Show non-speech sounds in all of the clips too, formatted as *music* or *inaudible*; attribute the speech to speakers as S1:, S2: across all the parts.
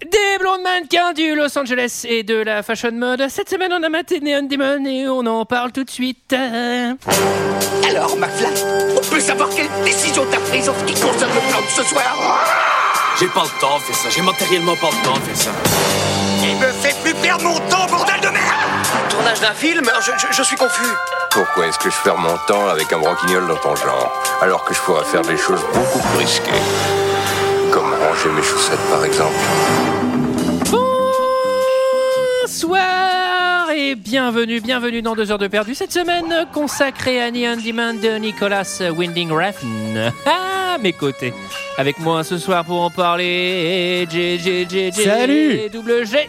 S1: Parlons de mannequins du Los Angeles et de la fashion mode. Cette semaine, on a maté Neon Demon et on en parle tout de suite. Euh,
S2: Alors, McFly, on peut savoir quelle décision t'as prise en ce qui concerne le plan de ce soir
S3: J'ai pas le temps de faire ça, j'ai matériellement pas le temps de faire ça.
S2: Il me fait plus perdre mon temps, bordel de merde
S4: Tournage d'un film je, je- je suis confus.
S5: Pourquoi est-ce que je perds mon temps avec un broquignol dans ton genre, alors que je pourrais faire des choses beaucoup plus risquées Comme ranger mes chaussettes, par exemple.
S1: Bonsoir et bienvenue, bienvenue dans 2 heures de perdu. Cette semaine consacrée à Neon Demon de Nicolas Winding Refn. Ah, À mes côtés. Avec moi ce soir pour en parler. J, J, J, J,
S6: Salut.
S1: Double G.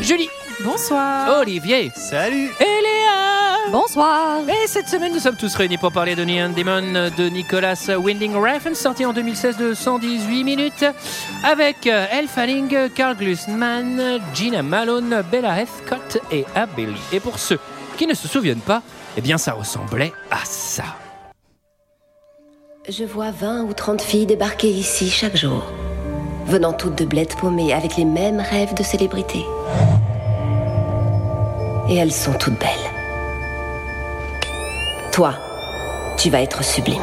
S1: Julie,
S7: Bonsoir.
S1: Olivier
S6: Salut
S1: et Léa.
S7: Bonsoir.
S1: Et cette semaine, nous sommes tous réunis pour parler de Neon Demon de Nicolas Winding Refn, sorti en 2016 de 118 minutes, avec euh, Elle Fanning, euh, Carl Glusman, Gina Malone, Bella Heathcott et Abelli. Et pour ceux qui ne se souviennent pas, eh bien, ça ressemblait à ça.
S8: Je vois 20 ou 30 filles débarquer ici chaque jour, venant toutes de bled paumées avec les mêmes rêves de célébrité. Et elles sont toutes belles. Toi, tu vas être sublime.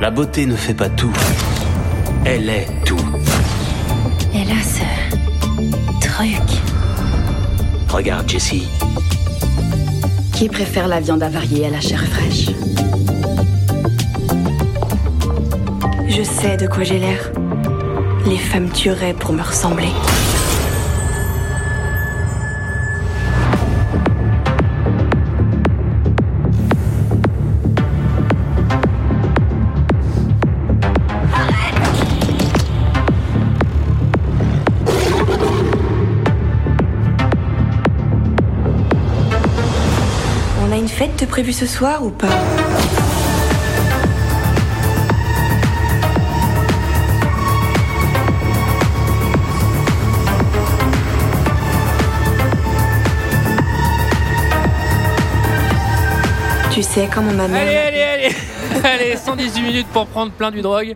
S9: La beauté ne fait pas tout. Elle est tout.
S8: Et là,
S10: euh,
S8: ce truc.
S9: Regarde, Jessie.
S8: Qui préfère la viande avariée à la chair fraîche
S10: Je sais de quoi j'ai l'air. Les femmes tueraient pour me ressembler. On a une fête de prévue ce soir ou pas Tu sais comment ma mère...
S1: Allez, allez, allez *laughs* Allez, 118 minutes pour prendre plein du drogue.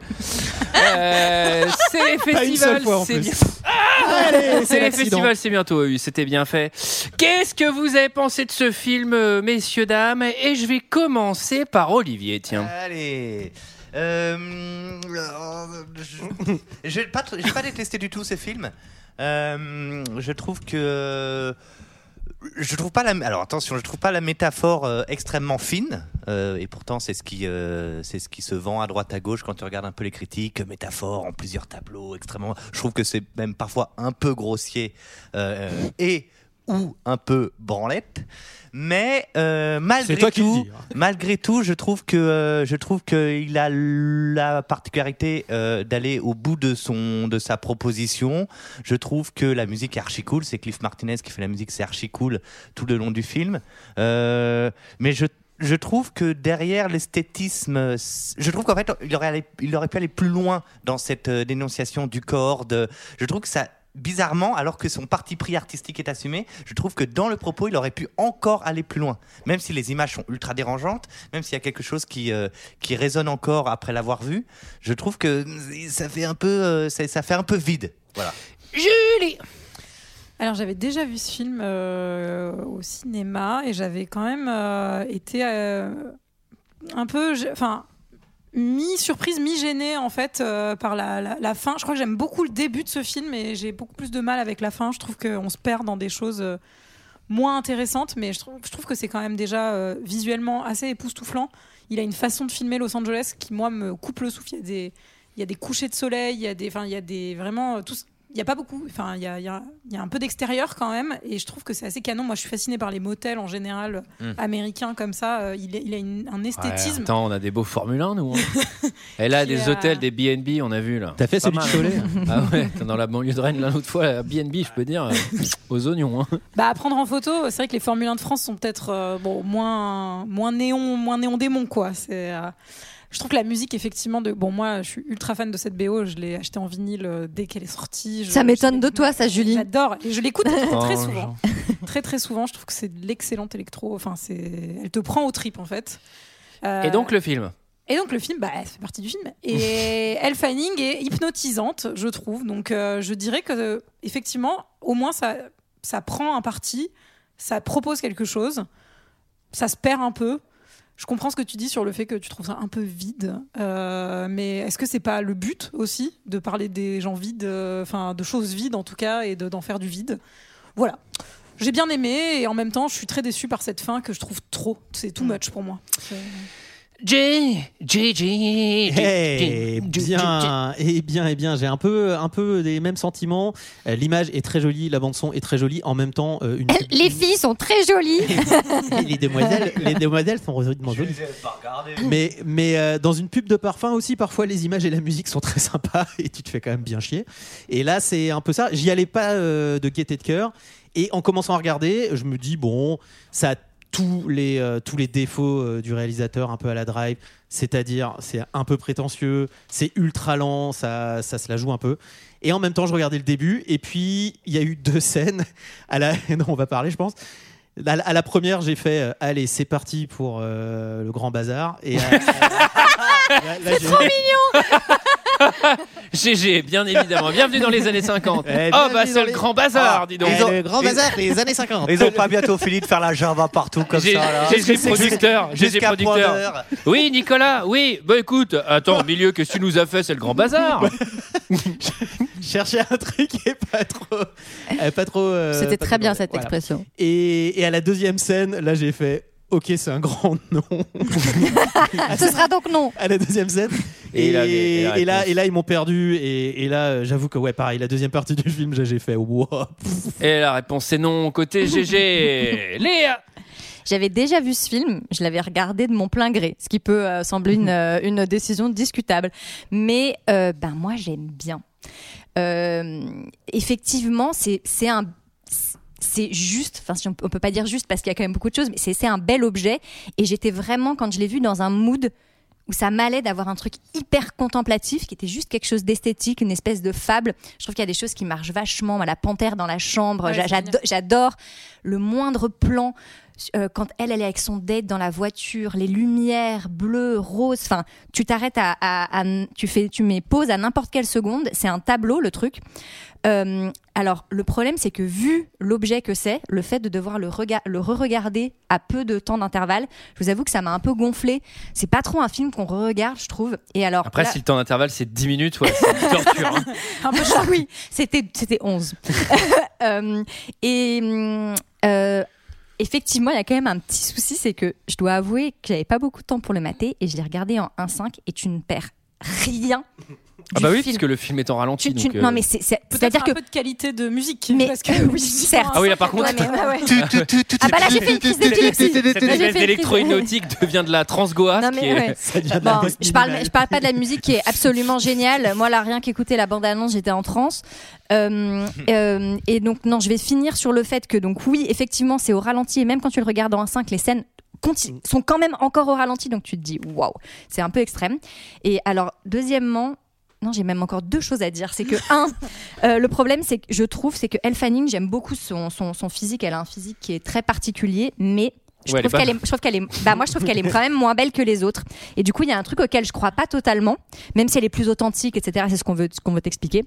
S1: Euh, c'est les
S6: Pas une seule
S1: festivals,
S6: fois en
S1: c'est
S6: plus. Ah,
S1: bien-
S6: Allez,
S1: C'est les
S6: l'accident.
S1: festivals, c'est bientôt, oui, c'était bien fait. Qu'est-ce que vous avez pensé de ce film, euh, messieurs, dames Et je vais commencer par Olivier, tiens.
S11: Allez. Euh, euh, je- J'ai pas, tr- j'ai pas détesté du tout ces films. Euh, je trouve que je trouve pas la alors attention je trouve pas la métaphore euh, extrêmement fine euh, et pourtant c'est ce qui euh, c'est ce qui se vend à droite à gauche quand tu regardes un peu les critiques métaphore en plusieurs tableaux extrêmement je trouve que c'est même parfois un peu grossier euh, et ou un peu branlette mais euh, malgré
S6: C'est toi qui
S11: tout
S6: le dis, hein.
S11: malgré tout, je trouve que euh, je trouve que il a la particularité euh, d'aller au bout de son de sa proposition. Je trouve que la musique est archi cool. C'est Cliff Martinez qui fait la musique, c'est archi cool tout le long du film. Euh, mais je je trouve que derrière l'esthétisme, s- je trouve qu'en fait, il aurait, allé- il aurait pu aller plus loin dans cette euh, dénonciation du corps. de- je trouve que ça, bizarrement, alors que son parti pris artistique est assumé, je trouve que dans le propos, il aurait pu encore aller plus loin. Même si les images sont ultra dérangeantes, même s'il y a quelque chose qui, euh, qui résonne encore après l'avoir vu, je trouve que mm, ça fait un peu, euh, ça, ça fait un peu vide. Voilà.
S1: Julie
S7: Alors j'avais déjà vu ce film euh, au cinéma et j'avais quand même euh, été euh, un peu, j'ai- enfin mi-surprise, mi-gênée en fait euh, par la, la- la fin. Je crois que j'aime beaucoup le début de ce film et j'ai beaucoup plus de mal avec la fin. Je trouve qu'on se perd dans des choses euh, moins intéressantes, mais je, trouve- je trouve que c'est quand même déjà euh, visuellement assez époustouflant. Il a une façon de filmer Los Angeles qui moi me coupe le souffle. Il y a des, il y a des couchers de soleil, il y a des, enfin il y a des vraiment euh, tout. ce- il n'y a pas beaucoup, enfin, il y a, il y a- il y a un peu d'extérieur quand même, et je trouve que c'est assez canon. Moi, je suis fascinée par les motels en général
S11: Mm.
S7: américains comme ça. Euh, Il, est- il a une- un esthétisme.
S1: attends, on a des beaux Formule 1, nous. hein.
S7: *laughs*
S1: Elle a
S7: Qui
S1: des
S7: a-
S1: hôtels, des BNB, on a vu là.
S6: T'as fait
S1: Pas
S6: celui de
S1: mal,
S6: Cholet
S1: hein. Ah ouais, t'es dans la banlieue de Rennes là, l'autre fois, la BNB, je peux dire, euh, aux oignons. hein.
S7: Bah, à prendre en photo, c'est vrai que les Formule 1 de France sont peut-être euh, bon, moins, moins néon, moins néon démon, quoi. C'est, euh, je trouve que la musique, effectivement, de bon, moi, je suis ultra fan de cette BO. Je l'ai achetée en vinyle euh, dès qu'elle est sortie. Je-
S10: Ça m'étonne de
S7: je-
S10: toi, ça, Julie.
S7: J'adore et
S10: *laughs*
S7: je l'écoute très, très
S1: Oh,
S7: souvent. Très très souvent, je trouve que c'est de l'excellente électro. Enfin, c'est, elle te prend aux tripes en fait. Euh,
S1: Et donc le film
S7: Et donc le film, bah, elle fait partie du film. Et Elle Fanning est hypnotisante, je trouve. Donc euh, je dirais que euh, effectivement, au moins ça, ça prend un parti, ça propose quelque chose, ça se perd un peu. Je comprends ce que tu dis sur le fait que tu trouves ça un peu vide, euh, mais est-ce que c'est pas le but aussi de parler des gens vides, euh, enfin de choses vides en tout cas, et de- d'en faire du vide Voilà. J'ai bien aimé et en même temps, je suis très déçue par cette fin que je trouve trop. C'est too much pour moi. C'est-
S1: J, J, J,
S6: Eh bien, eh bien, eh bien, j'ai un peu, un peu des mêmes sentiments. Euh, L'image est très jolie, la bande son est très jolie. En même temps, euh, une...
S12: Les filles sont très
S6: *laughs*
S12: jolies.
S6: les demoiselles, les demoiselles sont relativement jolies. Mais, mais euh, dans une pub de parfum aussi, parfois les images et la musique sont très sympas *laughs* et tu te fais quand même bien chier. Et là, c'est un peu ça. J'y allais pas euh, de gaieté de cœur. Et en commençant à regarder, je me dis, bon, ça a tous les, euh, tous les défauts euh, du réalisateur un peu à la drive. C'est-à-dire, c'est un peu prétentieux, c'est ultra lent, ça, ça se la joue un peu. Et en même temps, je regardais le début. Et puis, il y a eu deux scènes à la... dont on va parler, je pense. À la, à la première, j'ai fait euh, Allez, c'est parti pour euh, le grand bazar. Et à-
S12: *laughs* C'est trop mignon.
S1: GG, bien évidemment. Bienvenue dans les années 50.
S11: *laughs* Eh,
S1: oh,
S11: bienvenue
S1: bah c'est
S11: dans
S1: le
S11: les-
S1: grand bazar,
S11: Ah,
S1: dis donc.
S11: ils ont- ils- *laughs* Ils ont pas bientôt fini de faire la Java partout comme ça.
S1: J'ai-
S11: là.
S1: j'ai- J'ai producteur, j'ai- j'ai
S11: Jusqu'à point
S1: producteur.
S11: d'heure.
S1: Oui, Nicolas, oui. Bah écoute, attends, au milieu, qu'est-ce que tu nous as fait C'est le grand bazar.
S11: *laughs*
S6: chercher un truc et pas trop. euh, pas trop euh,
S12: C'était
S6: pas
S12: très
S6: trop
S12: bien
S6: bordel.
S12: cette
S6: Voilà.
S12: expression.
S6: Et, et à la deuxième scène, là, j'ai fait Ok, c'est un grand nom.
S12: *laughs*
S6: *laughs*
S12: Ce sera donc non.
S6: À la deuxième scène.
S12: Et
S6: Et,
S12: là,
S6: et
S12: mais-
S6: là,
S12: et
S6: et
S12: la
S6: là,
S12: réponse.
S6: ils m'ont perdu. Et, et là, euh, j'avoue que, ouais, pareil, la deuxième partie du film, j'ai j'ai fait Wow.
S1: Et la réponse c'est non, côté GG. Léa
S12: J'avais déjà vu ce film, je l'avais regardé de mon plein gré, ce qui peut euh, sembler
S6: Mhm.
S12: une, euh, une décision discutable. Mais euh, ben moi, j'aime bien. Euh, effectivement, c'est c'est un. C'est juste, enfin, si on, on peut pas dire juste parce qu'il y a quand même beaucoup de choses, mais c'est c'est un bel objet. Et j'étais vraiment, quand je l'ai vu, dans un mood où ça m'allait d'avoir un truc hyper contemplatif qui était juste quelque chose d'esthétique, une espèce de fable. Je trouve qu'il y a des choses qui marchent vachement. La panthère dans la chambre,
S10: Ouais,
S12: j'a-
S10: c'est
S12: j'ado-
S10: génial.
S12: j'adore le moindre plan. euh, quand elle, elle est avec son date dans la voiture, les lumières bleues, roses, enfin, tu t'arrêtes à, à- à n- tu fais, tu mets pause à n'importe quelle seconde. C'est un tableau, le truc. Euh, alors, le problème, c'est que vu l'objet que c'est, le fait de devoir le, rega- le re-regarder à peu de temps d'intervalle, je vous avoue que ça m'a un peu gonflé. C'est pas trop un film qu'on re-regarde, je trouve. Et alors,
S1: Après,
S12: là-
S1: si le temps d'intervalle c'est 10 minutes, ouais, c'est une torture. hein.
S12: un peu chaud. oui, c'était c'était 11. *laughs* Euh, et hum, euh, effectivement, il y a quand même un petit souci, c'est que je dois avouer que j'avais pas beaucoup de temps pour le mater et je l'ai regardé en 1.5 et tu ne perds rien.
S1: Ah bah
S12: *laughs* du
S1: oui,
S12: film.
S1: parce que le film est en ralenti.
S12: Tu- tu-
S1: donc, euh,
S12: Non mais c'est c'est-
S7: Peut-être
S12: c'est-à-dire
S7: un
S12: que
S7: peu de qualité de musique. hein.
S12: mais
S7: parce que
S12: *laughs* oui, certes.
S1: Ah oui, là par contre.
S12: Ouais, mais- ouais, ouais. Ah bah là j'ai fait une crise
S1: Cette
S12: d'épilepsie. Là, j'ai fait une
S1: espèce
S12: crise de-
S1: d'électro-hypnotique devient de la transgoa.
S12: Non,
S1: ce
S12: mais
S1: qui est-
S12: ouais. Bon, je parle, je parle pas de la musique qui est absolument géniale. Moi, là, rien qu'écouter la bande-annonce, j'étais en transe. Euh, euh, et donc, non, je vais finir sur le fait que, donc, oui, effectivement, c'est au ralenti. Et même quand tu le regardes en 1.5, les scènes conti- sont quand même encore au ralenti. Donc, tu te dis, waouh, c'est un peu extrême. Et alors, deuxièmement, non, j'ai même encore deux choses à dire. C'est que, un, euh, le problème, c'est que je trouve, c'est que Elle Fanning, j'aime beaucoup son, son, son physique. Elle a un physique qui est très particulier, mais je
S10: Ouais, elle est
S12: trouve qu'elle
S10: bonne.
S12: est, je trouve qu'elle est, bah moi je trouve qu'elle est quand même moins belle que les autres. Et du coup, il y a un truc auquel je crois pas totalement, même si elle est plus authentique, etc. C'est ce qu'on veut, ce qu'on veut t'expliquer.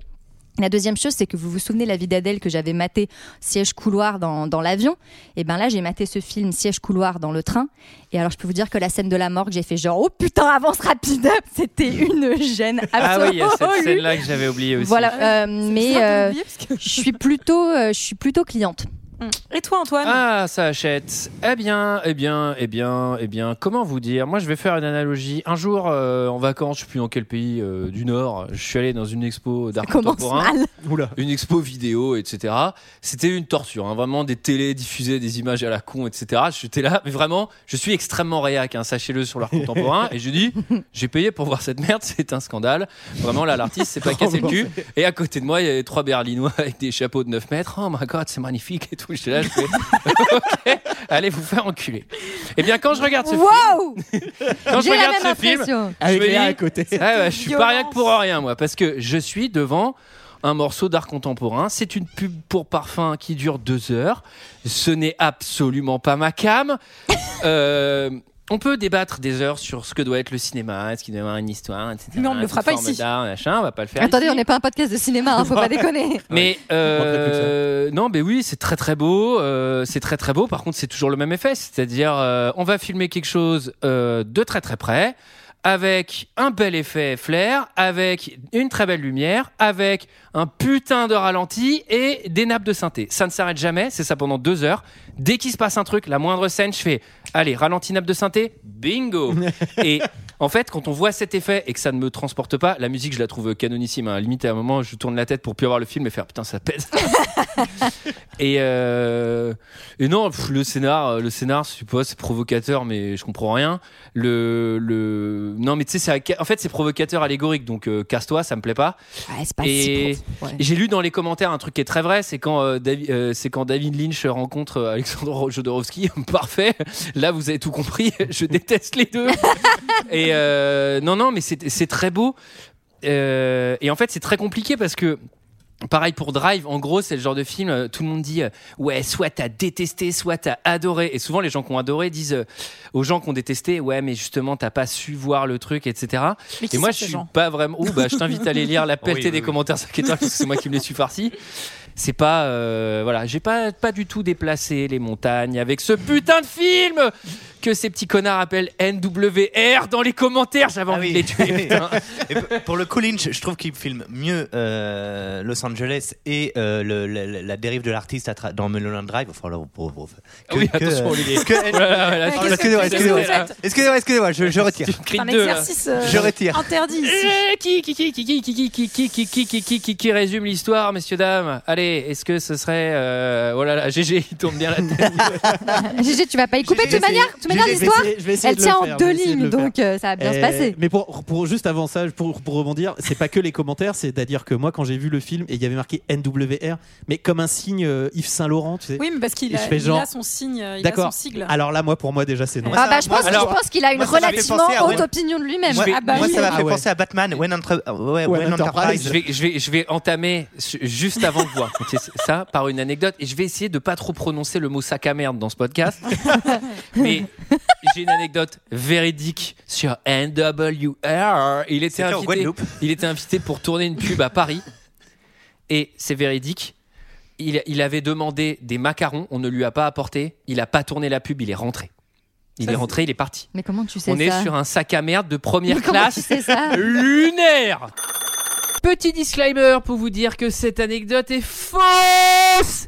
S12: La deuxième chose, c'est que vous vous souvenez la vie d'Adèle que j'avais maté siège couloir dans, dans l'avion. Et ben là, j'ai maté ce film siège couloir dans le train. Et alors, je peux vous dire que la scène de la mort que j'ai fait genre oh putain avance rapide, c'était une gêne absolue.
S1: Ah
S12: *laughs*
S1: oui, il y a cette scène-là que j'avais oubliée aussi.
S12: Voilà, euh, mais
S7: bizarre de
S12: euh,
S7: l'oublier,
S12: je suis plutôt, euh, je suis plutôt cliente.
S7: Mm. Et toi, Antoine
S1: Ah, ça achète. Eh bien, eh bien, eh bien, eh bien, comment vous dire Moi, je vais faire une analogie. Un jour, euh, en vacances, je sais plus dans quel pays euh, du Nord, je suis allé dans une expo d'art
S12: commence
S1: contemporain.
S12: mal.
S1: *laughs* Une expo vidéo, etc. C'était une torture, hein, vraiment des télés diffusaient des images à la con, etc. J'étais là, mais vraiment, je suis extrêmement réac, hein, sachez-le sur l'art contemporain. et je dis, j'ai payé pour voir cette merde, c'est un scandale. Vraiment, là, l'artiste s'est pas cassé le cul. Et à côté de moi, il y avait trois Berlinois avec des chapeaux de 9 mètres. Oh my god, c'est magnifique et tout. J'étais là, je fais, *laughs* ok, allez vous faire enculer. Et bien, quand je regarde ce film,
S12: Wow
S1: quand je
S12: J'ai la
S1: regarde
S12: même
S1: ce film,
S12: impression.
S6: Avec
S1: je me
S6: Léa
S1: dis-
S6: à côté.
S1: Ah *laughs* ouais, je suis pas
S6: Violence.
S1: rien que pour rien, moi, parce que je suis devant un morceau d'art contemporain. C'est une pub pour parfum qui dure deux heures. Ce n'est absolument pas ma cam. Euh, On peut débattre des heures sur ce que doit être le cinéma, est-ce qu'il doit y avoir une histoire, etc.
S7: Mais on ne le
S1: Une
S7: fera pas
S1: forme
S7: ici.
S1: d'art, machin, on va pas le faire.
S12: Attendez,
S1: ici.
S12: on n'est pas un podcast de cinéma, hein, faut
S11: *laughs*
S12: pas déconner.
S1: Mais euh, non, mais oui, c'est très très beau, euh, c'est très très beau. Par contre, c'est toujours le même effet, c'est-à-dire euh, on va filmer quelque chose euh, de très très près, avec un bel effet flair, avec une très belle lumière, avec un putain de ralenti et des nappes de synthé. Ça ne s'arrête jamais, c'est ça pendant deux heures. Dès qu'il se passe un truc, la moindre scène, je fais allez ralenti nappe de synthé, bingo. et en fait, quand on voit cet effet et que ça ne me transporte pas, la musique, je la trouve canonissime. hein. Limite, à un moment, je tourne la tête pour plus avoir le film et faire putain, ça pèse. et, euh, et non, pff, le scénar, euh, le scénar, je sais pas, c'est provocateur, mais je comprends rien. Le, le... non, mais tu sais, c'est à- en fait, c'est provocateur allégorique, donc euh, casse-toi, ça me plaît pas.
S12: Ouais, c'est pas
S1: Et
S12: si pro- ouais.
S1: j'ai lu dans les commentaires un truc qui est très vrai, c'est quand, euh, Davi- euh, c'est quand David Lynch rencontre euh, Alexandre Jodorowsky. *laughs* Parfait. Là, vous avez tout compris. *laughs* Je déteste les deux. et euh, non, non, mais c'est c'est très beau. Euh, et en fait, c'est très compliqué parce que. Pareil pour Drive, en gros, c'est le genre de film, euh, tout le monde dit, euh, ouais, soit t'as détesté, soit t'as adoré. Et souvent, les gens qui ont adoré disent euh, aux gens qui ont détesté, ouais, mais justement, t'as pas su voir le truc, etc.
S7: Mais qui
S1: et moi,
S7: sont
S1: je
S7: ces
S1: suis
S7: gens
S1: pas vraiment. Ouh, bah, je t'invite à aller lire la
S11: *laughs* Oui,
S1: pelletée
S11: oui,
S1: des
S11: oui.
S1: commentaires 5 étoiles, parce que c'est moi qui me les suis farcis. C'est pas. euh, voilà, j'ai pas, pas du tout déplacé les montagnes avec ce putain de film que ces petits connards appellent NWR dans les commentaires.
S11: Ah
S1: J'avais envie de les tuer, putain.
S11: *laughs* Et p- pour le coup, Lynch, je trouve qu'il filme mieux euh, Los Angeles et euh, le- le- le- la dérive de l'artiste à tra- dans Mulholland Drive. Enfin, là, oh, oh, oh, que-
S1: Oui,
S11: que,
S1: attention,
S11: euh,
S1: Olivier.
S11: que- Ah,
S1: Oh là là, là,
S7: qu'est-ce que-
S11: Excusez-moi,
S7: qu'est-ce que
S11: excusez-moi,
S7: vous faites
S11: excusez-moi, excusez-moi, je, je retire.
S1: Crie
S7: un
S1: deux, là.
S7: exercice euh,
S11: Je retire.
S7: interdit ici.
S1: Eh, Qui qui qui qui qui qui qui qui qui qui qui qui qui qui résume l'histoire, messieurs dames Allez, est-ce que ce serait euh, voilà, là, GG, il tourne bien la tête.
S12: Gégé, tu vas pas y couper Bah, de toute manière, de toute manière
S6: Je vais
S12: l'histoire.
S6: essayer- je vais essayer
S12: Elle
S6: de le
S12: tient en
S6: faire, je
S12: deux
S6: vais essayer de
S12: lignes,
S6: le faire.
S12: donc euh, ça va bien se
S6: Euh,
S12: passer.
S6: Mais pour, pour juste avant ça, pour, pour rebondir, c'est pas que les commentaires, c'est-à-dire que moi, quand j'ai vu le film et il y avait marqué NWR, mais comme un signe euh, Yves Saint Laurent, tu sais.
S7: *laughs* Oui, mais parce qu'il
S6: Et je
S7: a,
S6: fais
S7: il
S6: genre-
S7: a son signe, euh, il a son
S6: D'accord.
S7: sigle.
S6: Alors là, moi, pour moi, déjà, c'est non.
S12: Ah bah je
S11: moi,
S12: pense, je
S11: alors,
S12: pense qu'il a une
S11: moi, ça m'a fait
S12: relativement
S11: penser à
S12: haute
S11: Wayne-
S12: opinion de lui-même.
S11: Moi,
S12: Ah bah
S11: moi,
S12: oui.
S11: ça m'a fait
S6: Ah ouais.
S11: penser à Batman, When, Entre- euh, ouais,
S6: When
S11: When
S6: Enterprise.
S11: Enterprise.
S1: Je vais, je, vais, je vais entamer su- juste avant de voir ok, c'est ça par une anecdote et je vais essayer de pas trop prononcer le mot sac à merde dans ce podcast. Mais j'ai une anecdote véridique sur NWR. Il était,
S11: C'était en
S1: invité,
S11: Guadeloupe.
S1: il était invité pour tourner une pub à Paris et c'est véridique. Il, il avait demandé des macarons, on ne lui a pas apporté. Il a pas tourné la pub, il est rentré. Il
S11: Ça,
S1: est
S11: c'est-
S1: rentré, il est parti.
S12: Mais comment tu sais
S1: On
S12: ça
S1: est sur un sac à merde de première
S12: Mais comment
S1: classe
S12: tu sais ça
S1: lunaire. Petit disclaimer pour vous dire que cette anecdote est fausse.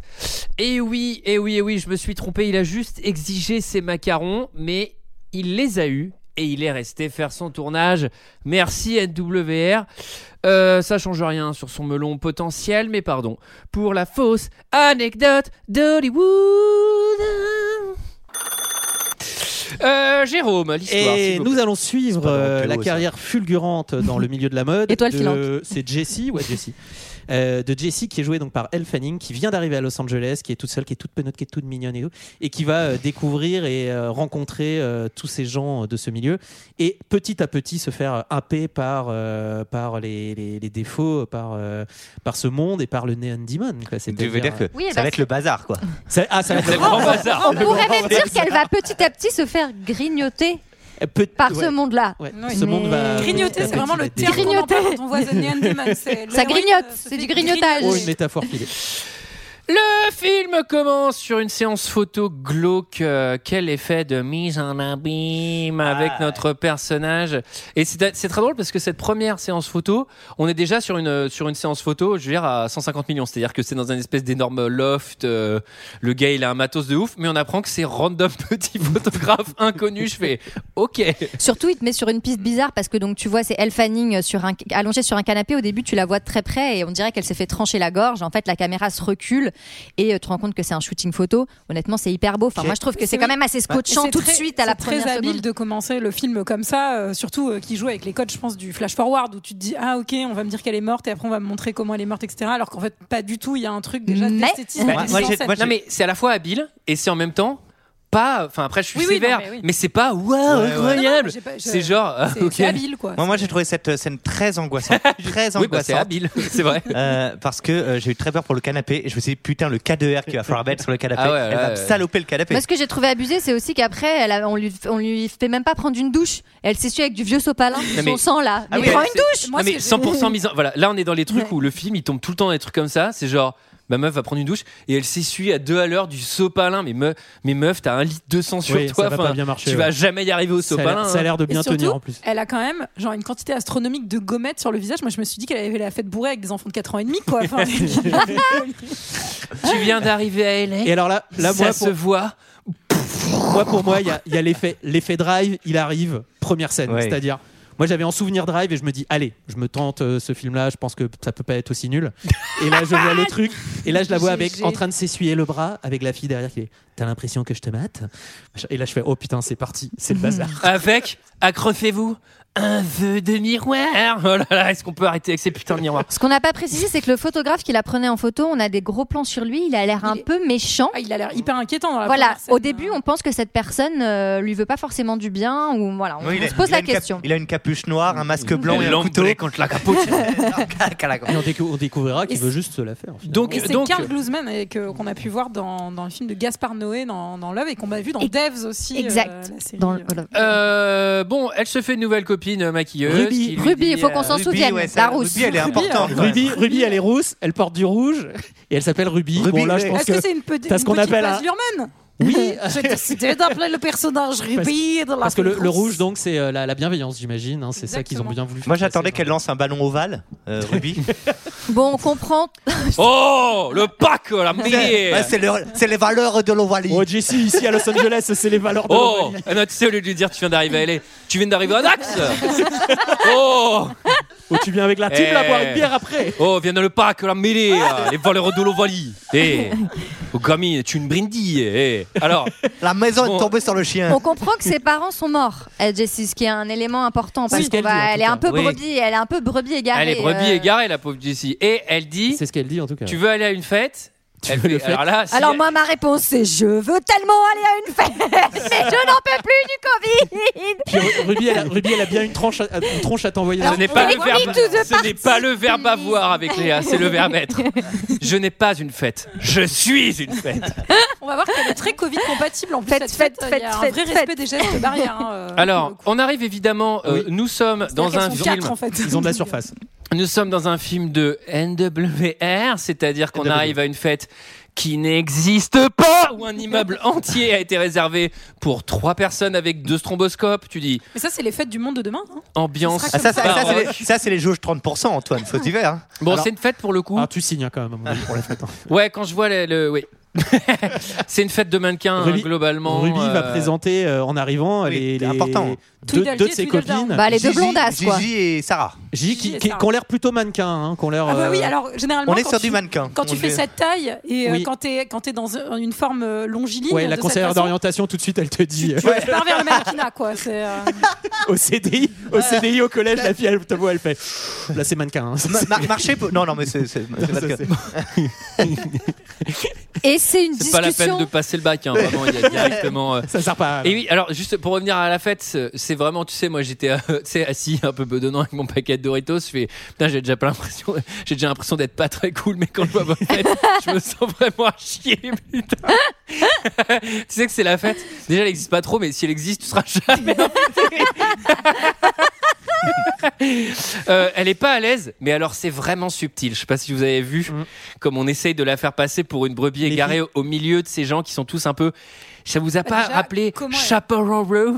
S1: Et Eh oui, et oui, et oui, je me suis trompé. Il a juste exigé ses macarons, mais il les a eus et il est resté faire son tournage. Merci NWR. Euh, ça change rien sur son melon potentiel, mais pardon pour la fausse anecdote d'Hollywood. Euh, Jérôme, l'histoire.
S6: Et
S1: s'il vous plaît.
S6: nous allons suivre
S11: C'est pas
S6: euh,
S11: vraiment
S6: la
S11: Théo, ça.
S6: carrière fulgurante dans le milieu de la mode.
S12: Étoile
S6: de-
S12: filante.
S6: C'est Jessie, ouais, Jessie. Euh, de Jessie qui est jouée donc par Elle Fanning, qui vient d'arriver à Los Angeles, qui est toute seule, qui est toute penote, qui est toute mignonne et tout, et qui va euh, découvrir et euh, rencontrer euh, tous ces gens euh, de ce milieu, et petit à petit se faire euh, happer par, euh, par les, les- les défauts, par, euh, par ce monde et par le Neon Demon. quoi.
S11: Tu
S6: C'est-à-dire,
S11: veux dire que
S12: Oui, elle
S11: ça
S12: va
S11: va être le bazar, quoi.
S6: euh, ça- ah, ça va être le
S1: Grand
S6: grand
S1: bazar.
S12: On pourrait même dire qu'elle va petit à petit se faire grignoter
S6: Pe-
S12: par
S6: Euh, ouais,
S12: ce monde-là.
S6: ouais.
S7: Oui.
S6: Ce monde va.
S7: Grignoter, c'est
S6: petit à
S7: vraiment
S6: petit
S7: le
S6: va
S7: terme qu'on
S12: Grignoter.
S7: emploie quand on voit The Neon Demon.
S12: *laughs*
S7: c'est-
S12: Ça
S7: l'héroïne,
S12: grignote,
S7: euh,
S12: c'est
S7: se fait
S12: du grignotage.
S6: Oh,
S7: grignoter.
S6: une métaphore filée.
S1: Le film commence sur une séance photo glauque. euh, quel effet de mise en abîme avec
S11: Ah.
S1: notre personnage. Et c'est c'est très drôle parce que cette première séance photo, on est déjà sur une, euh, sur une séance photo, je veux dire, à 150 millions. C'est-à-dire que c'est dans un espèce d'énorme loft. euh, le gars, il a un matos de ouf, mais on apprend que c'est random *laughs* petit photographe inconnu. Je fais OK.
S12: Surtout, il te met sur une piste bizarre parce que donc tu vois, c'est Elle Fanning euh, sur un, allongée sur un canapé. Au début, tu la vois de très près et on dirait qu'elle s'est fait trancher la gorge. En fait, la caméra se recule et euh, tu te rends compte que c'est un shooting photo. Honnêtement, c'est hyper beau. Enfin,
S11: Ok.
S12: moi, je trouve que c'est quand
S7: Oui.
S12: même assez
S7: Et
S12: scotchant
S7: Bah, c'est
S12: tout de
S7: très-
S12: suite à la
S7: c'est
S12: première
S7: très habile
S12: seconde.
S7: de commencer le film comme ça, euh, surtout euh, qui joue avec les codes, je pense, du flash forward où tu te dis ah ok, on va me dire qu'elle est morte et après on va me montrer comment elle est morte, etc. Alors qu'en fait pas du tout, il y a un truc déjà
S12: Mais-
S7: d'esthétisme.
S11: Bah,
S7: et de
S11: moi,
S7: mise en
S11: j'ai-
S7: scène.
S11: moi,
S1: Non, mais c'est à la fois habile et c'est en même temps pas. Enfin, après, je suis
S7: Oui, oui, non,
S1: sévère,
S7: mais oui.
S1: c'est pas waouh,
S11: Ouais, ouais.
S7: Non, non,
S1: incroyable.
S7: mais j'ai pas- je-
S1: C'est genre. ah, *laughs*
S7: c'est-
S1: ok.
S7: c'est habile, quoi.
S11: Moi, moi j'ai trouvé cette euh, scène
S1: *laughs*
S11: très angoissante. très angoissante.
S1: Oui, bah, c'est habile, *laughs* c'est vrai.
S11: Euh, parce que euh, j'ai eu très peur pour le canapé. Je me suis dit, putain, le KDR qu'il va falloir mettre sur le canapé,
S1: Ah ouais,
S11: elle va
S1: ouais,
S11: me
S1: ouais.
S11: saloper le canapé.
S12: Moi, ce que j'ai trouvé abusé, c'est aussi qu'après, elle a- on, lui, on lui fait même pas prendre une douche. Elle s'essuie avec du vieux sopalin, son
S1: mais-
S12: sang
S1: Ah
S12: là. mais
S1: oui,
S12: prends
S1: mais
S12: une
S1: c'est-
S12: douche
S1: Ah, mais 100% mise en. Voilà, là on est dans les trucs où le film il tombe tout le temps dans des trucs comme ça. C'est genre, ma meuf va prendre une douche et elle s'essuie à deux à l'heure du sopalin. Mais, me... mais meuf, t'as un litre de sang sur
S6: Oui, ça
S1: toi.
S6: va
S1: enfin,
S6: pas bien marcher,
S1: tu
S6: ouais.
S1: vas jamais y arriver au
S6: Ça a l'air-
S1: sopalin. hein.
S6: ça a l'air de bien
S7: Et surtout,
S6: tenir en plus.
S7: Elle a quand même genre une quantité astronomique de gommettes sur le visage. Moi, je me suis dit qu'elle avait la fête bourrée avec des enfants de 4 ans et demi, quoi.
S1: *laughs*
S7: Enfin,
S1: hein. Tu
S6: *laughs*
S1: viens d'arriver à
S7: eh,
S1: LA.
S6: Et alors là, là
S1: ça
S6: moi,
S1: se
S6: pour,
S1: voit.
S6: moi, pour moi, il y a, il y a l'effet, l'effet drive, il arrive, première scène.
S11: Ouais.
S6: C'est-à-dire, moi j'avais en souvenir drive et je me dis, allez, je me tente euh, ce film-là, je pense que ça peut pas être aussi nul. Et là, je
S7: *laughs*
S6: vois le truc, et là, je la vois avec,
S7: GG.
S6: en train de s'essuyer le bras, avec la fille derrière qui est, t'as l'impression que je te mate Et là, je fais, oh putain, c'est parti, c'est le *laughs* bazar.
S1: Avec, accrochez-vous, un vœu de miroir. Oh là là, est-ce qu'on peut arrêter avec ces putains de miroirs
S12: Ce qu'on n'a pas précisé, c'est que le photographe qui la prenait en photo, on a des gros plans sur lui. Il a l'air un
S7: Il est-
S12: peu méchant.
S7: Ah, il a l'air hyper inquiétant dans la
S12: Voilà,
S7: première scène.
S12: au début, on pense que cette personne euh, lui veut pas forcément du bien, ou voilà, on,
S11: Oui,
S12: on
S11: il a-
S12: se pose
S11: il a
S12: la
S11: une cap-
S12: question.
S11: il a une capuche noire, un masque blanc et un
S1: L'anglais
S11: couteau.
S1: contre la capote.
S6: *laughs* Et on, décou- on découvrira qu'il
S7: Et
S6: veut
S7: c'est-
S6: juste se la faire. finalement.
S1: Donc,
S7: Et c'est
S1: donc,
S12: euh,
S7: Carl Glusman et que- qu'on a pu voir dans, dans le film de Gaspard Noé dans, dans Love et qu'on a vu dans
S12: Et-
S7: Devs aussi. euh,
S12: Exact.
S7: la série,
S12: Dans
S7: euh.
S12: le- voilà.
S1: euh, bon, elle se fait une nouvelle copine euh, maquilleuse.
S6: Ruby.
S1: qui lui
S12: Ruby,
S1: dit,
S12: il faut qu'on s'en
S11: Ruby,
S12: souvienne.
S11: ouais,
S12: la
S11: ça-
S12: rousse.
S11: Ruby, elle est
S7: Ruby,
S11: importante.
S7: euh,
S11: quand même.
S6: Ruby, Ruby, elle est rousse, elle porte du rouge et elle s'appelle Ruby.
S11: Ruby,
S6: bon, là, je
S12: hein.
S11: oui.
S6: pense
S7: Est-ce que,
S6: que.
S7: c'est une, petite
S6: t'as ce qu'on
S7: une petite
S6: appelle
S7: Baz
S6: un- *laughs*
S7: Luhrmann
S6: Oui, euh,
S7: J'ai décidé d'appeler le personnage Ruby de la
S6: parce que le, le
S7: France.
S6: rouge, donc, c'est euh, la, la bienveillance, j'imagine. hein, c'est ça qu'ils ont bien voulu.
S11: Moi,
S6: faire
S11: j'attendais
S6: passer,
S11: qu'elle lance un ballon ovale,
S1: *laughs*
S11: euh, Ruby.
S12: Bon, on comprend.
S1: Oh, le pack, la
S11: Ouais,
S1: merde
S11: c'est le- c'est les valeurs de l'ovalie.
S6: Oh, Jesse, ici à Los Angeles, c'est les valeurs de
S1: Oh,
S6: l'Ovalie.
S1: ah non, tu sais, au lieu de lui dire tu viens d'arriver à LA, tu viens d'arriver à
S6: *laughs*
S1: Dax Oh,
S6: Oh, tu viens avec la team
S1: Eh.
S6: là boire une bière après.
S1: oh viens dans le pack, la mêlée, là, les valeurs de l'Ovalie Eh,
S6: *laughs*
S1: oh, gamin, tu es une brindille eh. Alors,
S11: La maison
S1: Bon.
S11: est tombée sur le chien.
S12: On comprend que
S6: *laughs*
S12: ses parents sont morts, elle, Jessie, ce qui est un élément important
S6: C'est
S12: parce
S6: ce
S12: qu'on
S6: qu'elle dit, en
S12: va,
S6: tout
S12: elle est
S6: cas.
S12: un peu
S11: Oui.
S12: brebis, elle est un peu brebis égarée.
S1: elle est brebis
S12: euh.
S1: égarée, la pauvre Jessie. Et elle dit
S6: C'est ce qu'elle dit en tout cas.
S1: Tu veux aller à une fête
S6: Tu
S1: Elle
S6: veux le
S1: fait-
S6: faire
S1: Alors là, si-
S12: Alors moi, ma réponse, c'est je veux tellement aller à une fête, *laughs* mais je n'en peux plus du Covid.
S6: Puis Ru- Ruby, elle a, Ruby, elle a bien une, tranche à- une tronche à t'envoyer.
S1: ce n'est pas, le
S12: take me
S1: verbe,
S12: to the
S1: ce n'est
S12: party,
S1: pas le verbe
S12: please.
S1: avoir avec Léa, c'est le verbe
S12: *laughs*
S1: être. Je n'ai pas une fête, je suis une fête.
S7: On va voir qu'elle est très Covid compatible en plus.
S12: Faites,
S7: cette fête,
S12: faites,
S7: il y a
S12: faites,
S7: un
S12: faites,
S7: vrai
S12: faites.
S7: respect des gestes barrières.
S11: *laughs*
S7: hein, euh,
S1: Alors,
S7: pour
S1: on arrive évidemment, euh, nous sommes
S7: le coup.
S1: dans
S7: C'est-à-dire
S1: un
S7: qu'elles sont
S1: film.
S7: quatre, en fait.
S6: Ils ont de *laughs* la surface.
S1: Nous sommes dans un film de NWR, c'est-à-dire qu'on
S6: NWR.
S1: arrive à une fête qui n'existe pas, où un immeuble entier a été réservé pour trois personnes avec deux stromboscopes. Tu dis
S7: Mais ça, c'est les fêtes du monde de demain. hein.
S1: ambiance.
S7: Ce
S11: Ah,
S7: sera
S11: ça, ça, ça, c'est
S1: baroque.
S11: les- ça, c'est les, jauges 30%, Antoine, faut y hein.
S1: Bon,
S6: Alors-
S1: c'est une fête pour le coup.
S6: Ah, tu signes hein, quand même à mon avis, pour la fête. hein.
S1: Ouais, quand je vois le, le- oui. *laughs* c'est une fête de mannequins hein,
S6: Ruby-
S1: globalement.
S6: Ruby va
S1: euh,
S6: présenter euh, en arrivant
S11: Oui,
S6: les, les-
S11: c'est important.
S6: deux,
S7: Tweedledee
S6: deux de
S7: et
S6: ses
S7: Tweedledum.
S6: copines.
S12: Bah, les deux
S11: Gigi-
S12: blondasses quoi.
S11: Gigi et Sarah.
S6: J qui,
S7: Gigi et
S6: qui-
S7: Sarah.
S6: qui ont l'air plutôt mannequins, hein, qu'on l'air.
S7: Bah, Ah bah oui,
S6: euh,
S7: alors généralement.
S11: On est
S7: quand
S11: sur
S7: tu-
S11: du mannequin.
S7: Quand tu
S11: On
S7: fais
S11: est-
S7: cette taille et euh,
S6: Oui.
S7: quand t'es quand t'es dans une forme euh, longiligne.
S6: Ouais, la
S7: de cette
S6: conseillère
S7: façon,
S6: d'orientation tout de suite, elle te dit euh,
S7: Tu pars vers le mannequinat, quoi. c'est, euh,
S6: *laughs* au CDI, au CDI au collège, la fille elle te voit, elle fait là c'est mannequin. hein.
S11: Ma- ma- marcher pour- Non, non, mais c'est. c'est-
S1: *laughs*
S11: c'est parce que-
S12: Et c'est une
S1: C'est pas la peine
S12: discussion.
S1: de passer le bac, hein, vraiment, il y a directement. euh,
S6: *laughs* Ça sert pas.
S1: Et oui, alors juste pour revenir à la fête, c'est- c'est vraiment, tu sais, moi j'étais euh, *laughs* tu sais, assis un peu bedonnant avec mon paquet de Doritos, je fais, putain, j'ai déjà pas l'impression, *laughs* j'ai déjà l'impression d'être pas très cool, mais quand je vois votre fête, je me sens vraiment à chier, *laughs* putain. tu sais que c'est la fête, déjà elle existe pas trop, mais si elle existe, tu seras *laughs* jamais invité. Euh, elle est pas à l'aise, mais alors c'est vraiment subtil. Je sais pas si vous avez vu
S6: Mm.
S1: comme on essaye de la faire passer pour une brebis
S6: Les
S1: égarée au- au milieu de ces gens qui sont tous un peu. Ça vous a
S7: Bah
S1: pas
S7: déjà,
S1: rappelé
S7: comment elle-
S1: Chaperon *laughs*
S7: *laughs*
S1: Rouge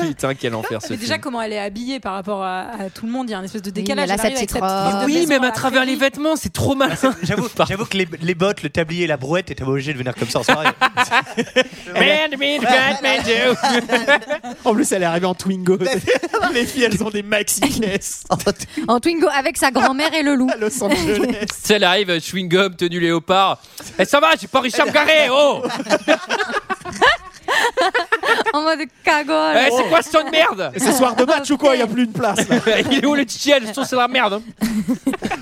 S1: Putain, quel enfer ce
S7: Mais déjà, comment elle est habillée par rapport à, à tout le monde, il y a un espèce de décalage.
S12: elle a
S7: Elle
S12: sa
S7: arrive
S12: petite
S7: avec
S12: robe.
S7: robe de
S1: Oui,
S7: baisement
S1: même à
S7: la
S1: travers les
S7: prairie.
S1: vêtements, c'est trop malin.
S11: J'avoue j'avoue que les, les bottes, le tablier et la brouette étaient obligés de venir comme ça
S12: *laughs*
S11: en soirée.
S1: Man, man, man, man, you.
S6: En plus, elle est arrivée en Twingo. *laughs* les filles, elles ont des *laughs* maxi caisses
S12: En Twingo avec sa grand-mère et le loup.
S6: *laughs* à Los Angeles.
S1: Tu sais, Elle arrive, euh, chewing gum, tenue
S7: *laughs*
S1: léopard. Eh, ça va, j'ai pas Richard Garé, oh
S12: en mode cagole.
S1: Eh, c'est quoi ce ton de merde
S6: C'est soir de match ou quoi Il n'y a plus une place. là.
S1: Il est où le Tchel Je trouve que c'est la merde. hein.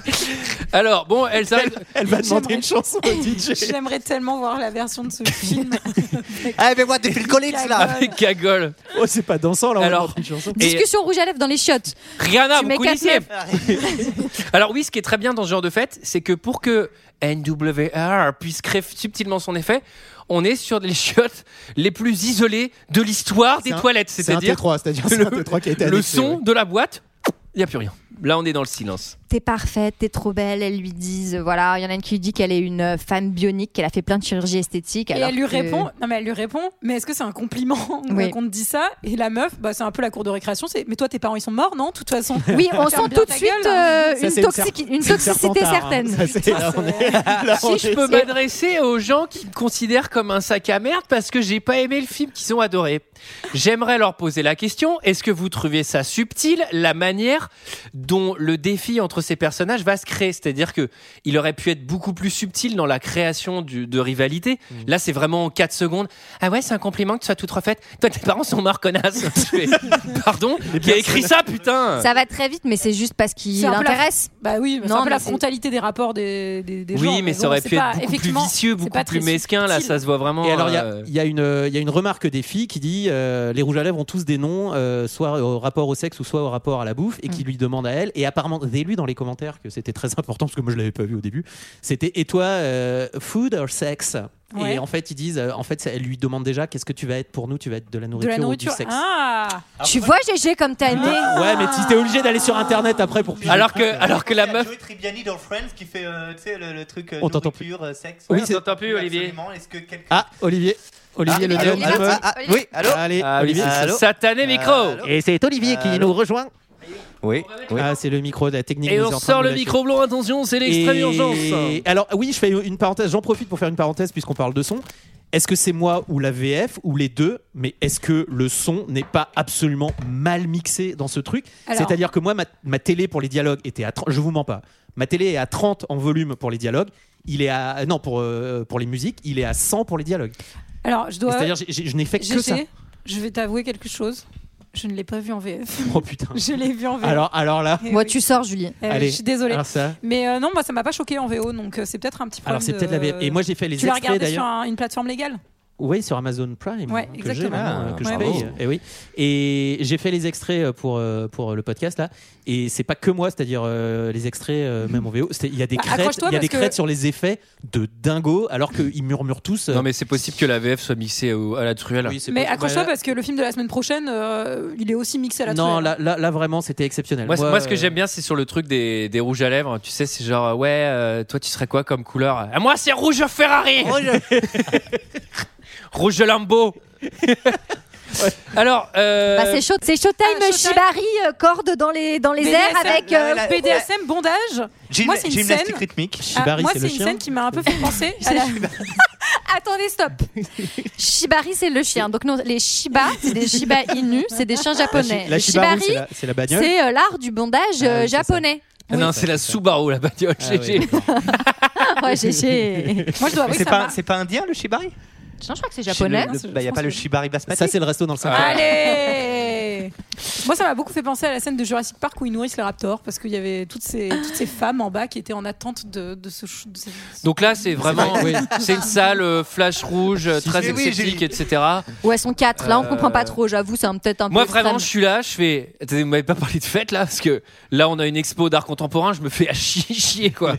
S7: *laughs*
S1: Alors, bon, elle s'arrête.
S6: Elle va demander une chanson au *laughs* DJ.
S7: J'aimerais tellement voir la version de ce film.
S11: Ah, mais moi, depuis le Collins, là
S1: Avec cagole.
S6: Oh, c'est pas dansant là. on
S1: Alors,
S6: entend une chanson.
S1: Et-
S12: Discussion rouge à lèvres dans les chiottes.
S1: Rihanna,
S12: Tu
S1: vous
S12: mets quatre
S1: connaissez. *laughs* Alors oui, ce qui est très bien dans ce genre de fête, c'est que pour que NWR puisse créer subtilement son effet, on est sur les chiottes les plus isolées de l'histoire des
S6: C'est un-
S1: toilettes.
S6: C'est un
S1: C'est-à-dire
S6: T3, c'est-à-dire c'est un
S1: le-
S6: T3 qui a été
S1: le
S6: annexé,
S1: son
S6: ouais.
S1: de la boîte, il n'y a plus rien. Là, on est dans le silence.
S12: T'es parfaite, t'es trop belle. Elles lui disent, voilà, il y en a une qui lui dit qu'elle est une euh, femme bionique, qu'elle a fait plein de chirurgie esthétique.
S7: Et
S12: alors
S7: elle lui
S12: que-
S7: répond, non mais elle lui répond, mais est-ce que c'est un compliment *laughs*
S12: Oui.
S7: qu'on te dit ça Et la meuf, bah, c'est un peu la cour de récréation, c'est mais toi tes parents ils sont morts, non De toute façon.
S12: *laughs* Oui, on
S7: Ferme
S12: sent
S7: bien
S12: tout de
S7: ta
S12: suite
S7: gueule. hein.
S12: euh,
S6: Ça,
S12: une,
S6: c'est le
S12: toxique-
S6: serpent-
S12: une
S6: c'est le
S12: toxicité
S6: serpentard, hein.
S12: certaine.
S6: Ça, c'est- là, on est- là, on
S1: Si je
S6: est-
S1: peux m'adresser aux gens qui me considèrent comme un sac à merde parce que j'ai pas aimé le film qu'ils ont adoré, j'aimerais leur poser la question est-ce que vous trouvez ça subtil la manière dont le défi entre ces personnages va se créer C'est-à-dire que il aurait pu être beaucoup plus subtil dans la création du- de rivalité.
S6: Mm.
S1: Là, c'est vraiment en 4 secondes. Ah ouais, c'est un compliment que tu sois toute refaite. Toi, tes parents sont morts, connasse. *laughs* Je fais, Pardon
S6: Eh
S1: Qui a écrit ça, putain
S12: Ça va très vite, mais c'est juste parce qu'il
S7: C'est un peu la-
S12: l'intéresse.
S7: Bah oui, mais c'est
S12: Non,
S7: un peu
S12: mais
S7: la
S12: c'est-
S7: frontalité des rapports des, des, des gens.
S1: Oui, mais
S7: bon,
S1: ça aurait
S7: c'est
S1: pu
S7: pas-
S1: être beaucoup plus
S7: effectivement,
S1: vicieux,
S7: c'est
S1: beaucoup
S7: pas très
S1: plus mesquin. Là,
S7: subtil.
S1: ça se voit vraiment.
S6: Et alors, il y, a-
S1: euh,
S6: il y a une- il y a une remarque des filles qui dit euh, les rouges à lèvres ont tous des noms, euh, soit au rapport au sexe ou soit au rapport à la bouffe, et qui lui demande à elle. Et apparemment, dès lui dans les commentaires que c'était très important, parce que moi je l'avais pas vu au début, c'était et toi, euh, food or sex
S7: Ouais.
S6: Et en fait, ils disent euh, en fait, ça- elle lui demande déjà qu'est-ce que tu vas être pour nous Tu vas être de la
S7: De
S6: nourriture,
S7: la
S6: ou
S7: nourriture.
S6: du sexe
S7: Ah
S12: Tu vois, GG, comme t'as aimé.
S6: Ouais, mais tu t'es obligé d'aller sur internet après pour piger.
S1: Alors que, alors que la
S11: Il y a
S1: meuf.
S11: Joey Tribbiani dans Friends qui fait euh, tu sais, le, le truc euh,
S6: On t'entend
S11: nourriture, euh, sexe.
S6: Oui,
S11: Ouais,
S6: c'est-
S11: on t'entend plus,
S1: Absolument.
S11: Olivier. Est-ce que quelqu'un-
S6: Ah, Olivier. Olivier le
S11: Allô,
S6: Léon.
S11: allô,
S6: Allô.
S11: ah, ah, Oui, allô
S6: Allez,
S1: Ah,
S6: Olivier.
S1: Olivier, ce
S11: Allô
S1: satané micro
S11: Allô
S6: Et c'est Olivier qui nous rejoint.
S11: Oui, oui.
S6: Ah, c'est le micro de la technique.
S1: Et
S6: nous
S1: on
S6: est en train de
S1: sort
S6: nous
S1: le
S6: lâcher.
S1: micro blanc, attention, c'est l'extrême
S6: Et-
S1: urgence.
S6: Alors oui, je fais une parenthèse, j'en profite pour faire une parenthèse puisqu'on parle de son. Est-ce que c'est moi ou la VF ou les deux Mais est-ce que le son n'est pas absolument mal mixé dans ce truc
S7: Alors-
S6: C'est-à-dire que moi, ma, ma télé pour les dialogues était à 30, je vous mens pas, ma télé est à 30 en volume pour les dialogues, il est à non pour euh, pour les musiques, il est à 100 pour les dialogues.
S7: Alors je
S6: Et
S7: dois.
S6: C'est-à-dire j'ai- j'ai- je n'ai fait que ça.
S7: GG, je vais t'avouer quelque chose. Je ne l'ai pas vu en VF.
S6: Oh putain.
S7: *laughs* Je l'ai vu en VF.
S6: Alors alors là,
S7: Eh
S12: Moi,
S7: oui.
S12: tu sors, Julie.
S7: Eh oui,
S6: allez.
S7: Je suis désolée.
S6: Alors ça.
S7: Mais euh, non, moi ça m'a pas choqué en VO, donc euh, c'est peut-être un petit problème.
S6: Alors c'est
S7: de-
S6: peut-être la VF. Et moi j'ai fait les
S7: tu l'as
S6: extraits
S7: regardé sur
S6: d'ailleurs.
S7: un- une plateforme légale
S6: Oui, sur Amazon Prime.
S7: Ouais,
S6: que j'ai
S7: exactement.
S6: maintenant, euh, que
S7: Ouais,
S6: je
S7: bravo.
S6: paye. Et oui. Et j'ai fait les extraits euh, pour euh, pour le podcast là. Et c'est pas que moi, c'est-à-dire euh, les extraits euh, même en VO. c'est- Il y a des
S7: Bah,
S6: crêtes,
S7: accroche-toi
S6: il y a des
S7: parce que-
S6: crêtes sur les effets de dingo, alors qu'ils murmurent tous. euh,
S1: Non, mais c'est possible que la VF soit mixée au- à la truelle.
S6: oui, c'est
S7: Mais
S6: pas-
S7: accroche-toi
S6: bah, là-
S7: parce que le film de la semaine prochaine, euh, il est aussi mixé à la
S6: non,
S7: truelle.
S6: là, là, là, vraiment, c'était exceptionnel.
S1: Moi, c- moi, ce que
S6: euh,
S1: j'aime bien, c'est sur le truc des, des rouges à lèvres. Tu sais, c'est genre, ouais, euh, toi, tu serais quoi comme couleur Ah, Moi, c'est rouge Ferrari *laughs* Rouge Lambo Alors, euh,
S12: Bah, c'est chaud, c'est Showtime
S7: Ah, Showtime.
S12: Shibari euh, corde dans les dans les airs
S7: BDSM,
S12: avec
S7: euh,
S12: euh,
S11: la-
S7: BDSM bondage.
S11: Gym-
S7: Moi, c'est une
S11: gymnastique
S7: scène.
S11: rythmique.
S6: euh,
S7: Ah,
S6: Shibari,
S7: moi,
S6: c'est
S7: c'est
S6: le
S7: une
S6: chien.
S7: scène qui m'a un peu fait
S6: *laughs*
S7: penser à la-
S12: *laughs* Attendez, stop. Shibari, c'est le chien. Donc non, les Shiba, c'est des Shiba Inu, c'est des chiens
S6: La,
S12: japonais.
S6: chi- la
S12: Les
S6: Shibaru, c'est
S12: Shibari,
S6: la, c'est la bagnole.
S12: c'est euh, l'art du bondage euh,
S6: Ah oui, c'est ça.
S12: japonais.
S1: ah non, c'est la Subaru, la bagnole.
S7: *laughs*
S6: Ah,
S1: GG.
S6: oui, d'accord. *laughs*
S12: Ouais, j'ai- j'ai-
S7: Moi, je dois
S11: Mais
S7: avouer que
S11: c'est
S7: ça
S11: pas,
S7: m'a-
S11: c'est pas indien le shibari
S12: Non, je crois que c'est japonais.
S11: Il
S7: Je
S6: bah,
S11: n'y a
S7: pense
S11: pas le
S7: que-
S11: shibari basmati.
S6: Ça, c'est le resto dans le
S7: Ah,
S6: centre.
S7: Allez *laughs* Moi, ça m'a beaucoup fait penser à la scène de Jurassic Park où ils nourrissent les raptors parce qu'il y avait toutes ces, toutes ces femmes en bas qui étaient en attente de, de ce. ch- de ce-
S1: Donc là, c'est vraiment.
S6: vrai, oui.
S1: C'est une salle euh, flash rouge, euh,
S6: Si,
S1: très
S11: si, oui,
S1: aseptique,
S11: j'ai-
S1: etc.
S12: Ouais, elles sont quatre. Là, on
S1: Euh,
S12: comprend pas trop. J'avoue, c'est un- peut-être un peu.
S1: Moi, vraiment, je
S12: extrême.
S1: suis là, je fais. Attendez, vous m'avez pas parlé de fête là Parce que là, on a une expo d'art contemporain, je me fais à *laughs* chier, chier,
S6: *laughs*
S1: quoi.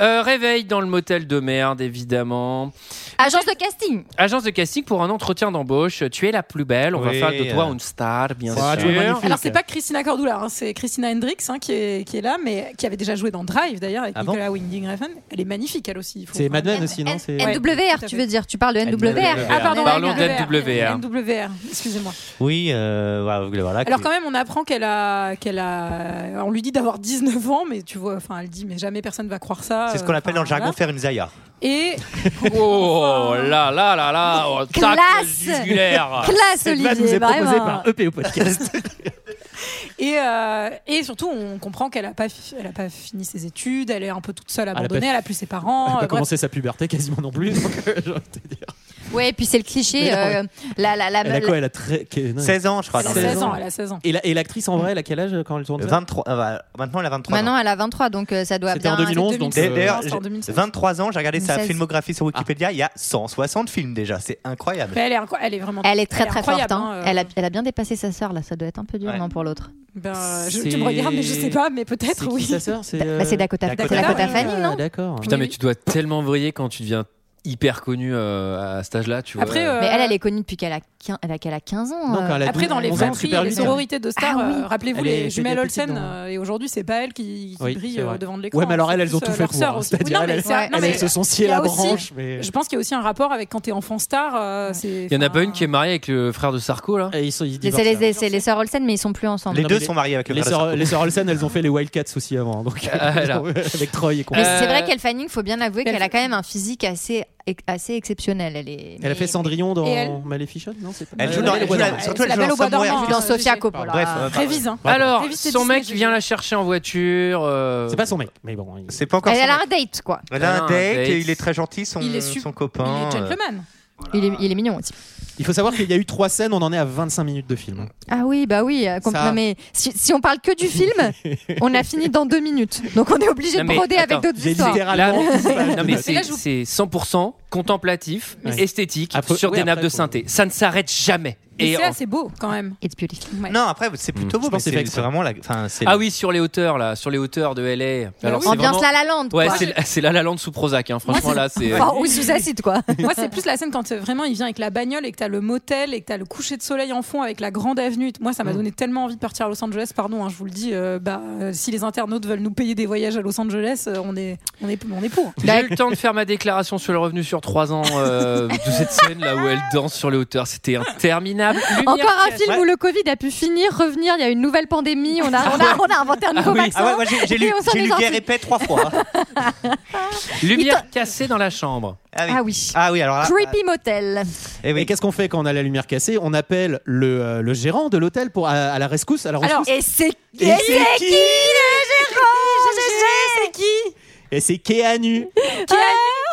S1: Euh, réveil dans le motel de merde, évidemment.
S12: agence de casting.
S1: Agence de casting pour un entretien d'embauche. Tu es la plus belle, on va
S11: Oui,
S1: faire de toi
S11: euh.
S1: une star, bien
S6: Ah, tu es
S1: sûr.
S6: magnifique.
S7: Alors, c'est pas Christina Cordula, hein, c'est Christina Hendricks hein, qui, est, qui est là, mais qui avait déjà joué dans Drive d'ailleurs avec
S11: Ah bon
S7: Nicolas Winding Refn. Elle est magnifique, elle aussi. il faut
S6: C'est
S7: quand même-
S6: Mad Men aussi, non C'est-
S7: Ouais.
S12: NWR,
S7: tout à
S12: tu
S7: fait.
S12: veux dire Tu parles de NWR.
S7: Ah, pardon,
S1: Parlons
S7: NWR.
S1: d'NWR.
S7: NWR, excusez-moi.
S11: Oui, euh, voilà, voilà.
S7: Alors quand même, on apprend qu'elle a, qu'elle a, on lui dit d'avoir 19 ans, mais tu vois, enfin, elle dit, mais jamais personne va croire ça.
S11: C'est ce qu'on
S7: euh,
S11: appelle dans le
S7: enfin,
S11: jargon faire une zaya.
S7: voilà. Et
S1: Oh là là là là oh, tacle
S12: Classe.
S1: jugulaire.
S12: Classe,
S6: Cette vanne nous
S12: Olivier.
S6: est proposée
S12: vraiment.
S6: par EP au podcast.
S7: Et, euh, et surtout, on comprend qu'elle n'a pas, fi- elle a pas fini ses études, elle est un peu toute seule
S6: a pas
S7: abandonnée,
S6: fi-
S7: elle a plus
S6: *laughs*
S7: ses
S6: Elle a
S7: parents. euh,
S6: pas
S7: bref. *laughs*
S6: commencé sa puberté quasiment non plus. donc, euh, j'ai envie de te dire.
S12: Ouais, et puis c'est le cliché.
S6: Mais non,
S12: euh, la, la,
S7: Ah
S12: la,
S6: Elle
S7: bah
S6: a
S12: la-
S6: quoi Elle a très- qu'est- non,
S11: 16 ans, je crois.
S7: Elle
S11: dans
S7: a 16
S11: le-
S7: ans, elle a 16 ans.
S6: Et la- et l'actrice, en vrai, elle a quel âge quand elle tourne ça
S11: 23, euh, bah, maintenant, elle a 23 ans.
S12: Maintenant, elle a 23, donc euh, ça doit
S6: C'était
S12: bien.
S6: en 2011, donc, euh,
S11: D'ailleurs,
S7: Bah, c'est en 2016.
S11: 23 ans, j'ai regardé sa
S12: 2016.
S11: filmographie sur Wikipédia, il y a 160 films déjà, c'est incroyable.
S7: Mais elle, est incro- elle est vraiment
S12: Elle est très très
S7: incroyable,
S12: forte. hein.
S7: hein, euh,
S12: Elle, a, elle a bien dépassé sa sœur là. Ça doit être un peu dur
S11: Ouais.
S12: non pour l'autre.
S7: ben, euh, je-
S6: C'est-
S7: tu me regardes, mais je sais pas, mais peut-être
S6: C'est qui
S7: oui.
S6: sa sœur C'est
S12: Bah, c'est
S6: euh,
S12: Dakota,
S11: Dakota
S12: c'est Dakota
S11: Fanning.
S12: Fanning, non
S6: Ah, D'accord.
S1: Putain,
S7: Oui,
S1: mais
S7: oui.
S1: tu dois tellement vriller quand tu deviens hyper connu euh, à cet âge-là, tu vois.
S7: Après, euh,
S12: Mais elle, elle est connue depuis qu'elle a, quin- elle a- qu'elle a 15 ans.
S6: Non,
S12: euh.
S6: quand elle a
S7: Après, dans les
S6: 11 ans,
S7: fratries,
S6: Super
S7: les
S6: 8.
S7: sororités de stars,
S12: Ah oui.
S7: euh, rappelez-vous
S6: Elle
S7: les
S6: est-
S7: jumelles
S6: c'était petite
S7: Olsen,
S6: dans-
S7: euh, et aujourd'hui, c'est pas elle qui, qui
S6: Oui,
S7: brille
S6: c'est vrai.
S7: euh, devant de l'écran.
S6: Ouais, mais alors
S7: c'est
S6: elles, elles
S7: plus,
S6: ont tout
S7: euh,
S6: fait
S7: leur
S6: pour.
S7: sœur
S6: hein.
S7: aussi.
S6: C'est-à-dire,
S7: Oui, non,
S6: elles,
S7: mais c'est-
S12: elles-
S7: non,
S6: elles,
S7: mais
S6: elles se sont
S7: il
S6: sciées
S7: y a
S6: la
S7: aussi-
S6: branche. Mais...
S7: Je pense qu'il y a aussi un rapport avec quand t'es enfant star. euh, c'est-
S1: Il y en a
S7: enfin,
S1: pas une qui est mariée avec le frère de Sarko, là
S6: Et ils sont, ils
S12: Mais
S6: divorcent,
S12: c'est
S6: là.
S12: les, c'est les sœurs Olsen, mais ils sont plus ensemble.
S11: Les
S6: Non,
S11: deux
S6: mais
S11: sont mariés avec le
S6: Les
S11: frère de
S6: sœurs, les sœurs Olsen, elles ont fait les Wildcats aussi avant, hein, donc
S7: *laughs*
S1: Ah, là.
S6: *laughs* avec Troy et
S12: Mais
S6: compagnie.
S1: Euh,
S12: c'est vrai qu'elle Fanning, faut bien l'avouer
S7: elle
S12: qu'elle a
S7: fait-
S12: quand même un physique assez, assez exceptionnel. Elle, est,
S6: Elle a
S12: mais-
S6: fait Cendrillon dans
S7: Et elle-
S6: Maleficent, non c'est pas-
S11: Elle
S6: Euh,
S11: joue dans-
S6: la
S11: elle joue
S6: Belle au
S11: la-
S6: Bois dormant.
S11: surtout, elle
S7: la
S11: joue
S7: Belle
S11: dans
S7: au bois
S11: Somewhere.
S7: dormant,
S12: Elle joue dans
S7: euh,
S12: Sofia
S7: Gégé.
S12: Coppola.
S11: Bref, euh, pardon.
S7: Révise. hein.
S1: Alors,
S7: Révise tes
S1: son
S7: Disney,
S1: mec
S7: Gégé.
S1: vient la chercher en voiture. euh,
S6: C'est pas son mec, mais bon. il-
S11: C'est pas encore
S12: Elle,
S11: son
S12: elle a
S11: mec.
S12: un date, quoi.
S11: Elle a
S1: Elle a
S11: un
S1: un
S11: date
S1: date.
S11: et il est très gentil, son,
S7: Il est su-
S11: son
S7: Il
S11: copain.
S7: est
S11: euh,
S7: gentleman.
S12: Il est, il est mignon aussi.
S6: Il faut savoir qu'il y a eu trois scènes, on en est à 25 minutes de film.
S12: Ah oui, bah oui. euh, compl-
S6: Ça-
S12: non, mais si, si on parle que du film, on a fini dans deux minutes. Donc on est obligé
S1: Non,
S12: de
S1: mais
S12: broder
S1: attends,
S12: avec d'autres
S6: J'ai
S12: histoires.
S6: littéralement.
S1: Là-
S6: dix
S1: *laughs*
S6: pages
S1: Non
S6: de
S1: mais
S6: notes.
S7: Et là,
S1: c'est
S7: je vous-
S1: c'est 100% contemplatif,
S6: Ouais.
S1: esthétique,
S6: Après-
S1: sur
S6: oui,
S1: des
S6: après,
S1: nappes de
S6: faut-
S1: synthé. Ça ne s'arrête jamais.
S7: Et
S1: en-
S7: ça, c'est beau quand même.
S12: It's beautiful.
S7: Ouais.
S11: Non, après, c'est plutôt
S1: Mm.
S6: Je
S11: beau, mais
S6: pense que c'est
S11: c'est
S6: fait
S11: c'est vraiment la. enfin, c'est-
S1: Ah oui, sur les hauteurs là, sur les hauteurs de LA. Alors c'est
S12: Ambiance
S1: vraiment-
S12: la la lande,
S1: Ouais,
S12: quoi.
S1: c'est la- c'est la la lande sous Prozac. hein. Franchement là, c'est.
S12: Enfin, ou sous acide, quoi.
S7: Moi, c'est plus la scène quand euh, vraiment il vient avec la bagnole et que t'as le motel et que t'as le coucher de soleil en fond avec la grande avenue. Moi, ça m'a donné tellement envie de partir à Los Angeles. Pardon, hein, je vous le dis. euh, bah, euh, si les internautes veulent nous payer des voyages à Los Angeles, euh, on est, on est, on est pour.
S1: J'ai eu le temps de faire ma déclaration sur le revenu sur 3 ans euh, de cette scène là où elle danse sur les hauteurs. C'était interminable. Lumière
S12: Encore un film
S11: Ouais.
S12: où le Covid a pu finir, revenir, il y a une nouvelle pandémie, on a, on a, on a inventé un nouveau
S1: oui.
S12: vaccin.
S11: Ah ouais, moi,
S12: *laughs*
S11: j'ai j'ai lu,
S12: Et on s'en
S11: j'ai
S12: est
S11: lu
S12: sorti.
S11: Guerre et Paix trois fois. hein.
S1: Lumière cassée dans la chambre.
S12: Ah oui.
S11: Ah oui, alors là.
S12: Creepy Motel.
S11: eh oui.
S6: Et qu'est-ce qu'on fait quand on a la lumière cassée On appelle le, euh, le gérant de l'hôtel pour à, à la rescousse. à la
S7: Alors,
S6: rescousse.
S12: Et c'est
S6: Et c'est qui
S12: et c'est qui le gérant, Gégé
S6: et c'est Keanu.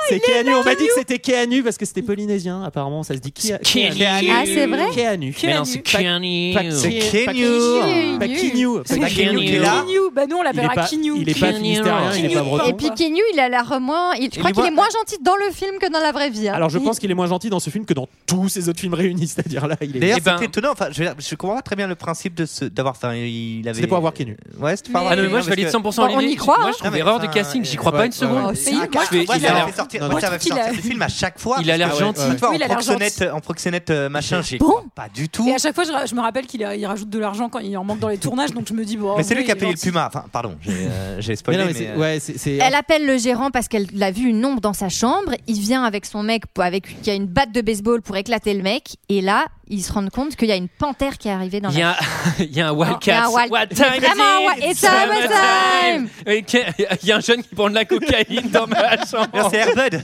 S6: C'est Keanu. On m'a dit que c'était Keanu parce que c'était polynésien. Apparemment, ça se dit Kea-
S1: Keanu.
S12: Ah, c'est vrai
S6: Keanu.
S1: Mais non, c'est Keanu.
S6: Pas-
S11: euh, C'est
S12: Keanu.
S11: Kenyu.
S6: Pas Keanu.
S1: C'est
S6: Pas
S1: Keanu.
S6: qui est là.
S7: Kinyu, bah nous on
S6: Il est
S7: l'appellera
S6: pas,
S7: Kinyu.
S6: il est pas
S1: Keanu.
S6: finistérien, il est pas
S7: Keanu.
S6: breton.
S12: Et puis Kenyu, il a l'air moins. il- je
S11: Il
S12: crois
S11: est
S12: qu'il est
S11: moins-
S12: moins gentil dans le film que dans la vraie vie. hein.
S6: Alors je
S12: Il-
S6: pense qu'il est moins gentil dans ce film que dans tous ses autres films réunis, c'est-à-dire là, il est.
S11: D'ailleurs,
S1: Eh ben-
S11: c'était étonnant. Enfin, je, veux dire, je comprends pas très bien le principe de ce d'avoir. Enfin, il avait.
S6: C'était pour avoir Kenyu.
S11: Ouais, c'était pour avoir
S1: Ah non, mais
S11: Kenyu,
S1: moi je
S11: parce
S1: valide
S11: que-
S1: 100%
S12: Bon, on
S1: l'idée.
S12: y croit,
S1: Moi
S12: hein.
S6: Ah,
S1: je trouve
S11: Ouais,
S1: erreur de
S11: enfin,
S1: casting, j'y
S11: euh,
S1: crois pas
S6: ouais,
S1: une seconde.
S6: ouais,
S12: Oh, c'est un
S1: Je vais-
S11: Moi,
S1: il a
S11: ça m'a
S1: l'air-
S11: fait sortir,
S6: Non,
S11: moi,
S6: non.
S11: ça m'a fait
S7: Il a-
S11: sortir du film à chaque fois.
S1: Il a l'air
S11: parce que,
S1: gentil.
S11: tu vois,
S7: Oui, il a
S11: en
S7: l'air
S11: proxénète,
S7: gentil.
S11: en proxénète euh, machin, j'y
S12: Bon.
S11: crois pas du tout.
S7: Et à chaque fois, je, je me rappelle qu'il a- il rajoute de l'argent quand il en manque dans les tournages, donc je me dis bon.
S11: Mais c'est lui
S7: oui,
S11: qui a
S7: il est
S11: payé le
S7: gentil.
S11: puma. Enfin, pardon, j'ai euh, j'ai
S6: Mais
S11: spoilé.
S6: non, mais
S11: mais,
S6: c'est-
S11: euh,
S6: ouais, c'est- c'est-
S12: Elle appelle le gérant parce qu'elle a vu une ombre dans sa chambre. Il vient avec son mec, pour- avec qui a une batte de baseball pour éclater le mec. Et là, ils se rendent compte qu'il y a une panthère qui est arrivée dans
S1: Il y,
S12: la.
S1: a, *laughs* il y a un
S12: Il y a
S1: Wildcat.
S12: un Wild-
S1: What time
S12: Vraiment,
S1: is it?
S12: ouais, it's summertime.
S1: Et que- *laughs* Il y a un jeune qui prend de la cocaïne dans *laughs* ma
S11: Merde,
S1: chambre.
S11: c'est Airbud.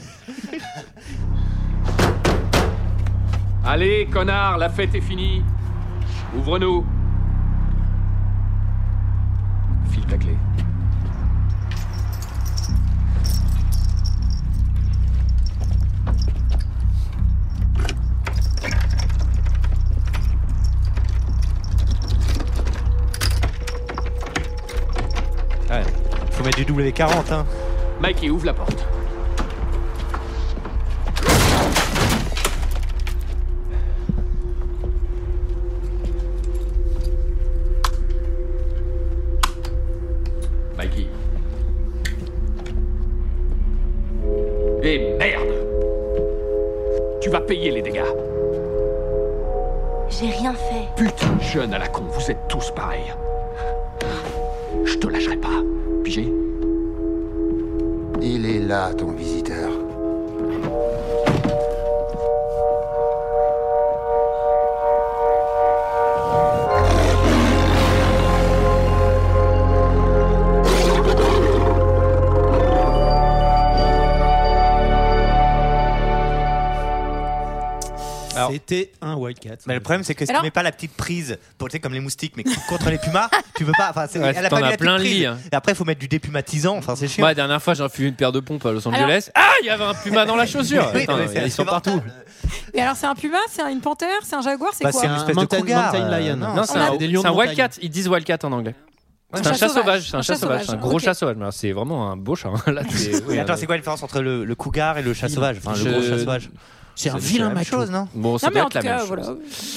S13: Allez, connard, la fête est finie. Ouvre-nous. File ta clé.
S11: Ouais. Faut mettre du W40. Hein.
S13: Mikey, ouvre la porte. Mikey. Et Eh, merde Tu vas payer les dégâts.
S10: J'ai rien fait.
S13: Putain, jeune à la con, vous êtes tous pareils. Je te lâcherai pas. Pigé
S2: Il est là, ton visiteur.
S11: Alors,
S6: C'était C'était un wildcat.
S11: Mais le problème, c'est que si
S12: Alors-
S11: tu mets pas la petite prise, pour, tu sais, comme les moustiques, mais contre les
S12: *laughs*
S11: pumas, tu peux pas. Enfin, c'est-
S1: Ouais,
S11: elle a
S1: t'en
S11: pas mis
S1: as
S11: la petite
S1: plein le
S11: prise.
S1: lit, hein. Bah,
S11: Et après, il faut mettre du dépumatisant. Enfin, c'est chiant.
S1: Moi, la dernière fois, j'ai enfilé une paire de pompes à Los
S7: Alors-
S1: Angeles. Ah, il y avait un puma dans la chaussure.
S11: Oui,
S1: Attends,
S11: mais c'est
S1: ils sont partout.
S7: Et alors, c'est un puma, c'est une panthère, c'est un jaguar, c'est
S11: Bah,
S7: quoi
S11: c'est un espèce de
S6: mountain-
S11: cougar,
S6: mountain
S11: euh,
S6: lion.
S11: non.
S1: Non, c'est
S7: On a-
S1: un,
S6: des lions
S1: c'est un
S6: de montagne.
S1: wildcat. Ils disent wildcat en anglais. C'est
S7: Un
S1: un
S7: chat
S1: chat sauvage, c'est un
S7: sauvage.
S1: chat sauvage, c'est un gros
S7: Ok.
S1: chat sauvage. Mais alors, C'est vraiment un beau chat. hein. *laughs* Là, c'est- oui,
S11: Mais attends,
S1: euh,
S11: c'est quoi la différence entre le, le cougar et le chat sauvage Enfin,
S1: Je-
S11: le gros chat sauvage.
S6: C'est un
S11: C'est
S6: vilain
S11: la même
S6: macho.
S11: chose, non
S1: Bon, ça
S7: Non, mais
S1: doit
S7: en
S1: être
S7: tout
S1: la même
S7: cas,
S1: chose.
S7: voilà.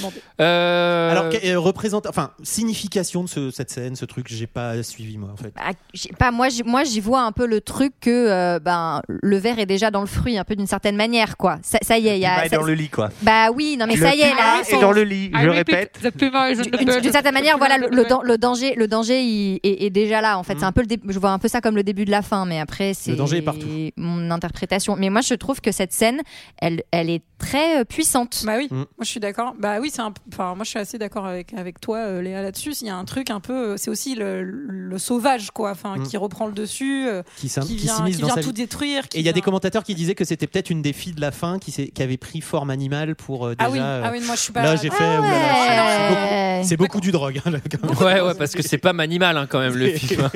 S7: Bon,
S1: Euh,
S6: Alors, que- euh, représente- enfin, signification de ce- cette scène, ce truc, j'ai pas suivi moi en fait.
S12: Bah, je sais pas, moi, j'y- moi, j'y vois un peu le truc que euh, ben, le verre est déjà dans le fruit, un peu d'une certaine manière, quoi. Ça, ça y est, il y a.
S11: Bah,
S12: ça-
S11: dans le lit, quoi.
S12: Bah oui, non mais ça y est, là.
S11: et dans le lit, je répète.
S12: D'une d'une certaine manière, voilà, le, le dan- le danger, le danger il est, est déjà là. En fait, c'est un peu le dé- je vois un peu ça comme le début de la fin, mais après, c'est
S6: danger est partout.
S12: Mon interprétation. Mais moi, je trouve que cette scène, elle, elle est très euh, *laughs* puissante.
S7: Bah oui,
S6: Mm.
S7: moi je suis d'accord. Bah oui, c'est un. Enfin, moi je suis assez d'accord avec avec toi, euh, Léa, là-dessus. Il y a un truc un peu. euh, C'est aussi le, le sauvage, quoi. Enfin,
S6: Mm.
S7: qui reprend le dessus, euh,
S6: Qui s'im-
S7: qui
S6: qui
S7: vient,
S6: s'immisce
S7: qui
S6: dans
S7: vient
S6: sa
S7: tout
S6: vie.
S7: détruire. qui
S6: Et il y a des
S7: vient-
S6: commentateurs qui disaient que c'était peut-être une des filles de la fin qui, s'est- qui avait pris forme animale pour euh, déjà.
S7: Ah oui,
S6: euh,
S7: ah oui, moi je suis pas.
S6: Là, j'ai fait. oulala, c'est beaucoup-
S12: Ouais.
S6: C'est beaucoup, du drogue. hein, là, quand même.
S1: Ouais, ouais, parce que c'est pas manimal hein, quand même le
S6: *laughs*
S1: film.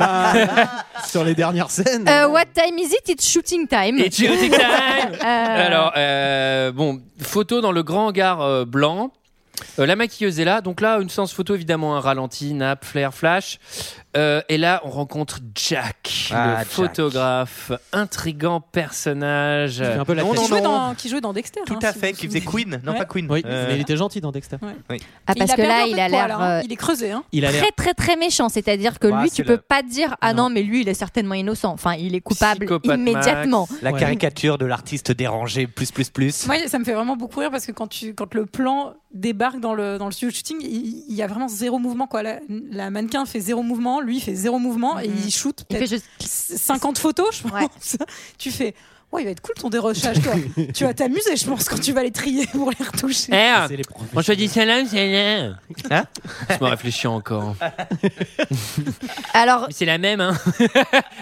S6: Ah, Sur les dernières scènes.
S12: Euh, what time is it? It's shooting time.
S1: Et Chirrutic Time
S12: Euh,
S1: Alors, euh, bon, photo dans le grand hangar euh, blanc. Euh, la maquilleuse est là, donc là, une séance photo évidemment, un ralenti, nappe, flair, flash. Euh, et là, on rencontre Jack,
S11: Ah,
S1: le
S11: Jack.
S1: photographe, intrigant personnage.
S6: Il fait un peu la
S11: Non,
S7: Qui
S6: tête.
S11: non,
S7: jouait,
S11: non.
S7: dans, qui jouait dans Dexter.
S11: Tout
S7: hein,
S11: à
S7: si
S11: fait,
S7: vous
S11: qui
S7: vous
S11: faisait
S7: souvenez.
S11: Queen. Non,
S7: Ouais.
S11: pas Queen.
S6: Oui,
S11: Euh,
S6: mais il était gentil dans Dexter.
S12: ah,
S7: Et
S12: parce que
S7: il perdu
S12: là,
S7: un peu
S12: il
S7: de
S12: a
S7: poids,
S12: l'air.
S7: là, hein.
S12: euh,
S7: Il est creusé, hein.
S6: Il a l'air
S12: très très très méchant, c'est-à-dire que
S11: Ouais,
S12: lui tu
S11: c'est
S12: peux
S11: le-
S12: pas dire ah non.
S6: Non.
S12: mais lui il est certainement innocent, enfin il est coupable
S1: Psychopathe
S12: immédiatement.
S1: Max.
S11: La
S6: Ouais.
S11: caricature de l'artiste dérangé, plus, plus, plus.
S7: Moi, ça me fait vraiment beaucoup rire parce que quand, tu, quand le plan débarque dans le, dans le studio de shooting, il, il y a vraiment zéro mouvement. Quoi. La, la mannequin fait zéro mouvement, lui il fait zéro mouvement et
S12: Mhm.
S7: Mm-hmm. il shoot
S12: Il
S7: peut-être
S12: fait juste-
S7: 50 photos, je pense. *laughs*
S12: Ouais.
S7: tu fais. Ouais, il va être cool ton dérochage, toi. tu vas t'amuser, je pense, quand tu vas les trier pour les retoucher.
S1: Eh,
S6: C'est les
S1: on choisit celle-là ou celle-là
S11: Hein
S1: Je me réfléchis encore.
S12: Oh. Alors
S1: Mais c'est la même, hein *laughs*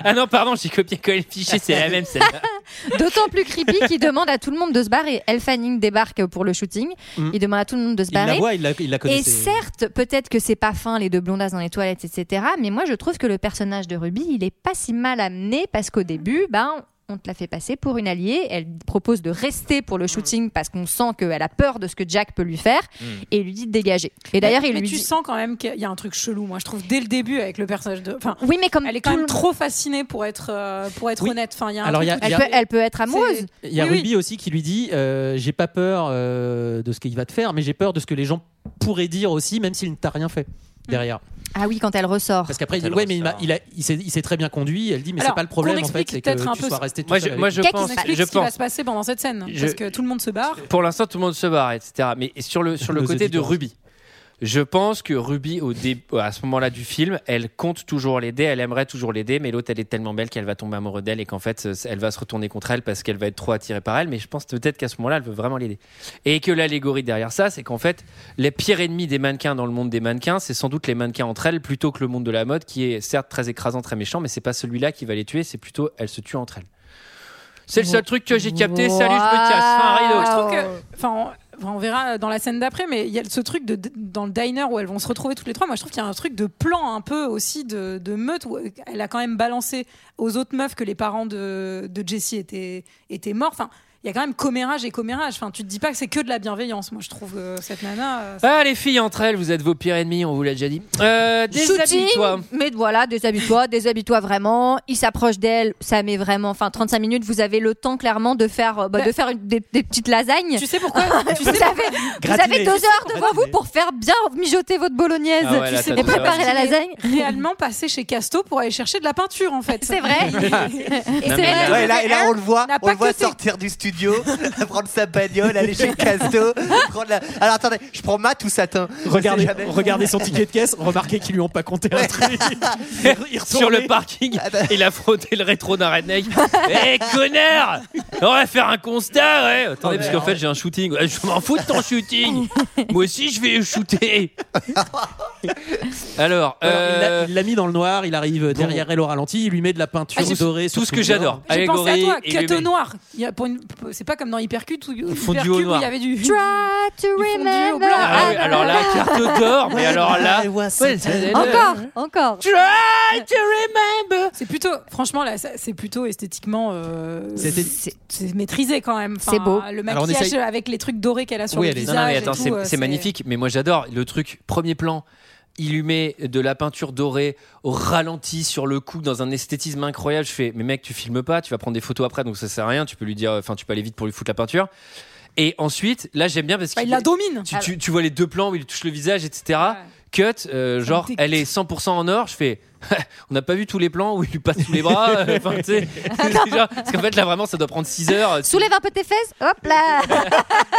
S1: Ah non, pardon, j'ai copié-collé le fichier, c'est la même celle-là.
S12: d'autant plus creepy qu'il demande à tout le monde de se barrer. Elle Fanning débarque pour le shooting,
S6: Mhm.
S12: il demande à tout le monde de se
S6: Il la
S12: barrer.
S6: voit, il la, il la connaît.
S12: Et
S6: c'est-
S12: certes, peut-être que c'est pas fin hein, les deux blondasses dans les toilettes, etc. Mais moi je trouve que le personnage de Ruby il est pas si mal amené parce qu'au début ben on te la fait passer pour une alliée. Elle propose de rester pour le shooting parce qu'on sent qu'elle a peur de ce que Jack peut lui faire et lui dit de dégager. Et d'ailleurs, il
S7: mais
S12: lui
S7: tu
S12: dit-
S7: sens quand même qu'il y a un truc chelou, moi, je trouve, dès le début avec le personnage de. Enfin,
S12: Oui, mais comme
S7: elle est
S12: tout
S7: quand même
S12: le-
S7: trop fascinée pour être, euh, pour être
S6: Oui.
S7: honnête. Enfin, il y a un
S6: Alors,
S7: truc
S6: il y a-
S7: où tu-
S12: elle peut, elle peut être amoureuse.
S7: C'est-
S6: Il y a
S7: Oui, oui.
S6: Ruby aussi qui lui dit euh, J'ai pas peur euh, de ce qu'il va te faire, mais j'ai peur de ce que les gens pourraient dire aussi, même s'il ne t'a rien fait derrière.
S12: Ah oui, quand elle ressort.
S6: Parce qu'après, il
S11: Ça
S6: dit
S11: le
S6: Ouais, mais il, m'a-
S11: ressort.
S6: il a- il s'est il s'est très bien conduit. Elle dit Mais c'est
S7: Alors,
S6: pas le problème,
S7: qu'on
S6: en fait,
S7: explique
S6: c'est que
S7: peut-être un
S6: tu
S7: peu
S6: sois
S7: ce-
S6: resté tout
S1: Moi, je,
S6: seul.
S1: moi, je
S12: Qu'est-ce
S1: pense.
S12: qu'on
S7: explique
S1: Je
S7: ce qui va
S1: pense.
S7: se passer pendant cette scène
S1: Je-
S7: parce que tout le monde se barre.
S1: Pour l'instant, tout le monde se barre, etc. Mais sur le, sur le
S6: Nos
S1: côté de
S6: auditeurs.
S1: Ruby, je pense que Ruby, au dé- à ce moment-là du film, elle compte toujours l'aider, elle aimerait toujours l'aider, mais l'autre, elle est tellement belle qu'elle va tomber amoureuse d'elle et qu'en fait, euh, elle va se retourner contre elle parce qu'elle va être trop attirée par elle. Mais je pense peut-être qu'à ce moment-là, elle veut vraiment l'aider. Et que l'allégorie derrière ça, c'est qu'en fait, les pires ennemis des mannequins dans le monde des mannequins, c'est sans doute les mannequins entre elles plutôt que le monde de la mode qui est certes très écrasant, très méchant, mais c'est pas celui-là qui va les tuer, c'est plutôt elles se tuent entre elles. C'est le seul truc que j'ai capté. Salut, je me casse. Fin, rideau.
S7: Moi, je trouve
S12: Ah, ouais.
S7: que, enfin, on- enfin, on verra dans la scène d'après, mais il y a ce truc de, de- dans le diner où elles vont se retrouver toutes les trois. Moi, je trouve qu'il y a un truc de plan un peu aussi de, de meute où elle a quand même balancé aux autres meufs que les parents de, de Jessie étaient, étaient morts. Enfin, il y a quand même commérage et commérage. Enfin, tu te dis pas que c'est que de la bienveillance. Moi, je trouve euh, cette nana. euh,
S1: Ah, les filles entre elles, vous êtes vos pires ennemis, on vous l'a déjà dit. Euh,
S12: Shooting,
S1: Déshabille-toi.
S12: mais voilà, *laughs* déshabille-toi, déshabille-toi vraiment. Il s'approche d'elle, ça met vraiment, enfin 35 minutes, vous avez le temps clairement de faire, euh, bah,
S7: Bah,
S12: de faire une- des, des petites lasagnes.
S7: tu sais *laughs* pourquoi Tu
S12: vous,
S7: sais
S12: avez, vous
S6: Gratiné.
S12: avez deux heures devant
S6: Gratiné.
S12: vous pour faire bien mijoter votre bolognaise
S1: Ah ouais, là,
S12: Tu sais
S1: t'as
S12: et
S1: deux heures.
S12: préparer la lasagne.
S7: *laughs* réellement passé chez Casto pour aller chercher de la peinture en fait.
S12: C'est *laughs* vrai. Et
S1: Non,
S12: c'est
S1: mais
S12: vrai.
S1: là-
S11: Ouais, et là, et là, on le voit,
S7: n'a
S11: on
S7: pas
S11: le voit
S7: que fait-
S11: sortir du studio, *laughs* prendre sa bagnole, aller chez Casto, *laughs* prendre la- Alors attendez, je prends mat ou satin Je sais
S6: Regardez,
S11: jamais.
S6: regardez son ticket de caisse, remarquez qu'ils lui ont pas compté un truc. Il retournait.
S1: Sur le parking,
S11: Ah bah.
S1: il a frotté le rétro d'un redneck. Hé, connard On va faire un constat, ouais Attendez, parce qu'en fait, j'ai un shooting. Ouais, Je m'en fous de ton shooting Moi aussi, je vais shooter Alors,
S6: Alors, il l'a-
S1: euh,
S6: il l'a mis dans le noir, il arrive derrière elle au ralenti, il lui met de la peinture
S1: Ah, j'ai-
S6: dorée. sur
S1: tout ce
S6: son
S1: que
S6: corps.
S1: j'adore.
S7: J'ai pensé à
S1: Allégorie,
S7: toi,
S1: illuminé.
S7: cat au noir. Il y a pour une, peu. C'est pas comme dans Hypercute où,
S1: Fondu au
S7: Hypercube où
S1: noir.
S7: il y avait du.
S12: Try to
S7: du fondu au
S12: remember.
S7: blanc.
S1: Ah oui, alors là, carte d'or, mais alors
S6: Ah,
S1: là. Ouais, c'est-
S12: Encore, encore.
S1: Try to remember.
S7: *laughs* C'est plutôt, franchement, là, ça- c'est plutôt esthétiquement. euh,
S6: C'est-
S7: c'est c'est maîtrisé quand même. Enfin,
S12: C'est beau.
S7: Le
S1: Alors, on
S7: maquillage
S1: essaye-
S7: avec les trucs dorés qu'elle a sur
S1: Oui,
S7: le
S1: elle est-
S7: visage.
S1: non, non, mais
S7: et
S1: attends,
S7: tout,
S1: c'est-
S7: euh,
S1: c'est magnifique. Mais moi, j'adore le truc. Premier plan, il lui met de la peinture dorée au ralenti sur le cou dans un esthétisme incroyable. Je fais, mais mec, tu filmes pas, tu vas prendre des photos après, donc ça sert à rien. Tu peux lui dire, enfin, tu peux aller vite pour lui foutre la peinture. Et ensuite, là, j'aime bien parce
S7: Bah,
S1: qu'il
S7: il la domine.
S1: tu, tu- tu vois les deux plans où il touche le visage, etc. Cut, euh, genre,
S7: dégoûte.
S1: elle est 100% en or. Je fais, *laughs* on n'a pas vu tous les plans où il lui passe tous les bras. euh, enfin, tu
S7: *laughs*
S1: sais, *laughs* c'est genre- parce qu'en fait, là, vraiment, ça doit prendre 6 heures. Tu
S12: Soulève un peu tes fesses, hop
S1: *laughs*
S12: là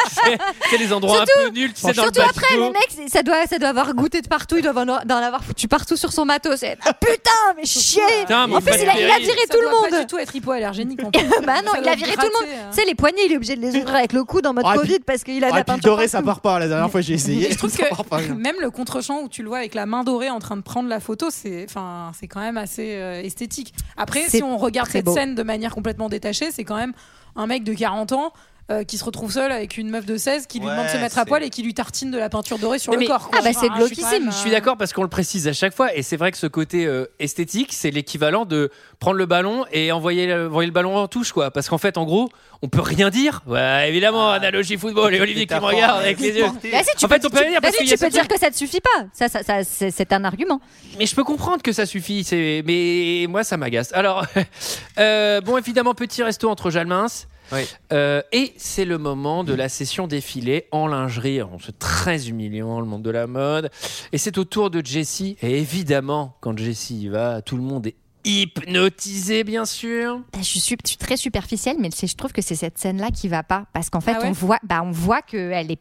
S1: sais, les endroits un peu nuls, tu sais, dans le
S12: Surtout après,
S1: backflow.
S12: le mec, c'est- ça doit, ça doit avoir goûté de partout, il doit avoir- d'en avoir foutu partout sur son matos. Et, ah, putain, mais chier
S1: Putain, mais
S12: En plus, il a, il a viré
S7: ça
S12: tout
S7: doit
S12: le
S7: Pas
S12: monde
S7: du tout être hypoallergénique.
S12: *laughs*
S7: en plus.
S12: bah non,
S7: Ça
S12: il
S7: doit
S12: a viré tout le
S7: gratter, hein.
S12: monde. Tu sais, les poignets, il est obligé de les ouvrir avec le coude *laughs* en mode
S6: Ah, et puis-
S12: Covid parce qu'il a de
S6: Ah,
S12: la
S6: et puis
S12: peinture.
S6: doré, ça part pas. La dernière fois, j'ai essayé.
S7: Et je trouve
S1: *laughs*
S6: ça *laughs* part
S7: *laughs*
S6: pas.
S7: que même le contre-champ où tu le vois avec la main dorée en train de prendre la photo, c'est enfin, c'est quand même assez euh, esthétique. Après,
S12: C'est
S7: si on regarde
S12: très
S7: cette
S12: beau.
S7: scène de manière complètement détachée, c'est quand même un mec de 40 ans. euh, qui se retrouve seul avec une meuf de 16 qui lui
S11: Ouais,
S7: demande de se mettre à
S11: c'est-
S7: poil et qui lui tartine de la peinture dorée sur
S1: Mais-
S7: le
S1: mais-
S7: corps.
S12: Ah, bah, c'est
S7: Enfin, je suis
S12: glauquissime.
S7: quand même,
S1: Je suis
S7: euh,
S1: d'accord parce qu'on le précise à chaque fois et c'est vrai que ce côté euh, esthétique, c'est l'équivalent de prendre le ballon et envoyer le, envoyer le ballon en touche quoi. Parce qu'en fait, en gros, on peut rien dire. Ouais,
S12: Ah.
S1: évidemment, analogie football et Oh, Olivier qui me regarde avec les
S12: *laughs*
S1: yeux.
S7: Bah,
S12: Vas-y, tu
S1: En
S12: peux,
S1: fait, on peut
S12: tu-
S1: rien dire parce
S12: vas-y,
S1: qu'il y a
S12: tu peux
S1: ce truc.
S12: dire que ça ne suffit pas. Ça, ça, ça, c'est c'est un argument.
S1: Mais je peux comprendre que ça suffit, c'est- mais moi ça m'agace. Alors, *laughs* euh, bon, évidemment, petit resto entre Jalmins.
S11: Oui.
S1: Euh, et c'est le moment de la session défilé en lingerie. Alors, C'est très humiliant, le monde de la mode. Et c'est au tour de Jessie. Et évidemment, quand Jessie y va, tout le monde est hypnotisé, bien sûr.
S12: Bah, Je suis, je suis très superficielle, mais c'est- je trouve que c'est cette scène-là qui va pas. Parce qu'en fait,
S7: Ah ouais
S12: on voit, bah, on voit qu'elle est,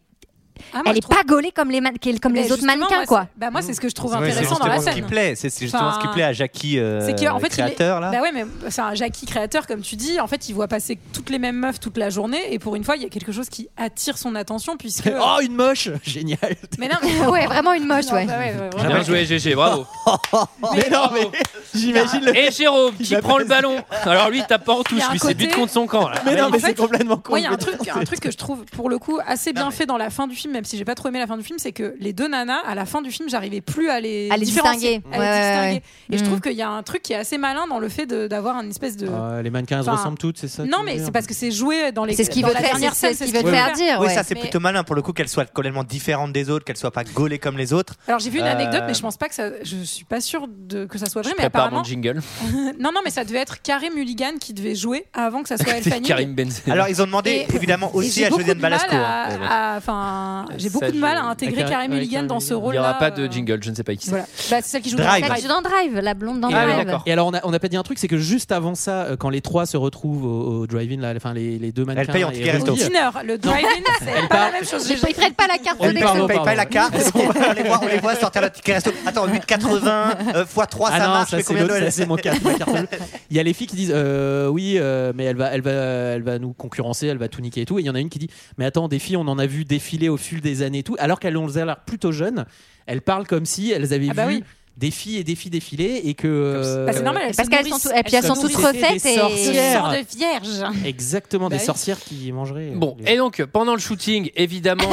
S7: ah, moi,
S12: elle
S7: je
S12: est
S7: trouve-
S12: pas gaulée comme les, man- qu'elle- comme
S7: Mais
S12: les autres
S7: justement,
S12: mannequins,
S7: moi,
S12: quoi.
S7: c'est- Bah, moi, c'est ce que je trouve
S11: Ouais, c'est
S7: intéressant dans la
S11: justement ce
S7: scène.
S11: qui plaît. C'est c'est justement ce qui
S7: Enfin,
S11: plaît à Jackie, euh,
S7: C'est qu'en fait, il est-
S11: créateur là.
S7: Bah ouais, mais c'est un Jackie créateur, comme tu dis. En fait, il voit passer toutes les mêmes meufs toute la journée, et pour une fois, il y a quelque chose qui attire son attention, puisque.
S6: *laughs* Oh, une moche Génial
S7: *laughs* mais non, mais-
S12: *laughs* ouais, vraiment une moche,
S7: Non,
S12: ouais.
S7: bah ouais, ouais, vraiment.
S1: Ah, Bien joué, GG, bravo.
S6: *laughs* Mais non, mais j'imagine le.
S1: Et Jérôme qui
S6: Il a
S1: prend le
S6: baissé.
S1: ballon. Alors lui, il tape pas en
S7: Il y
S1: touche,
S7: a un
S1: lui, c'est
S7: côté-
S1: but contre son camp. là.
S6: Mais non, mais c'est
S7: fait,
S6: complètement con.
S7: Moi, il y a un truc, un truc que je trouve pour le coup assez bien fait dans la fin du film, même si j'ai pas trop aimé la fin du film, c'est que les deux nanas, à la fin du film, j'arrivais plus à les,
S12: À les
S7: différencier,
S12: distinguer.
S7: à les
S12: Ouais, ouais,
S7: distinguer. Et je
S6: Hmm.
S12: Mm.
S7: trouve qu'il y a un truc qui est assez malin dans le fait de- d'avoir un espèce de.
S6: Ah, les mannequins, elles se
S7: Enfin,
S6: ressemblent toutes, c'est ça
S7: non, mais c'est parce que c'est joué dans les.
S12: C'est ce qu'il
S7: dans
S12: veut
S7: la
S12: faire,
S7: dernière
S12: c'est- c'est
S7: scène,
S12: ce qu'il
S7: c'est
S12: veut te faire
S7: faire.
S12: dire.
S11: Oui,
S12: ouais.
S11: ça c'est
S7: Mais-
S11: plutôt malin pour le coup qu'elle soit complètement différente des autres, qu'elle soit pas gaulée comme les autres.
S7: Alors j'ai vu une anecdote,
S11: Euh,
S7: mais je pense pas que ça. Je suis pas sûre de, que ça soit vrai,
S1: Je
S7: mais
S1: prépare
S7: apparemment.
S1: mon jingle.
S7: *laughs* non, non, mais ça devait être Carré Mulligan qui devait jouer avant que
S1: *laughs*
S7: ça soit Elle
S1: C'est
S7: Fanning.
S1: Karim Benzema.
S11: Alors ils ont demandé
S7: Et-
S11: évidemment
S7: Et
S11: aussi
S7: j'ai
S11: à
S7: beaucoup
S11: Josiane
S7: de mal
S11: Balasco.
S7: à-
S11: hein, mais bon.
S7: à- Enfin, j'ai
S1: Ça,
S7: beaucoup de
S1: je-
S7: mal à intégrer
S6: Avec Car-
S7: Carré
S6: avec
S7: Mulligan
S6: Carey
S7: dans ce
S6: Mulligan.
S1: Il
S7: rôle.
S1: n'y aura pas de jingle, je ne sais pas qui c'est.
S7: Voilà. Bah, c'est celle qui joue
S11: Drive.
S7: dans
S12: Elle joue dans Drive, la blonde dans
S1: Ah, oui,
S12: Drive.
S1: d'accord.
S6: Et alors, on a, on a pas dit un truc, c'est que juste avant ça, euh, quand les trois se retrouvent au, au drive-in, là, enfin, les, les deux mannequins.
S11: paye en
S6: et
S11: ticket resto.
S7: Le
S6: Rosie,
S7: dinner, le drive-in, c'est pas la
S6: parle-
S7: même chose.
S12: Ils ne prennent pas la carte
S6: On lui
S12: de
S6: parle Pardon,
S11: On paye pas
S6: pardon.
S11: la carte,
S6: *laughs*
S11: on les voit, on les voit sortir le ticket resto. Attends, 8,80 euh, x 3,
S6: ah
S11: ça
S6: non,
S11: marche,
S6: ça
S11: mais
S6: c'est
S11: combien
S6: l'autre,
S11: de
S6: ça, c'est mon cas. ma carte bleue. Il y a les filles qui disent euh, oui, euh, mais elle va, elle va, elle va nous concurrencer, elle va tout niquer et tout. Et il y en a une qui dit mais attends, des filles, on en a vu défiler au fil des années et tout, alors qu'elles ont l'air plutôt jeunes. Elles parlent comme si elles avaient
S7: Ah bah
S6: vu
S7: oui.
S6: des filles et des filles défiler et que
S1: Euh,
S6: euh,
S7: Bah, c'est normal, elles
S12: Parce
S7: se
S12: qu'elles sont,
S7: nourrissent.
S12: tout- et puis elles
S6: se
S12: sont
S6: nourrissent.
S12: toutes
S6: C'est des
S12: refaites et
S6: sorcières.
S7: sont de vierges.
S6: exactement
S7: Bah
S6: des
S7: oui.
S6: sorcières qui mangeraient. euh,
S1: Bon,
S6: les-
S1: et donc pendant le shooting,
S7: *laughs*
S1: évidemment,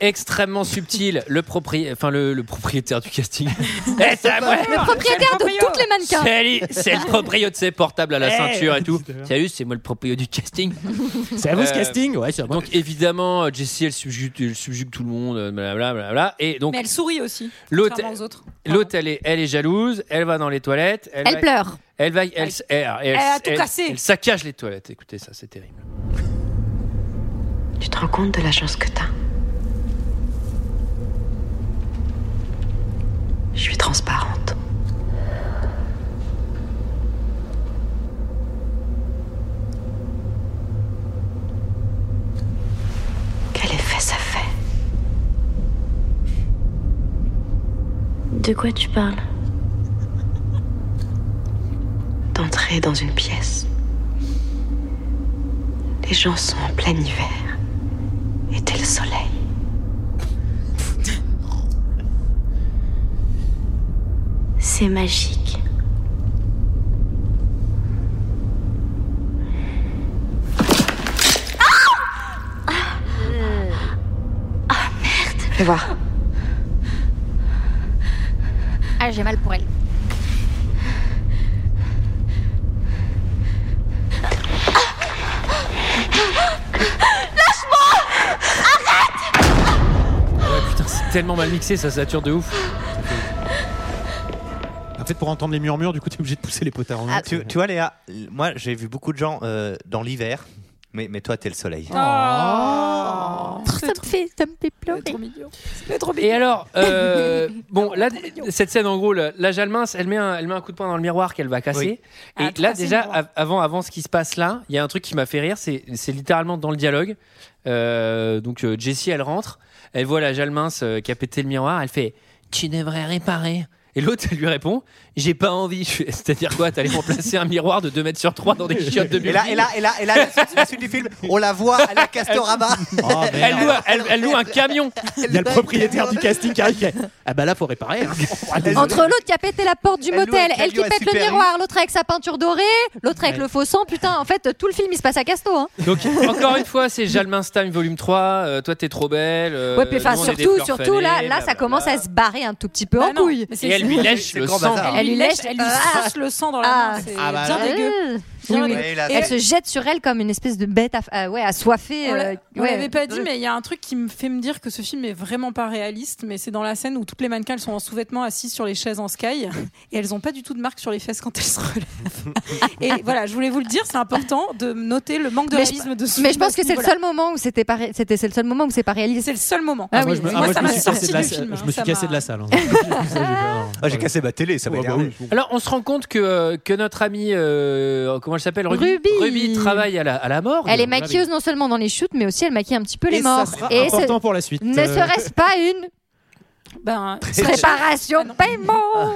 S1: extrêmement subtil, le, propri- enfin, le, le propriétaire du
S7: *laughs*
S1: casting. Eh, c'est à moi
S12: Le propriétaire de toutes les mannequins.
S1: C'est lui, c'est le proprio de ses portables à la
S6: Eh.
S1: ceinture et tout. Salut, c'est moi le proprio du casting.
S7: Ah,
S6: c'est à vous ce
S1: euh,
S6: casting ouais, c'est à moi.
S1: Donc évidemment, Jessie, elle subjugue, elle subjugue tout le monde, euh, blablabla. blablabla. Et donc,
S7: Mais elle sourit aussi.
S1: L'autre-
S7: L'autre. aux autres.
S1: l'autre, elle est, elle est jalouse, elle va dans les toilettes.
S12: Elle
S1: va-
S12: pleure.
S1: Elle va, elle, s- elle- elle-
S7: Elle a tout
S1: elle-
S7: cassé.
S1: elle saccage les toilettes. Écoutez, ça, c'est terrible.
S10: Tu te rends compte de la chance que t'as Je suis transparente. Quel effet ça fait
S14: De quoi tu parles
S10: d'entrer dans une pièce. Les gens sont en plein hiver et t'es le soleil.
S14: C'est magique.
S15: Fais voir.
S16: Ah, j'ai mal pour elle.
S1: Putain, c'est tellement mal mixé, ça sature de ouf.
S6: En fait, pour entendre les murmures, du coup, t'es obligé de pousser les potards en
S11: Ah, tu, tu vois, Léa, l- moi, j'ai vu beaucoup de gens euh, dans l'hiver, mais, mais toi, t'es le soleil.
S7: Oh.
S12: ça, me fait, ça me fait pleurer.
S1: Et alors,
S6: *laughs*
S1: euh, bon, là, cette scène, en gros, le- la Jalmins, elle met, un, elle met un coup de poing dans le miroir qu'elle va casser. Et là,
S6: casser
S1: déjà,
S6: Ah, le miroir.
S1: av- avant, avant ce qui se passe là, il y a un truc qui m'a fait rire, c'est c'est littéralement dans le dialogue. Euh, donc, euh, Jessie, elle rentre, elle voit la Jalmins euh, qui a pété le miroir, elle fait Tu devrais réparer. Et l'autre, elle lui répond J'ai pas envie. Je fais, C'est-à-dire quoi T'allais remplacer un miroir de 2 mètres sur 3 dans des chiottes de
S11: Et là, et là, et là, et là, la suite du film, on la voit à la Castorama.
S6: Ah,
S1: elle, loue, un- elle- elle loue un camion.
S6: *laughs* Il y a le propriétaire du
S11: *laughs*
S6: casting qui arrive. qui fait, Ah bah là, faut réparer. hein.
S11: Ah,
S12: Entre l'autre qui a pété la porte du
S6: Elle loue
S12: motel,
S6: un
S12: elle qui
S6: camion à
S12: pète le
S6: Super U.
S12: miroir, l'autre avec sa peinture dorée, l'autre avec
S1: Ouais.
S12: le faux sang. Putain, en fait, tout le film il se passe à Casto. hein.
S1: Donc, encore une fois, c'est Jalmin Time volume 3. euh, toi, t'es trop belle. euh,
S12: ouais, puis enfin,
S1: nous, on est des
S12: surtout,
S1: fleurs
S12: surtout là,
S1: fanées,
S12: là,
S1: blablabla.
S12: ça commence à se barrer un tout petit
S7: Bah
S12: peu en couille.
S1: Et elle lui lèche le sang.
S12: Elle lui lèche,
S7: elle lui suce le sang dans la main. C'est
S12: Ah bah
S7: bien
S12: là.
S7: dégueu. Bien
S12: Oui, oui.
S7: dégueu. Et-
S12: Elle se jette sur elle comme une espèce de bête, aff- euh, ouais, assoiffée.
S7: On l'a-
S12: euh,
S7: on
S12: ouais.
S7: l'avait pas dit, mais il y a un truc qui me fait me dire que ce film est vraiment pas réaliste. Mais c'est dans la scène où toutes les mannequins elles sont en sous-vêtements assises sur les chaises en sky *laughs* et elles ont pas du tout de marque sur les fesses quand elles se relèvent.
S12: *laughs*
S7: et voilà, je voulais vous le dire, c'est important de noter le manque de
S12: Mais je-
S7: réalisme de ce
S12: mais je
S7: film à
S12: pense
S7: ce
S12: que c'est le
S7: niveau-là.
S12: seul moment où c'était pas ré- c'était c'est le seul moment où c'est pas réalisé.
S7: C'est le seul moment.
S6: Ah, moi, je me, ah, moi, je
S7: ça
S6: me
S7: m'a
S6: suis cassé
S7: sorti
S6: de la
S7: du
S6: salle.
S7: film,
S6: je me suis
S7: ça
S6: cassé
S7: m'a-
S6: de la
S7: *laughs*
S6: salle. hein.
S11: Ah, j'ai cassé ma télé, ça va
S6: ah
S1: Alors, on se rend compte que, euh, que notre amie, euh, comment elle s'appelle
S12: Ruby.
S1: travaille à la, à la mort.
S12: Elle est maquilleuse non seulement dans les shoots, mais aussi elle maquille un petit peu les morts. ce-
S6: pour la suite.
S7: Euh,
S12: Ne serait-ce pas une
S7: ben, *laughs* Ah,
S12: préparation paiement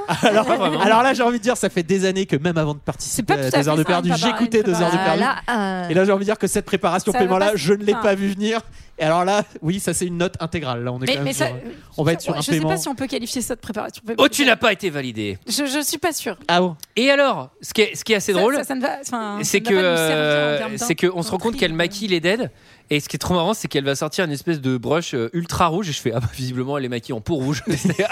S6: Ah, Alors, alors là, j'ai envie de dire, ça fait des années que même avant de participer
S12: tout
S6: à
S12: à
S6: Euh, deux
S12: fait
S6: heures de
S12: ça, une
S7: hein,
S6: perdu,
S12: prépa-
S6: j'écoutais
S12: une
S6: deux heures de perdu.
S12: Voilà, euh,
S6: Et là, j'ai envie de dire que cette préparation
S7: Ça veut
S6: paiement-là,
S7: pas-
S6: je ne l'ai
S7: enfin.
S6: pas vu venir. Et alors là, oui, ça c'est une note intégrale. Là, on est
S7: Mais-
S6: quand même
S7: mais ça-
S6: sur- euh, on va être sur
S7: Ouais,
S6: un
S7: je
S6: paiement.
S7: sais pas si on peut qualifier ça de préparation.
S1: Oh, tu n'as pas été validée.
S7: Je, je suis pas sûre.
S6: Ah bon
S1: Et alors, ce qui est, ce qui est assez
S7: Ça-
S1: drôle.
S7: ça- ça ne va- enfin, Hein, ça
S1: c'est
S7: ne
S1: que
S7: va pas nous servir en
S1: euh,
S7: termes euh.
S1: c'est que on se rend compte
S7: d'intrigue.
S1: qu'elle maquille les dead et ce qui est trop marrant c'est qu'elle va sortir une espèce de broche euh, ultra rouge et je fais ah bah, visiblement elle est maquillée en peau rouge *laughs* C'est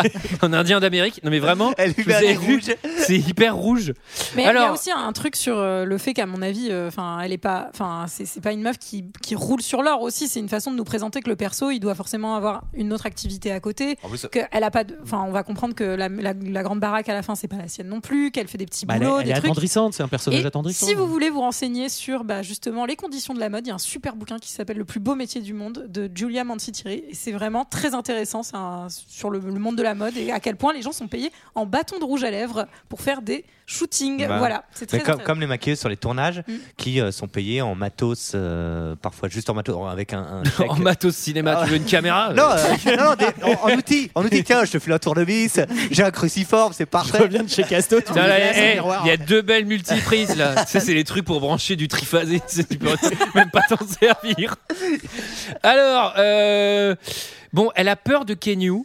S1: un indien d'Amérique non mais vraiment vous
S11: met un
S1: avez
S11: nez
S1: vu,
S11: rouge.
S1: c'est hyper rouge
S7: Mais il y a
S1: alors
S7: aussi un truc sur euh, le fait qu'à mon avis, euh, enfin, elle est pas, enfin, c'est c'est pas une meuf qui, qui roule sur l'or aussi. C'est une façon de nous présenter que le perso, il doit forcément avoir une autre activité à côté.
S11: En plus,
S7: que elle a pas, de- enfin, on va comprendre que la, la- la grande baraque à la fin, c'est pas la sienne non plus. Qu'elle fait des petits
S6: Bah, elle est,
S7: boulots,
S6: elle
S7: des
S6: est
S7: trucs.
S6: attendrissante, c'est un personnage
S7: Et
S6: attendrissant.
S7: si vous voulez vous renseigner sur bah, justement les conditions de la mode, il y a un super bouquin qui s'appelle Le plus beau métier du monde de Julia Mancitiri. Et c'est vraiment très intéressant c'est un- sur le, le monde de la mode et à quel point les gens sont payés en bâton de rouge à lèvres pour faire des shootings.
S11: Bah.
S7: Voilà, c'est très
S11: Mais comme,
S7: intéressant.
S11: comme les maquilleuses sur les tournages
S7: Mm.
S11: qui euh, sont payées en matos, euh, parfois juste en matos,
S6: *laughs*
S11: avec un. un chèque.
S1: en matos cinéma tu veux une caméra
S11: non, euh, non, non, des- en, en outil, en outil, tiens, je te file un tournevis, j'ai un cruciforme, c'est parfait. Je
S6: reviens de chez Casto, tu
S1: Putain, là, eh, il y a deux belles multiprises *laughs* là. tu sais, c'est les trucs pour brancher du triphasé. tu sais, tu peux *laughs* même pas t'en servir. Alors, euh, bon, elle a peur de Kenyu.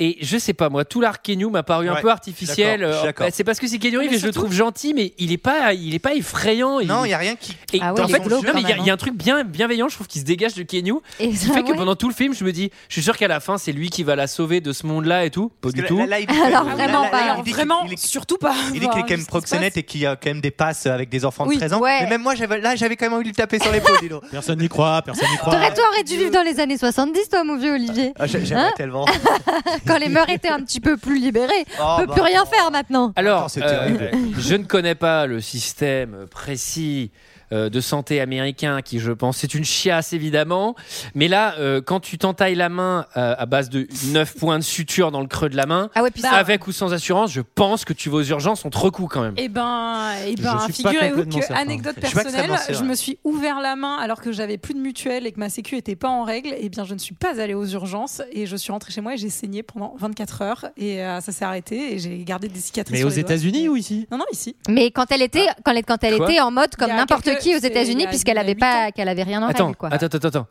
S1: Et je sais pas moi, tout l'arc Kenyu m'a paru un
S11: Ouais,
S1: peu artificiel.
S11: d'accord, je suis
S1: Euh,
S11: d'accord.
S1: bah, C'est parce que c'est Kenyu
S11: Mais
S1: Reeves et je le
S11: surtout-
S1: trouve gentil, mais il est pas, il est pas effrayant.
S11: Non, il y a rien qui.
S1: Et
S11: Ah ouais,
S1: en
S11: ils
S1: fait,
S11: sont glauques,
S1: non, mais il y, a-
S11: quand
S1: il y a un truc bien bienveillant, je trouve, qui se dégage de Kenyu,
S12: Et
S1: qui
S12: ça,
S1: fait que
S12: ouais.
S1: pendant tout le film, je me dis, je suis sûr qu'à la fin, c'est lui qui va la sauver de ce monde-là et tout. Pas du
S11: que
S1: tout.
S11: là- là, il- Alors,
S7: Ah, vraiment
S11: là,
S7: pas.
S11: là, il
S7: Alors,
S11: dit qu'il-
S7: vraiment,
S11: il est-
S7: surtout pas.
S11: Il dit qu'il est quand même proxénète et qu'il y a quand même des passes avec des enfants de
S7: Oui,
S11: 13 ans.
S12: ouais.
S11: Mais même moi, j'avais, là, j'avais quand même envie de lui taper sur l'épaule, dis donc.
S6: Personne n'y croit, personne n'y croit.
S12: T'aurais, toi, aurais dû vivre dans les années 70, toi, mon vieux Olivier.
S11: Ah, j'ai- J'aimerais
S12: Hein
S11: tellement.
S12: *laughs* Quand les mœurs étaient un petit peu plus libérées.
S11: Oh,
S12: on peut
S11: bah,
S12: plus rien faire maintenant.
S1: Alors,
S11: c'est
S1: euh,
S11: terrible.
S1: *laughs* je ne connais pas le système précis euh, de santé américain qui, je pense, c'est une chiasse évidemment. Mais là, euh, quand tu t'entailles la main euh, à base de 9 points de suture dans le creux de la main,
S12: Ah ouais,
S7: Bah,
S12: puis ça-
S1: avec ou sans assurance, je pense que tu vas aux urgences, on te recoue quand même.
S7: Et ben, et
S1: Je
S7: ben
S1: suis pas
S7: figurez-vous
S1: complètement
S7: que,
S1: certain.
S7: anecdote
S1: Je suis pas
S7: personnelle,
S1: extrêmement
S7: je,
S1: sûr.
S7: me suis ouvert la main alors que j'avais plus de mutuelle et que ma sécu était pas en règle. Et bien, je ne suis pas allée aux urgences et je suis rentrée chez moi et j'ai saigné pendant 24 heures. Et euh, ça s'est arrêté et j'ai gardé des cicatrices.
S6: Mais
S7: sur
S6: aux
S7: les doigts.
S6: États-Unis ou ici
S7: Non, non, ici.
S12: Mais quand elle était, quand elle, quand elle
S1: Quoi
S12: était en mode comme
S7: Il y a
S12: n'importe
S7: quelques-
S12: qui aux
S7: c'est- il y
S12: États-Unis,
S7: a-
S12: puisqu'elle
S7: il y a
S12: avait
S7: huit
S12: pas, qu'elle avait rien en
S1: attends,
S12: règle, quoi.
S1: attends, attends, attends.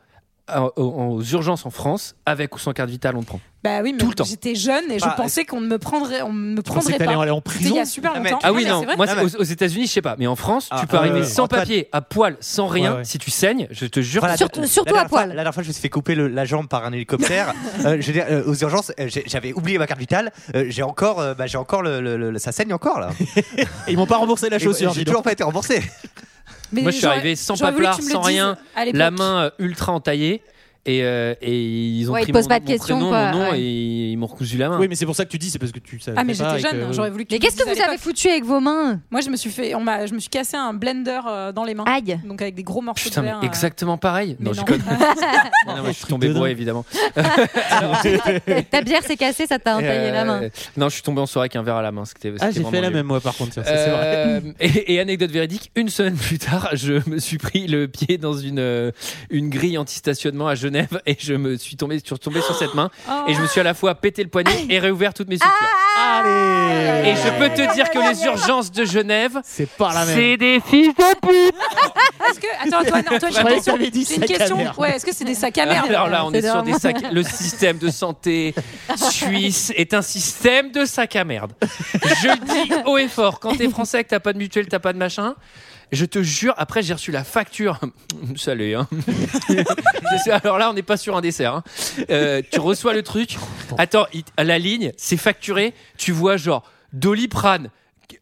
S1: à- aux, aux urgences en France, avec ou sans carte vitale, on te prend.
S7: Bah oui, mais
S1: Tout le temps.
S7: j'étais jeune et je
S1: Ah,
S7: pensais qu'on ne me prendrait, on ne me
S1: pensais
S7: prendrait
S1: que t'allais
S7: pas.
S1: aller en
S7: C'était
S1: prison
S7: Il y a super
S1: Ah,
S7: longtemps.
S1: mais- Ah oui,
S7: mais
S1: non,
S7: c'est vrai.
S1: moi c'est- aux, aux États-Unis, je sais pas, mais en France, tu peux
S11: ah,
S1: arriver
S11: ouais,
S1: sans
S11: en toile.
S1: papier, à poil, sans rien, si tu saignes, je te jure.
S11: Voilà, la- la dernière fois- La dernière fois, je me suis fait couper le- la jambe par
S12: *laughs*
S11: un hélicoptère. Euh, je veux dire, euh, aux urgences, euh, j'ai- j'avais oublié ma carte vitale. Euh, j'ai encore, euh, bah, j'ai encore le, le- le- ça saigne encore là.
S6: Ils m'ont pas remboursé la chaussure, dis
S11: J'ai
S6: donc.
S11: toujours pas été remboursé.
S7: Mais
S1: Moi, je suis
S7: j'aurais-
S1: arrivé sans
S7: j'aurais voulu que
S1: paplard,
S7: tu me le
S1: sans
S7: dises
S1: rien,
S7: à l'époque.
S1: la main euh, ultra entaillée. Et, euh, et ils ont
S7: Ouais, ils
S1: pris
S7: posent
S1: mon,
S7: pas de
S1: mon
S7: questions,
S1: prénom,
S7: quoi,
S1: mon nom
S7: ouais.
S1: et ils m'ont recousu la main.
S6: Oui, mais c'est pour ça que tu dis, c'est parce que tu savais
S7: Ah mais
S6: pas
S7: j'étais
S6: et
S7: jeune,
S6: que-
S7: j'aurais voulu.
S12: Mais qu'est-ce que vous avez foutu avec vos mains
S7: Moi je me suis fait, on m'a, je me suis cassé un blender euh, dans les mains.
S12: Aïe.
S7: Donc avec des gros morceaux
S1: Putain,
S7: de
S1: mais
S7: verre. euh,
S1: exactement pareil. Non, je déconne. Non, non, moi, je suis tombé bourré, évidemment.
S12: Ta bière s'est cassée, ça t'a entaillé la main.
S1: Euh, Non, je suis tombé en soirée avec un verre à la main. C'était,
S6: Ah,
S1: c'était
S6: j'ai
S1: vraiment
S6: fait la
S1: nul.
S6: même, moi, par contre. tiens, ça, c'est
S1: Euh,
S6: vrai.
S1: et, et anecdote véridique, une semaine plus tard, je me suis pris le pied dans une, euh, une grille anti-stationnement à Genève et je me suis tombé sur, tombé sur cette main et je me suis à la fois pété le poignet et réouvert toutes mes sutures.
S6: Allez
S1: Et je peux te dire que les urgences de Genève,
S6: c'est pas la même.
S1: C'est des fils de pute.
S7: *laughs* Est-ce que attends Antoine, Antoine, j'ai
S6: Je
S7: une
S6: croyais
S7: question.
S6: que t'avais dit
S7: J'ai une
S6: sac à
S7: question.
S6: merde.
S7: Ouais, est-ce que c'est des sacs à merde
S1: *laughs* Alors là, on est sur des
S7: vraiment-
S1: sacs. Le système de santé suisse est un système de sac à merde. Je le dis haut et fort. Quand t'es français, que t'as pas de mutuelle, t'as pas de machin. Je te jure, après j'ai reçu la facture. *laughs* Salut. Hein. *laughs* Alors là, on n'est pas sur un dessert. hein. Euh, tu reçois le truc. Attends, il- à la ligne, c'est facturé. Tu vois genre Doliprane,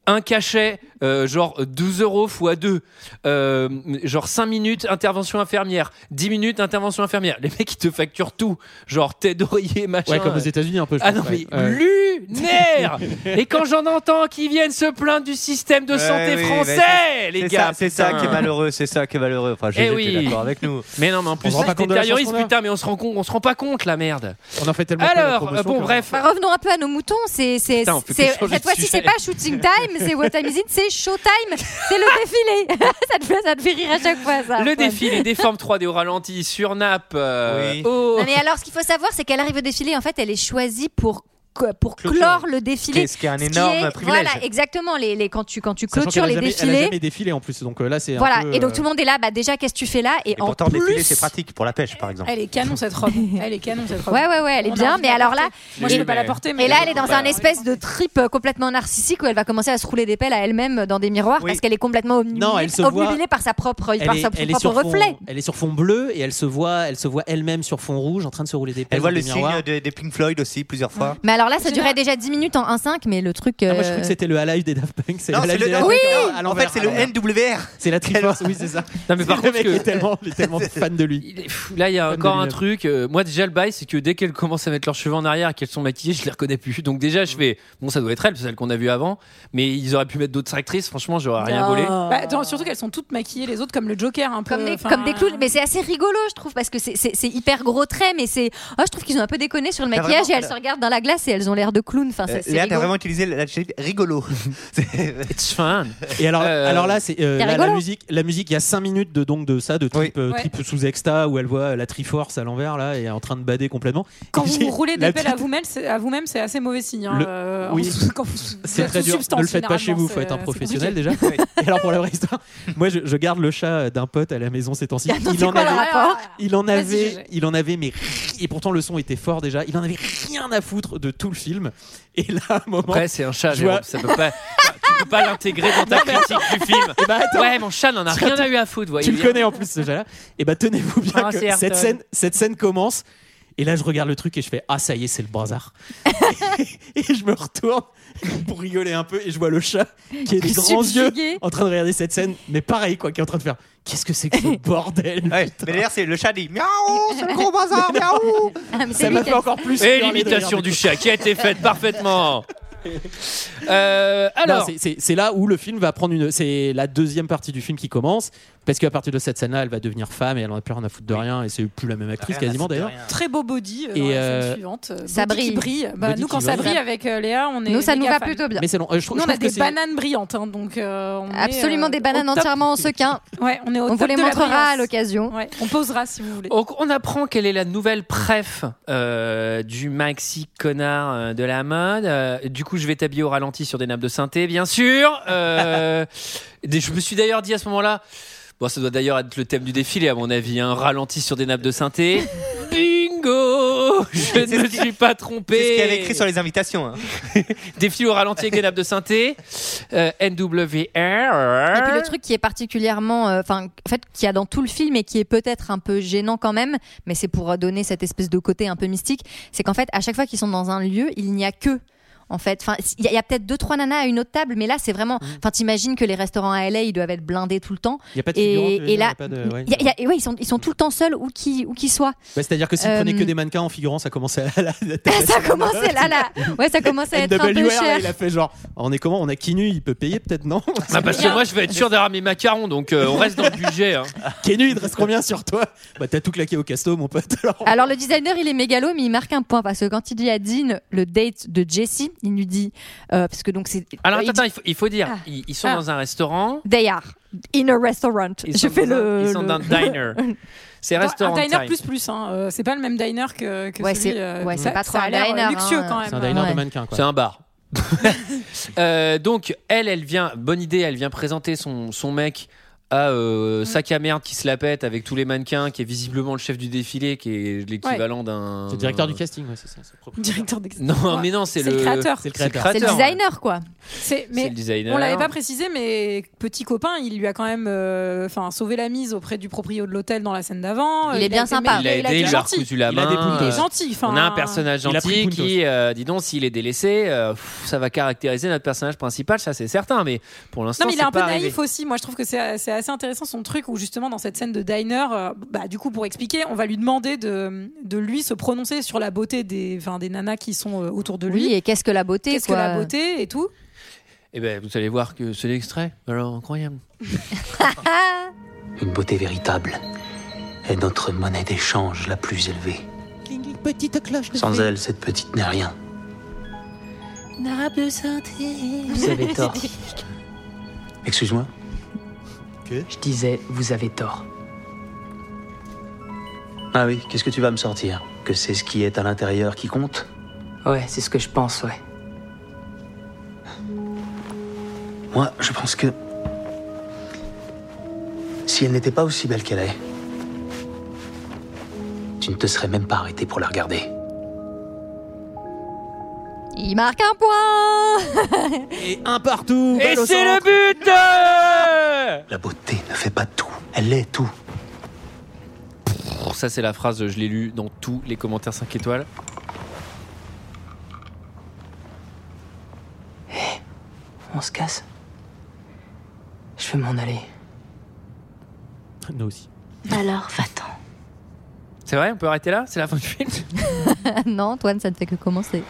S1: un cachet, euh, genre 12 euros x 2, euh, genre 5 minutes intervention infirmière, 10 minutes intervention infirmière. Les mecs, ils te facturent tout. Genre tête d'oreiller, machin.
S6: Ouais, comme aux États-Unis, un peu. je
S1: Ah non,
S6: pense,
S1: mais
S6: ouais. Ouais.
S1: lunaire Et quand j'en entends qui viennent se plaindre du système de
S11: Ouais,
S1: santé
S11: oui,
S1: français,
S11: bah, c'est-
S1: les
S11: c'est
S1: gars
S11: ça- C'est ça
S1: putain.
S11: qui est malheureux, c'est ça qui est malheureux. Enfin, j'ai
S1: Eh
S11: j'étais
S1: oui.
S11: d'accord avec nous.
S1: Mais non, mais en plus,
S11: se rend
S1: ça
S11: pas
S1: se
S11: compte de la
S1: détériorise,
S11: chance qu'on a.
S1: putain, mais on se rend compte, on se rend pas compte, la merde.
S6: On en fait tellement.
S12: pas de
S1: Alors,
S12: promotion
S1: euh, bon,
S12: que-
S1: bref.
S12: Bah, revenons un peu à nos moutons. C'est, c'est,
S1: Putain, on fait que
S12: c'est-
S1: changer de
S12: cette fois-ci,
S1: sujet.
S12: c'est pas shooting time, c'est what time is it, c'est show time, c'est le défilé. *laughs* ça, te fait, ça te fait rire à chaque fois,
S7: Ah,
S12: ça.
S1: Le
S12: Antoine.
S1: défilé des formes 3D au ralenti sur nappe. euh,
S11: Oui.
S1: au-
S7: Oh.
S12: Non,
S7: Ah,
S12: mais alors, ce qu'il faut savoir, c'est qu'elle arrive au défilé. En fait, elle est choisie pour co- pour
S11: Clôturer.
S12: clore le défilé.
S11: Ce qui est un
S12: Ce qui
S11: énorme
S12: est-
S11: privilège.
S12: Voilà, exactement. Les, les- quand tu, quand tu
S6: Sachant
S12: clôtures
S6: qu'elle a jamais- Elle a
S12: les défilés.
S6: jamais défilé en plus, donc euh, là c'est. un
S12: Voilà,
S6: peu,
S12: et donc
S6: euh,
S12: tout le monde est là. Bah, déjà, qu'est-ce que tu fais là Et,
S11: Et
S12: en
S11: pourtant, le
S12: plus.
S11: défilé, c'est pratique pour la pêche, par exemple.
S7: Elle est canon cette robe. Elle est canon cette robe.
S12: Ouais, ouais, ouais, elle est
S7: On a
S12: bien,
S7: envie
S12: mais
S7: de la
S12: alors là.
S7: porter. Moi, je
S12: et-
S7: peux pas la porter, mais
S12: Et là,
S7: je
S12: elle est
S7: peux
S12: dans
S7: pas-
S12: un espèce de trip euh, complètement narcissique où elle va commencer à se rouler des pelles à elle-même dans des miroirs
S6: Oui.
S12: parce qu'elle est complètement obnubilée,
S6: Non, elle se
S12: obnubilée
S6: voit-
S12: par sa propre,
S6: Elle
S12: par
S6: est,
S12: son
S6: elle est
S12: propre
S6: sur fond,
S12: reflet.
S6: elle est sur fond bleu et elle se voit, elle se voit elle-même sur fond rouge en train de se rouler des pelles.
S11: Elle voit
S6: dans
S11: le
S6: des miroirs.
S11: signe des, des Pink Floyd aussi plusieurs fois.
S12: Mais alors là, ça durait déjà 10 minutes en 1.5, mais le truc.
S6: Ah, moi je crois
S12: euh,
S6: que c'était le Alive des Daft Punk. C'est
S11: Non,
S6: le
S11: c'est
S6: Alive
S11: le-
S6: des Daft
S11: Oui
S6: Punk, à
S11: En
S6: l'envers,
S11: fait, c'est
S6: à
S11: le
S12: Ah,
S6: l'envers.
S11: NWR.
S6: C'est la Triforce, oui, c'est ça.
S1: Non, mais par
S6: le
S1: contre,
S6: mec
S1: que-
S6: est tellement, il est tellement fan de *laughs* lui.
S1: Il est- pff, Là, il y a encore un truc. euh, moi, déjà, le bail, c'est que dès qu'elles commencent à mettre leurs cheveux en arrière et qu'elles sont maquillées, je les reconnais plus. Donc, déjà,
S6: Mm.
S1: je fais. Bon, ça doit être elle, celle qu'on a vue avant. Mais ils auraient pu mettre d'autres actrices. Franchement, j'aurais rien volé.
S7: Bah, attends, surtout qu'elles sont toutes maquillées les autres comme le Joker un peu.
S12: Comme des,
S7: enfin,
S12: comme des clowns, mais c'est assez rigolo, je trouve, parce que c'est- c'est c'est hyper gros traits, mais c'est. Oh, je trouve qu'ils ont un peu déconné sur le
S11: T'as
S12: maquillage et
S11: vraiment-
S12: elles se regardent dans la glace et elles ont l'air de clowns. Enfin,
S11: Euh,
S12: c'est- c'est
S11: Léa, t'as
S12: rigolo.
S11: vraiment utilisé l'adjectif rigolo. *laughs* C'est-
S1: It's fun.
S6: Et alors,
S1: Euh,
S6: alors là, c'est euh,
S12: c'est
S6: là, la
S12: rigolo.
S6: musique. La musique, il y a 5 minutes de donc de ça, de trip, euh,
S7: Ouais.
S6: trip sous exta où elle voit euh, la Triforce à l'envers là et en train de bader complètement.
S7: Quand
S6: Et j'ai
S7: vous roulez
S6: la
S7: des pelles à
S6: petite-
S7: vous-même, c'est à vous-même, c'est assez mauvais signe. hein,
S6: Le-
S7: euh,
S6: oui.
S7: en- *laughs* quand vous-
S6: *laughs* C'est
S7: vous
S6: très
S7: êtes sous
S6: dur. Ne
S7: substance,
S6: le faites pas chez vous,
S7: généralement,
S6: faut être un
S7: c'est-
S6: professionnel
S7: c'est
S6: déjà. *laughs* Et alors pour le reste, moi je, je garde le chat d'un pote à la maison ces temps-ci.
S7: Ah
S12: Attends,
S6: Il
S12: c'est
S6: en
S12: quoi le
S6: avait,
S12: rapport
S6: il en
S7: Gégé.
S6: avait, il en avait, mais et pourtant le son était fort déjà. Il en avait rien à foutre de tout le film. Et là, à un moment,
S1: Après, c'est un chat,
S6: Je vois-
S1: Jérôme, Ça peut pas. tu peux pas l'intégrer dans ta critique du film.
S6: bah, attends.
S1: ouais, mon chat n'en a rien à eu à foutre, voyez.
S6: *laughs* tu le connais en plus ce gars-là. Et bah tenez-vous bien
S1: Ah,
S6: que
S1: c'est
S6: cette
S1: Ayrton.
S6: scène, cette scène commence. Et là, je regarde le truc et je fais Ah, ça y est, c'est le
S12: *laughs*
S6: bazar. et je me retourne pour rigoler un peu et je vois le chat qui a des grands yeux
S12: Subjugué.
S6: en train de regarder cette scène, mais pareil, quoi, qui est en train de faire Qu'est-ce que c'est que
S12: *laughs*
S6: ce bordel
S11: Ouais, Mais d'ailleurs, c'est le chat dit miaou, c'est le
S6: *laughs*
S11: gros bazar, miaou.
S12: Ah, mais c'est
S6: Ça
S12: lui
S6: m'a
S12: qui
S6: fait
S12: a-
S6: encore plus.
S1: Et
S6: hurler de
S1: Eh, l'imitation
S6: rire.
S1: du chat qui a été faite
S6: *laughs*
S1: parfaitement. Euh,
S6: Non,
S1: alors.
S6: c'est- c'est c'est là où le film va prendre une. C'est la deuxième partie du film qui commence, parce qu'à partir de cette scène-là, elle va devenir femme et elle en a plus rien à foutre de rien, et c'est plus la même actrice
S11: Rien à
S6: quasiment
S11: foutre de
S6: d'ailleurs.
S11: rien.
S7: c'est- Très beau body euh,
S6: Et,
S7: dans la
S6: euh,
S7: scène suivante. euh,
S12: ça
S7: body qui
S12: brille.
S7: brille. Bah,
S6: Body
S7: nous,
S6: qui
S7: quand ça
S6: brille.
S7: brille avec euh, Léa, on est.
S12: Nous, ça nous
S7: méga
S12: va
S7: fans.
S12: plutôt bien.
S6: Mais c'est long. Euh, je, trouve-
S7: Nous,
S6: je
S7: on a
S6: trouve que
S7: des
S6: c'est-
S7: bananes brillantes, hein, donc euh, on est,
S12: Absolument
S7: euh,
S12: des bananes
S7: au top.
S12: entièrement en sequin.
S7: Ouais, on est au
S12: On vous
S7: top
S12: les
S7: de la
S12: montrera à
S7: brillance.
S12: l'occasion.
S7: Ouais, on posera si vous voulez.
S1: Donc, on apprend quelle est la nouvelle préf euh, du maxi connard euh, de la mode. Euh, du coup, je vais t'habiller au ralenti sur des nappes de synthé, bien sûr. Euh, Je me suis d'ailleurs dit à ce moment-là, bon, ça doit d'ailleurs être le thème du défilé, à mon avis, un ralenti sur des nappes de synthé. Bingo Je ne me suis pas trompé.
S11: C'est ce qu'il y avait écrit sur les invitations. hein.
S1: Défilé au ralenti avec des nappes de synthé. Euh, NWR.
S12: Et puis le truc qui est particulièrement, euh, enfin, en fait, qui a dans tout le film et qui est peut-être un peu gênant quand même, mais c'est pour donner cette espèce de côté un peu mystique, c'est qu'en fait, à chaque fois qu'ils sont dans un lieu, il n'y a que. En fait, enfin, il y a, il y a peut-être deux trois nanas à une autre table, mais là c'est vraiment. Enfin, t'imagines que les restaurants à LA ils doivent être blindés tout le temps.
S6: Il y a Mmh. pas de figurants, tu veux
S12: et, et
S6: dire, il y
S12: là,
S6: a pas de- ouais.
S12: il y a- il y a- ouais, ils sont ils sont tout le temps seuls où qui où qu'ils soient.
S6: Bah, C'est-à-dire que si vous
S12: Euh,
S6: prenez que des mannequins en figurant, ça commençait à *laughs*
S12: *laughs*
S6: la.
S12: ça commence là là. Ouais, ça commence à être un peu
S6: NWR, là,
S12: cher.
S6: il a fait genre, on est comment On a Kinu, il peut payer peut-être, non *laughs*
S1: Ah, parce que moi, je vais être sûr d'avoir mes macarons, donc euh, on reste dans le budget. hein.
S6: Kinu, il te reste combien sur toi *laughs* Bah, t'as tout claqué au casto, mon pote. alors.
S12: Alors le designer, il est mégalo, mais il marque un point parce que quand il dit à Dean le date de Jessie, il lui dit euh, parce que donc c'est
S1: Alors,
S12: euh, il
S1: attends,
S12: dit-
S1: il faut, il faut dire, ils, ils sont
S12: Ah.
S1: dans un restaurant.
S12: They are in a restaurant.
S1: Ils
S12: Je
S1: sont
S12: fais
S1: dans un-
S12: le.
S1: Ils sont
S12: le- *laughs*
S1: dans un diner. C'est
S7: Un
S1: restaurant.
S7: diner
S1: time.
S7: Bah, plus plus, hein. Euh, c'est pas le même diner que, que
S12: Ouais,
S7: celui.
S12: c'est-
S7: euh,
S12: ouais, c'est
S7: ça-
S12: pas
S7: ça
S12: trop
S7: a
S12: un
S7: l'air
S12: diner,
S7: luxueux
S12: hein.
S7: quand même.
S6: C'est un diner
S12: Ouais.
S6: de mannequins, quoi.
S1: C'est un bar. *laughs* Euh, donc, elle, elle vient, bonne idée, elle vient présenter son, son mec à euh, sac à merde qui se la pète avec tous les mannequins, qui est visiblement le chef du défilé, qui est l'équivalent d'un.
S6: C'est le directeur du
S1: d'un-
S6: casting, ouais, c'est ça. c'est propre.
S7: *laughs* Directeur d'ex-
S1: *laughs* Non,
S7: Ouais.
S1: mais non, c'est
S7: C'est
S1: le...
S7: le créateur.
S6: C'est le créateur.
S12: C'est le designer quoi.
S7: C'est
S1: C'est
S7: mais
S1: le designer.
S7: on l'avait pas précisé, mais petit copain, il lui a quand même, euh, enfin, sauvé la mise auprès du proprio de l'hôtel dans la scène d'avant.
S12: Il
S7: Euh,
S12: est bien
S7: été
S12: sympa.
S7: méga-
S1: Il a aidé, il
S7: été
S1: lui a
S7: gentil.
S1: recousu la
S6: Il a
S1: main.
S6: des puntos.
S7: Il
S1: euh,
S7: est gentil. enfin,
S1: On a un personnage
S6: Il a pris
S1: gentil
S6: Puntos.
S1: qui, euh, dis donc, s'il est délaissé, euh, pff, ça va caractériser notre personnage principal, ça c'est certain, mais pour l'instant,
S7: Non, mais il est un peu
S1: pas
S7: naïf
S1: arrivé.
S7: aussi. Moi, je trouve que c'est c'est assez intéressant son truc où, justement, dans cette scène de diner, euh, bah, du coup, pour expliquer, on va lui demander de, de lui se prononcer sur la beauté des, enfin, des nanas qui sont euh, autour de lui.
S12: Oui, et qu'est-ce que la beauté
S7: Qu'est-ce que
S12: quoi.
S7: la beauté et tout
S1: Eh ben, vous allez voir que c'est l'extrait. Alors, incroyable.
S9: Une beauté véritable est notre monnaie d'échange la plus élevée.
S6: Petite cloche de
S9: Sans elle, cette petite n'est rien.
S15: Vous
S12: *laughs*
S15: avez tort.
S9: Excuse-moi
S15: Je disais, vous avez tort.
S9: Ah oui, qu'est-ce que tu vas me sortir Que c'est ce qui est à l'intérieur qui compte
S15: Ouais, c'est ce que je pense, ouais.
S9: Moi, je pense que. Si elle n'était pas aussi belle qu'elle est, tu ne te serais même pas arrêté pour la regarder.
S12: Il marque un point.
S6: Et un partout
S1: Et
S6: balle au
S1: c'est le
S6: centre.
S1: but *laughs* euh
S9: La beauté ne fait pas tout. Elle est tout.
S1: Pour Ça, c'est la phrase, euh, je l'ai lue dans tous les commentaires 5 étoiles.
S15: On se casse. Je vais m'en aller.
S6: Nous aussi.
S14: Alors, va-t'en.
S1: C'est vrai, on peut arrêter là C'est la fin du film
S12: non, Antoine, ça ne fait que commencer.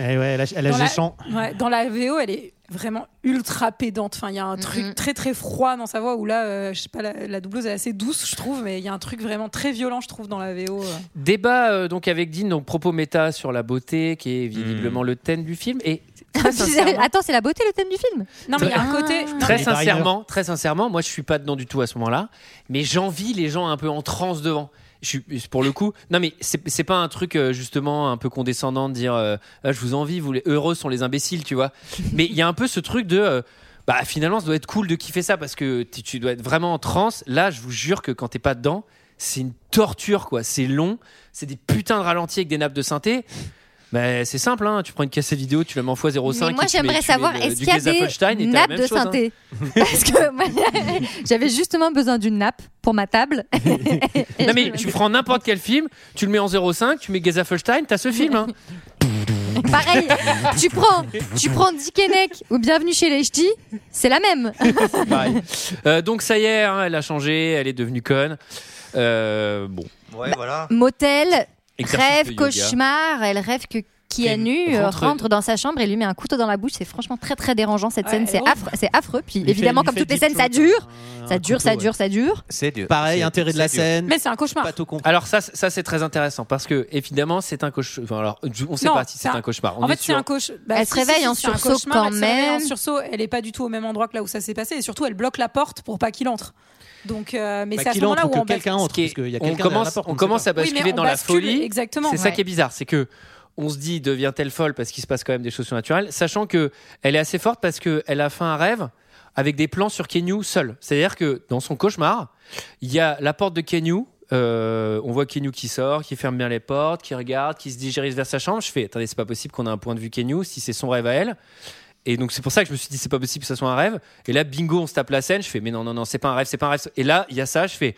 S6: Eh ouais, elle a, elle a
S7: dans la,
S6: géchant.
S7: ouais, dans la VO, elle est vraiment ultra pédante. Enfin, il y a un truc très très froid dans sa voix où là, euh, je sais pas, la, la doubleuse est assez douce, je trouve, mais il y a un truc vraiment très violent, je trouve, dans
S12: *laughs*
S7: la VO. euh.
S1: Débat euh, donc avec Dean, donc propos méta sur la beauté, qui est visiblement
S6: Hmm.
S1: le thème du film. Et très sincèrement,
S12: Attends, Ah, c'est la beauté le thème du film
S7: Non, mais il y a un côté.
S12: Ah.
S7: non,
S1: très
S6: Les Paris
S1: sincèrement, très sincèrement, moi je suis pas dedans du tout à ce moment-là, mais j'envie les gens un peu en transe devant. Je suis, pour le coup, non mais c'est c'est pas un truc euh, justement un peu condescendant de dire euh, Ah, je vous envie, vous les heureux sont les imbéciles, tu vois.
S12: *laughs*
S1: mais il y a un peu ce truc de euh, bah finalement ça doit être cool de kiffer ça parce que tu, tu dois être vraiment en transe. Là, je vous jure que quand t'es pas dedans, c'est une torture quoi. C'est long, c'est des putains de ralentis avec des nappes de synthé. Mais c'est simple, hein, tu prends une cassette vidéo, tu la mets en x05.
S12: Mais moi,
S1: et tu mets- tu
S12: j'aimerais
S1: mets
S12: savoir,
S1: de-
S12: est-ce
S1: du
S12: qu'il y a
S1: Geza Folstein
S12: des
S1: et t'as la
S12: nappes
S1: même
S12: de
S1: chose, hein.
S12: synthé Parce
S7: *laughs*
S12: que moi, j'avais justement besoin d'une nappe pour ma table. Et
S1: Non mais tu prends n'importe quel film, tu le mets en 0,5, tu mets Gazafelstein, t'as ce film. *laughs* hein.
S12: Pareil, tu prends, tu prends Dick Henneck ou Bienvenue chez les Ch'tis, c'est la même.
S1: Euh, donc ça y est, hein, elle a changé, elle est devenue conne. Euh, bon.
S11: Ouais,
S15: Bah,
S11: voilà.
S12: Motel,
S1: Exercice de
S12: rêve,
S1: yoga.
S12: cauchemar, elle rêve que Keanu euh,
S1: rentre-
S12: rentre... dans sa chambre et lui met un couteau dans la bouche. C'est franchement très très dérangeant cette
S7: Ouais,
S12: scène, c'est
S7: ouf.
S12: affreux. C'est affreux. Puis
S6: Il fait-
S12: évidemment,
S6: il
S12: comme
S6: fait
S12: toutes les
S6: des
S12: scènes, ça
S6: choses,
S12: dure,
S6: un
S12: ça dure,
S6: couteau,
S12: ça
S6: ouais.
S12: dure, ça dure.
S11: C'est dur.
S6: Pareil,
S11: C'est-
S6: intérêt de la
S11: c'est dur.
S6: scène.
S7: Mais c'est un
S12: Ah.
S7: cauchemar.
S6: Pas tout compris.
S1: Alors ça, ça c'est très intéressant parce que évidemment c'est un cauchemar. Enfin, alors je- on sait
S7: Non,
S1: pas si c'est
S7: c'est un-
S1: un cauchemar. On
S7: en
S1: est
S7: fait, c'est
S1: sûr.
S7: un cauchemar. Bah,
S12: Elle se réveille en
S7: c'est un
S12: sursaut
S7: cauchemar,
S12: quand
S7: elle se réveille
S12: même.
S7: En sursaut, elle est pas du tout au même endroit que là où ça s'est passé. Et surtout, elle bloque la porte pour pas qu'il entre. Donc, euh, mais
S6: Bah,
S7: c'est à ce
S6: qu'il entre
S7: moment-là
S6: ou
S7: où on
S6: que quelqu'un
S1: Ce
S6: entre,
S1: qui est-
S6: parce qu'il y a
S1: on
S6: quelqu'un derrière la
S1: commence,
S6: porte,
S1: on
S6: ne sait
S1: commence
S6: pas.
S1: à
S7: Oui, mais
S1: basculer
S7: on
S1: dans la
S7: bascule,
S1: folie.
S7: Exactement.
S1: C'est ça
S12: Ouais.
S1: qui est bizarre, c'est que on se dit devient-elle folle parce qu'il se passe quand même des choses surnaturelles, sachant que elle est assez forte parce qu'elle a fait un rêve avec des plans sur Kenyu seul. C'est-à-dire que dans son cauchemar, il y a la porte de Kenyu. euh, on voit Kenyu qui sort, qui ferme bien les portes, qui regarde, qui se dirige vers sa chambre. Je fais, attendez, c'est pas possible qu'on ait un point de vue Kenyu si c'est son rêve à elle. Et donc c'est pour ça que je me suis dit c'est pas possible que ça soit un rêve. Et là bingo on se tape la scène. Je fais mais non non non c'est pas un rêve c'est pas un rêve. Et là il y a ça je fais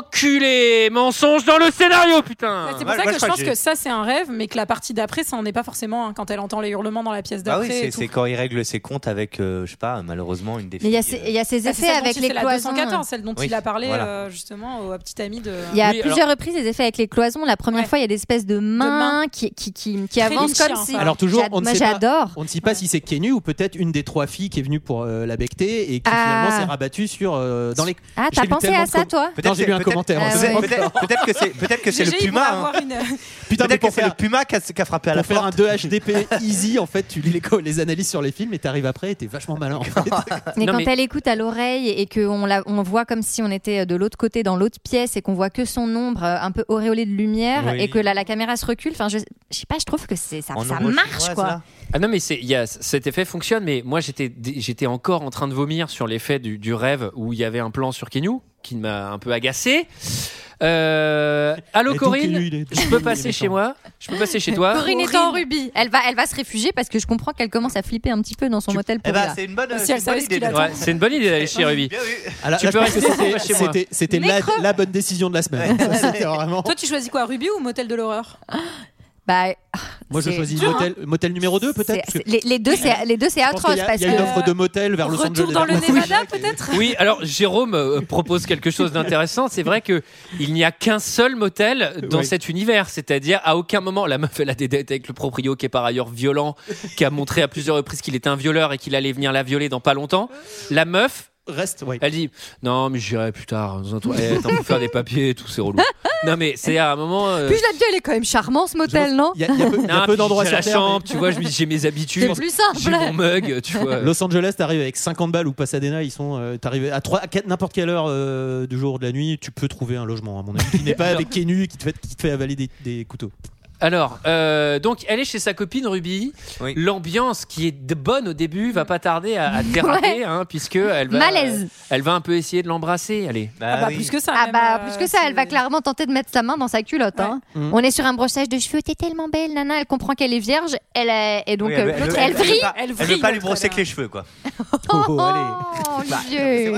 S1: enculé mensonge dans le scénario putain.
S7: C'est pour ça que je pense que ça c'est un rêve, mais que la partie d'après ça en est pas forcément hein, quand elle entend les hurlements dans la pièce
S11: Ah
S7: d'après.
S11: oui, c'est
S7: et tout.
S11: c'est quand il règle ses comptes avec, euh, je sais pas, malheureusement, une des
S12: Mais il y a
S11: filles, euh,
S12: ces- il y a ces
S7: Ah, c'est
S12: effets
S7: celle dont
S12: avec
S7: il-
S12: les
S7: c'est la
S12: cloisons.
S7: 214, celle dont
S11: Oui,
S7: il a parlé
S11: voilà.
S7: euh, justement au petit ami de.
S12: Il y a à plusieurs
S1: ah.
S12: reprises des effets avec les cloisons. La première fois, il y a des espèces de mains qui, qui, qui, qui avancent
S7: Lynchien,
S12: comme
S7: ça.
S12: si.
S6: Alors toujours,
S12: J'ad-
S6: on ne
S12: Ah. moi
S6: sait pas-
S12: j'adore.
S6: On ne sait pas si c'est Kenyu ou peut-être une des trois filles qui est venue pour euh, la becter et qui
S12: Ah.
S6: finalement s'est rabattue sur euh, dans les.
S12: Ah,
S6: J'ai
S12: t'as
S6: lu
S12: pensé
S6: tellement
S12: à
S6: de
S12: ça,
S6: com-
S12: toi
S6: Non, j'ai lu un
S11: Peut-être-
S6: commentaire. en
S11: peut-être-
S6: ce moment.
S11: Peut-être peut-être que c'est peut-être que c'est le
S7: GG, il va
S11: puma. hein.
S7: avoir une-
S6: Putain, mais
S11: Peut-être que
S6: pour
S11: c'est le
S6: faire,
S11: puma qui a, qui a frappé à la
S6: pour faire un
S11: porte.
S1: *laughs*
S6: 2 HDP easy, en fait, tu lis les, co- les analyses sur les films et t'arrives après et t'es vachement malin.
S1: *laughs*
S6: en fait.
S12: Mais
S6: Non,
S12: quand
S6: mais-
S12: elle écoute à l'oreille et qu'on la on voit comme si on était de l'autre côté dans l'autre pièce et qu'on voit que son ombre euh, un peu auréolée de lumière
S1: Oui.
S12: et que la, la caméra se recule, enfin je, je sais pas, je trouve que c'est ça,
S1: En
S12: ça
S1: ombre
S12: marche
S1: chinoise,
S12: quoi.
S1: là. Ah non, mais c'est, il y a, cet effet fonctionne, mais moi j'étais, j'étais encore en train de vomir sur l'effet du, du rêve où il y avait un plan sur Kenyu qui m'a un peu agacé. Euh, allô
S12: Et donc,
S1: Corinne,
S12: Kenyu, il est-
S1: je
S12: il est
S1: peux passer chez
S12: méchant.
S1: moi, je peux passer chez toi.
S12: Corinne est en rubis. Elle va, elle va se réfugier parce que je comprends qu'elle commence à flipper un petit peu dans son hôtel pour
S11: Eh ben,
S12: Rila.
S11: c'est une bonne- Si
S6: c'est elle une savait bonne ce qu'il idée, attend.
S1: Ouais, c'est une bonne idée d'aller chez Ruby.
S6: Alors,
S1: tu
S6: là, je
S1: peux
S6: pense que
S1: rester
S6: c'était-
S1: chez moi.
S6: c'était- c'était
S1: Mais
S6: la,
S1: creux.
S6: la bonne décision de la semaine. Ça, *laughs* c'était
S12: *laughs*
S6: vraiment-
S7: Toi, tu choisis quoi, Ruby ou Motel de l'horreur
S12: Bah,
S6: Moi, je
S12: c'est
S6: choisis
S12: dur, hein.
S6: motel, motel numéro 2, peut-être. parce que-
S12: C'est- Les, les deux, c'est les deux, c'est
S6: Je pense qu'il
S12: atroce
S6: y a-
S12: parce
S6: Il y a une
S12: que
S6: offre de motel vers Los Angeles. *laughs*
S7: Nevada peut-être
S1: Oui, alors Jérôme euh, propose quelque chose d'intéressant. C'est vrai que il n'y a qu'un seul motel dans
S6: Oui.
S1: cet univers, c'est-à-dire à aucun moment la meuf elle a des dettes avec le proprio qui est par ailleurs violent, qui a montré à plusieurs reprises qu'il était un violeur et qu'il allait venir la violer dans pas longtemps. La meuf
S6: reste,
S1: elle dit non mais j'irai plus tard dans un toit. Eh, attends, faut faire des papiers et tout c'est relou. Non mais c'est à un moment. euh,
S12: Puis je la dis, elle est quand même charmant ce motel, non
S1: non, puis j'ai la chambre, tu vois, je me dis, j'ai mes habitudes,
S12: C'est plus simple.
S1: j'ai mon mug, tu vois.
S6: Los Angeles, t'arrives avec 50 balles ou Pasadena, ils sont. euh, t'arrives à, 3, à 4, n'importe quelle heure euh, du jour ou de la nuit, tu peux trouver un logement, à mon avis. Qui n'est pas *laughs* avec Kenu qui te fait, qui te fait avaler des, des
S12: *laughs*
S6: couteaux.
S1: Alors, euh, donc, elle est chez sa copine Ruby. L'ambiance qui est de bonne au début va pas tarder à, à déraper,
S12: Ouais.
S1: hein, puisque elle va,
S12: Malaise.
S1: elle va un peu essayer de l'embrasser. Allez.
S12: Ah bah, plus que ça. Ah
S7: euh,
S12: bah, plus que ça, elle va clairement tenter de mettre sa main dans sa culotte. hein.
S1: Mm.
S12: On est sur un brossage de cheveux, t'es tellement belle, nana. Elle comprend qu'elle est vierge, elle a- et donc
S11: Oui,
S12: euh,
S11: veut-
S12: l'autre,
S11: veut-
S12: elle,
S11: veut
S12: vrille.
S11: pas- Elle veut pas lui brosser que les cheveux, quoi.
S12: Oh,
S1: vrai,
S6: c'est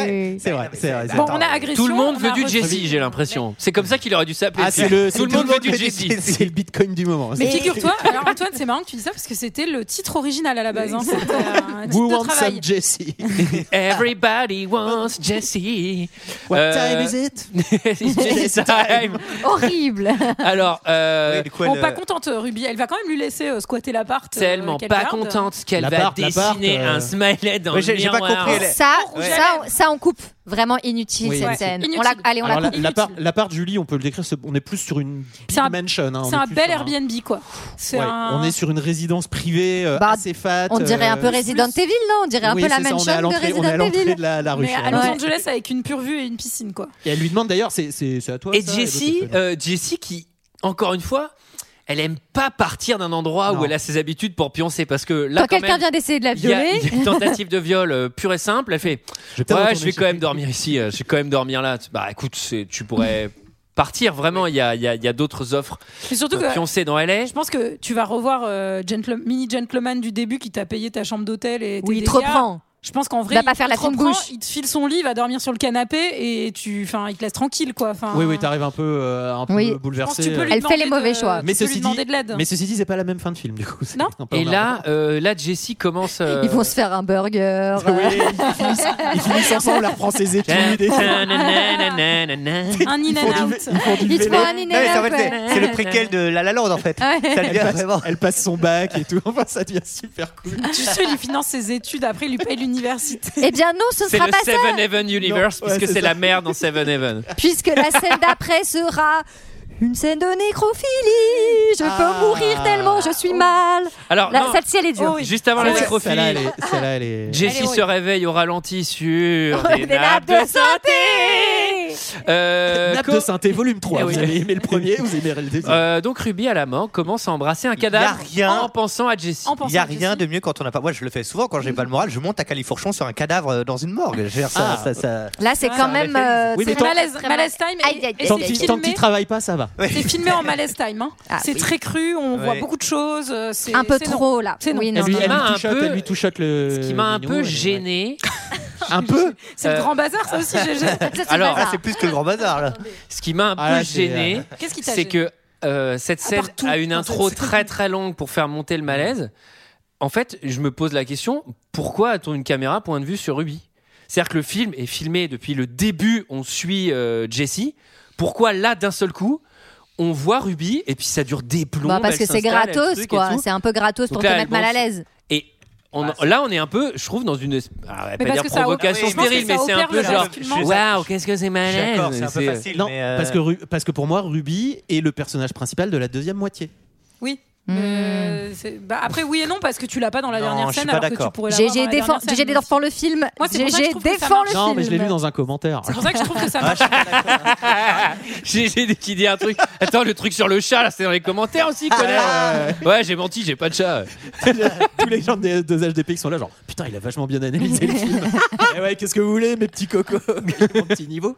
S6: vrai, c'est vrai.
S7: Bon, on a agression.
S1: Tout le monde
S7: on
S1: veut
S7: a
S1: du
S7: reçu-
S1: Jay-Z, j'ai l'impression. C'est comme ça qu'il aurait dû s'appeler.
S6: Ah, c'est le, c'est
S1: Tout le monde veut du Jay-Z.
S6: *laughs* C'est le bitcoin du moment.
S7: Mais
S6: C'est-
S7: figure-toi, alors Antoine, c'est marrant que tu dis ça parce que c'était le titre original à la base. hein. C'était un
S6: We
S7: titre de
S6: want
S7: travail.
S6: some
S12: *laughs*
S6: Jesse. *laughs*
S1: Everybody wants Jesse.
S6: What
S1: Euh,
S6: time is it?
S1: *laughs* It's Jesse time.
S12: Horrible.
S1: Alors, euh,
S7: Bon, pas contente, euh, Ruby. Elle va quand même lui laisser euh, squatter l'appart. euh,
S1: tellement
S7: qu'elle
S1: pas
S7: garde.
S1: contente qu'elle
S6: La
S1: va
S6: barbe, la barbe,
S1: dessiner
S6: euh.
S1: un smiley dans
S6: Ouais,
S1: le
S6: j'ai- j'ai pas
S1: miroir.
S6: compris, elle est-
S12: Ça,
S6: Ouais.
S12: ça, ça, on coupe. Vraiment inutile
S6: Oui.
S12: cette
S6: Ouais.
S12: scène.
S7: Inutile.
S12: On la- allez, on
S6: Alors, la,
S12: la coupe.
S6: la part, la part, Julie, on peut le décrire, c'est- on est plus sur une big mansion. hein, on est
S7: C'est un
S6: plus
S7: bel
S6: sur un-
S7: Airbnb, quoi. C'est
S6: Ouais,
S7: un-
S6: On est sur une résidence privée euh,
S12: Bah,
S6: assez fat.
S12: on dirait un peu
S6: euh,
S12: Resident Evil, non On dirait un
S6: Oui,
S12: peu la
S6: c'est ça, on est
S12: mansion
S6: à
S12: de
S6: l'entrée-
S12: Resident
S6: on est à l'entrée
S12: Evil.
S6: de la, la rue.
S7: Mais
S6: je
S7: à
S6: crois.
S7: Los
S6: Ouais.
S7: Angeles avec une pure vue et une piscine, quoi.
S6: Et elle lui demande d'ailleurs, c'est c'est- c'est à toi.
S1: Et
S6: ça
S1: Jessie, euh, Jessie qui, encore une fois, elle aime pas partir d'un endroit où elle a ses habitudes pour pioncer parce que là,
S12: Quand
S1: quand
S12: quelqu'un
S1: même,
S12: vient d'essayer de la
S1: il y a-
S12: violer.
S1: il y a une tentative de viol euh, pure et simple. Elle
S6: *laughs*
S1: fait
S6: Je
S1: vais,
S6: peut-être
S1: ouais,
S6: retourner
S1: je vais
S6: chez
S1: quand même dormir ici, euh, je vais quand même dormir là. Bah écoute, c'est- tu pourrais partir vraiment. Il y a, il y a- il y a d'autres offres
S7: Mais surtout
S1: pour
S7: que-
S1: pioncer dans LA.
S7: Je pense que tu vas revoir euh, Gentle- Mini Gentleman du début qui t'a payé ta chambre d'hôtel et tes
S12: Oui, il te
S7: dégâts.
S12: reprend.
S7: Je pense qu'en vrai,
S12: Il va pas faire
S7: te
S12: la fine
S7: reprend,
S12: bouche.
S7: Il te file son lit, il va dormir sur le canapé et tu, enfin, il te laisse tranquille, quoi. Enfin,
S6: Oui, euh. oui, t'arrives un peu, euh, un peu
S12: Oui.
S6: bouleversé.
S7: Je pense que tu peux lui Elle fait les demander mauvais de- choix. tu
S6: Mais
S7: peux lui
S6: ceci,
S7: demander
S6: dit,
S7: de l'aide.
S6: mais ceci dit, c'est pas la même fin de film du coup. Non.
S1: Et là, euh, là, Jessie commence. euh, *laughs*
S12: Ils vont se faire un burger.
S6: ils
S7: *laughs*
S6: finissent ensemble, elle reprend ses études. et tout.
S12: *laughs*
S7: un in and out.
S12: Ils te font un
S11: Non, mais ça va,
S12: in-and-out,
S11: c'est-
S12: ouais.
S11: C'est le préquel de La La Land en fait. Ça devient
S6: Elle passe,
S11: vraiment-
S6: elle passe son bac et tout. Enfin, ça devient super cool.
S7: Tu sais, il lui finance ses études, après il lui paye l'université.
S12: Eh bien non, ce ne
S1: C'est
S12: sera
S1: le
S12: pas ça.
S1: Seven Heaven Universe
S6: Non, ouais,
S1: puisque
S6: c'est
S1: c'est
S6: ça.
S1: la mère dans Seven Heaven.
S12: Puisque la scène d'après sera une scène de nécrophilie. Je peux mourir tellement, je suis mal.
S1: Alors,
S12: La-
S1: Oh,
S12: Ah
S1: non.
S12: celle-ci, elle est dure.
S1: Juste avant la
S6: Ouais,
S1: nécrophilie,
S6: celle-là, elle est- celle-là, elle est-
S1: Jessie se réveille au ralenti sur des
S12: Des nappes de
S1: santé.
S12: santé.
S1: Euh,
S6: Nappe
S1: co-
S6: de synthé, volume 3.
S1: Eh
S6: vous
S1: oui.
S6: avez aimé le premier, vous aimerez le deuxième.
S1: Euh, donc Ruby à la mort commence à embrasser un cadavre
S11: rien.
S1: en pensant à Jessie.
S11: Il n'y a rien de mieux quand on n'a pas. Moi, je le fais souvent quand j'ai pas le moral. Je monte à Califourchon sur un cadavre euh, dans une morgue. Je veux dire, ça-
S6: Ah.
S11: ça- ça-
S12: Là, c'est
S11: ça
S12: quand même.
S11: réflexe.
S12: euh,
S11: Oui, mais
S12: c'est
S11: tant-
S7: malaise,
S12: vraiment-
S7: malaise time.
S12: Aïe, aïe,
S7: Et,
S12: aïe,
S7: et
S6: Tant
S7: c'est
S6: qu'il tant
S7: filmé,
S6: qu'il travaille pas, ça va.
S7: c'est filmé en malaise time. hein.
S12: Ah,
S7: c'est
S12: oui.
S7: très cru, on voit
S6: Ouais.
S7: beaucoup de choses. euh, c'est-
S12: Un peu
S7: c'est non.
S12: trop, là.
S7: C'est non.
S12: Oui, non,
S6: elle lui,
S12: non,
S6: elle lui
S1: non.
S6: touche
S1: Un peu-
S6: elle lui touche le.
S1: Ce qui m'a un
S6: minou,
S1: peu
S6: elle-
S1: gêné. *laughs*
S6: Un peu
S7: C'est le grand bazar, ça aussi. j'ai- j'ai-
S12: *laughs*
S1: Alors,
S11: Ah, c'est plus que le grand bazar. Là.
S1: ce qui m'a un peu
S6: Ah, là, c'est,
S1: gêné,
S6: euh,
S7: Qu'est-ce qui t'a
S1: c'est
S7: gêné
S1: que euh, cette
S7: À
S1: scène
S7: part tout,
S1: a une
S7: dans
S1: intro
S7: cette scène.
S1: très très longue pour faire monter le malaise. En fait, je me pose la question pourquoi a-t-on une caméra point de vue sur Ruby C'est-à-dire que le film est filmé depuis le début, on suit euh, Jessie. Pourquoi là, d'un seul coup, on voit Ruby et puis ça dure des plombs
S12: Bah, parce
S1: elle
S12: que c'est
S1: s'installe, elle
S12: gratos,
S1: truc et
S12: quoi.
S1: tout.
S12: C'est un peu gratos
S1: Donc
S12: pour
S1: là,
S12: te
S1: elle
S12: mettre mal à
S1: gonfle.
S12: l'aise.
S1: Et on-
S11: Bah,
S1: là, on est un peu, je trouve, dans une. Alors, on va
S7: Mais
S1: pas
S7: parce
S1: dire
S7: que ça
S1: provocation
S7: opère- je pense que
S1: stérile,
S7: ça
S1: mais c'est un
S7: opère le
S1: peu genre.
S7: basculement.
S1: Waouh, qu'est-ce que c'est
S11: Je suis
S1: malaise
S11: d'accord, c'est un peu facile.
S6: Non,
S11: mais, euh,
S6: parce, que, Ru- parce que pour moi, Ruby est le personnage principal de la deuxième moitié.
S7: Oui.
S12: Hmm.
S7: Euh, c'est- bah, après, oui et non, parce que tu l'as pas dans la
S11: Non,
S7: dernière
S11: je suis
S7: scène.
S11: pas
S7: alors que tu
S11: d'accord.
S7: pourrais l'avoir
S12: GG
S7: dans la
S12: défend,
S7: dernière
S12: GG
S7: scène.
S12: défend le film.
S7: Moi, c'est pour ça que je
S12: GG
S7: trouve que ça
S12: défend le
S7: marche.
S12: film.
S6: Non, mais je l'ai lu dans un commentaire.
S7: C'est pour ça que je trouve que ça marche.
S1: *laughs* GG dès qu'il dit un truc. Attends, le truc sur le chat, là, c'est dans les commentaires aussi,
S6: Ah,
S1: connard. Ouais, j'ai menti, j'ai pas de chat.
S6: *laughs* Tous les gens des deux HDP qui sont là, genre putain, il a vachement bien analysé le film. *laughs* Eh ouais, qu'est-ce que vous voulez, mes petits *laughs* cocos Mon petit niveau.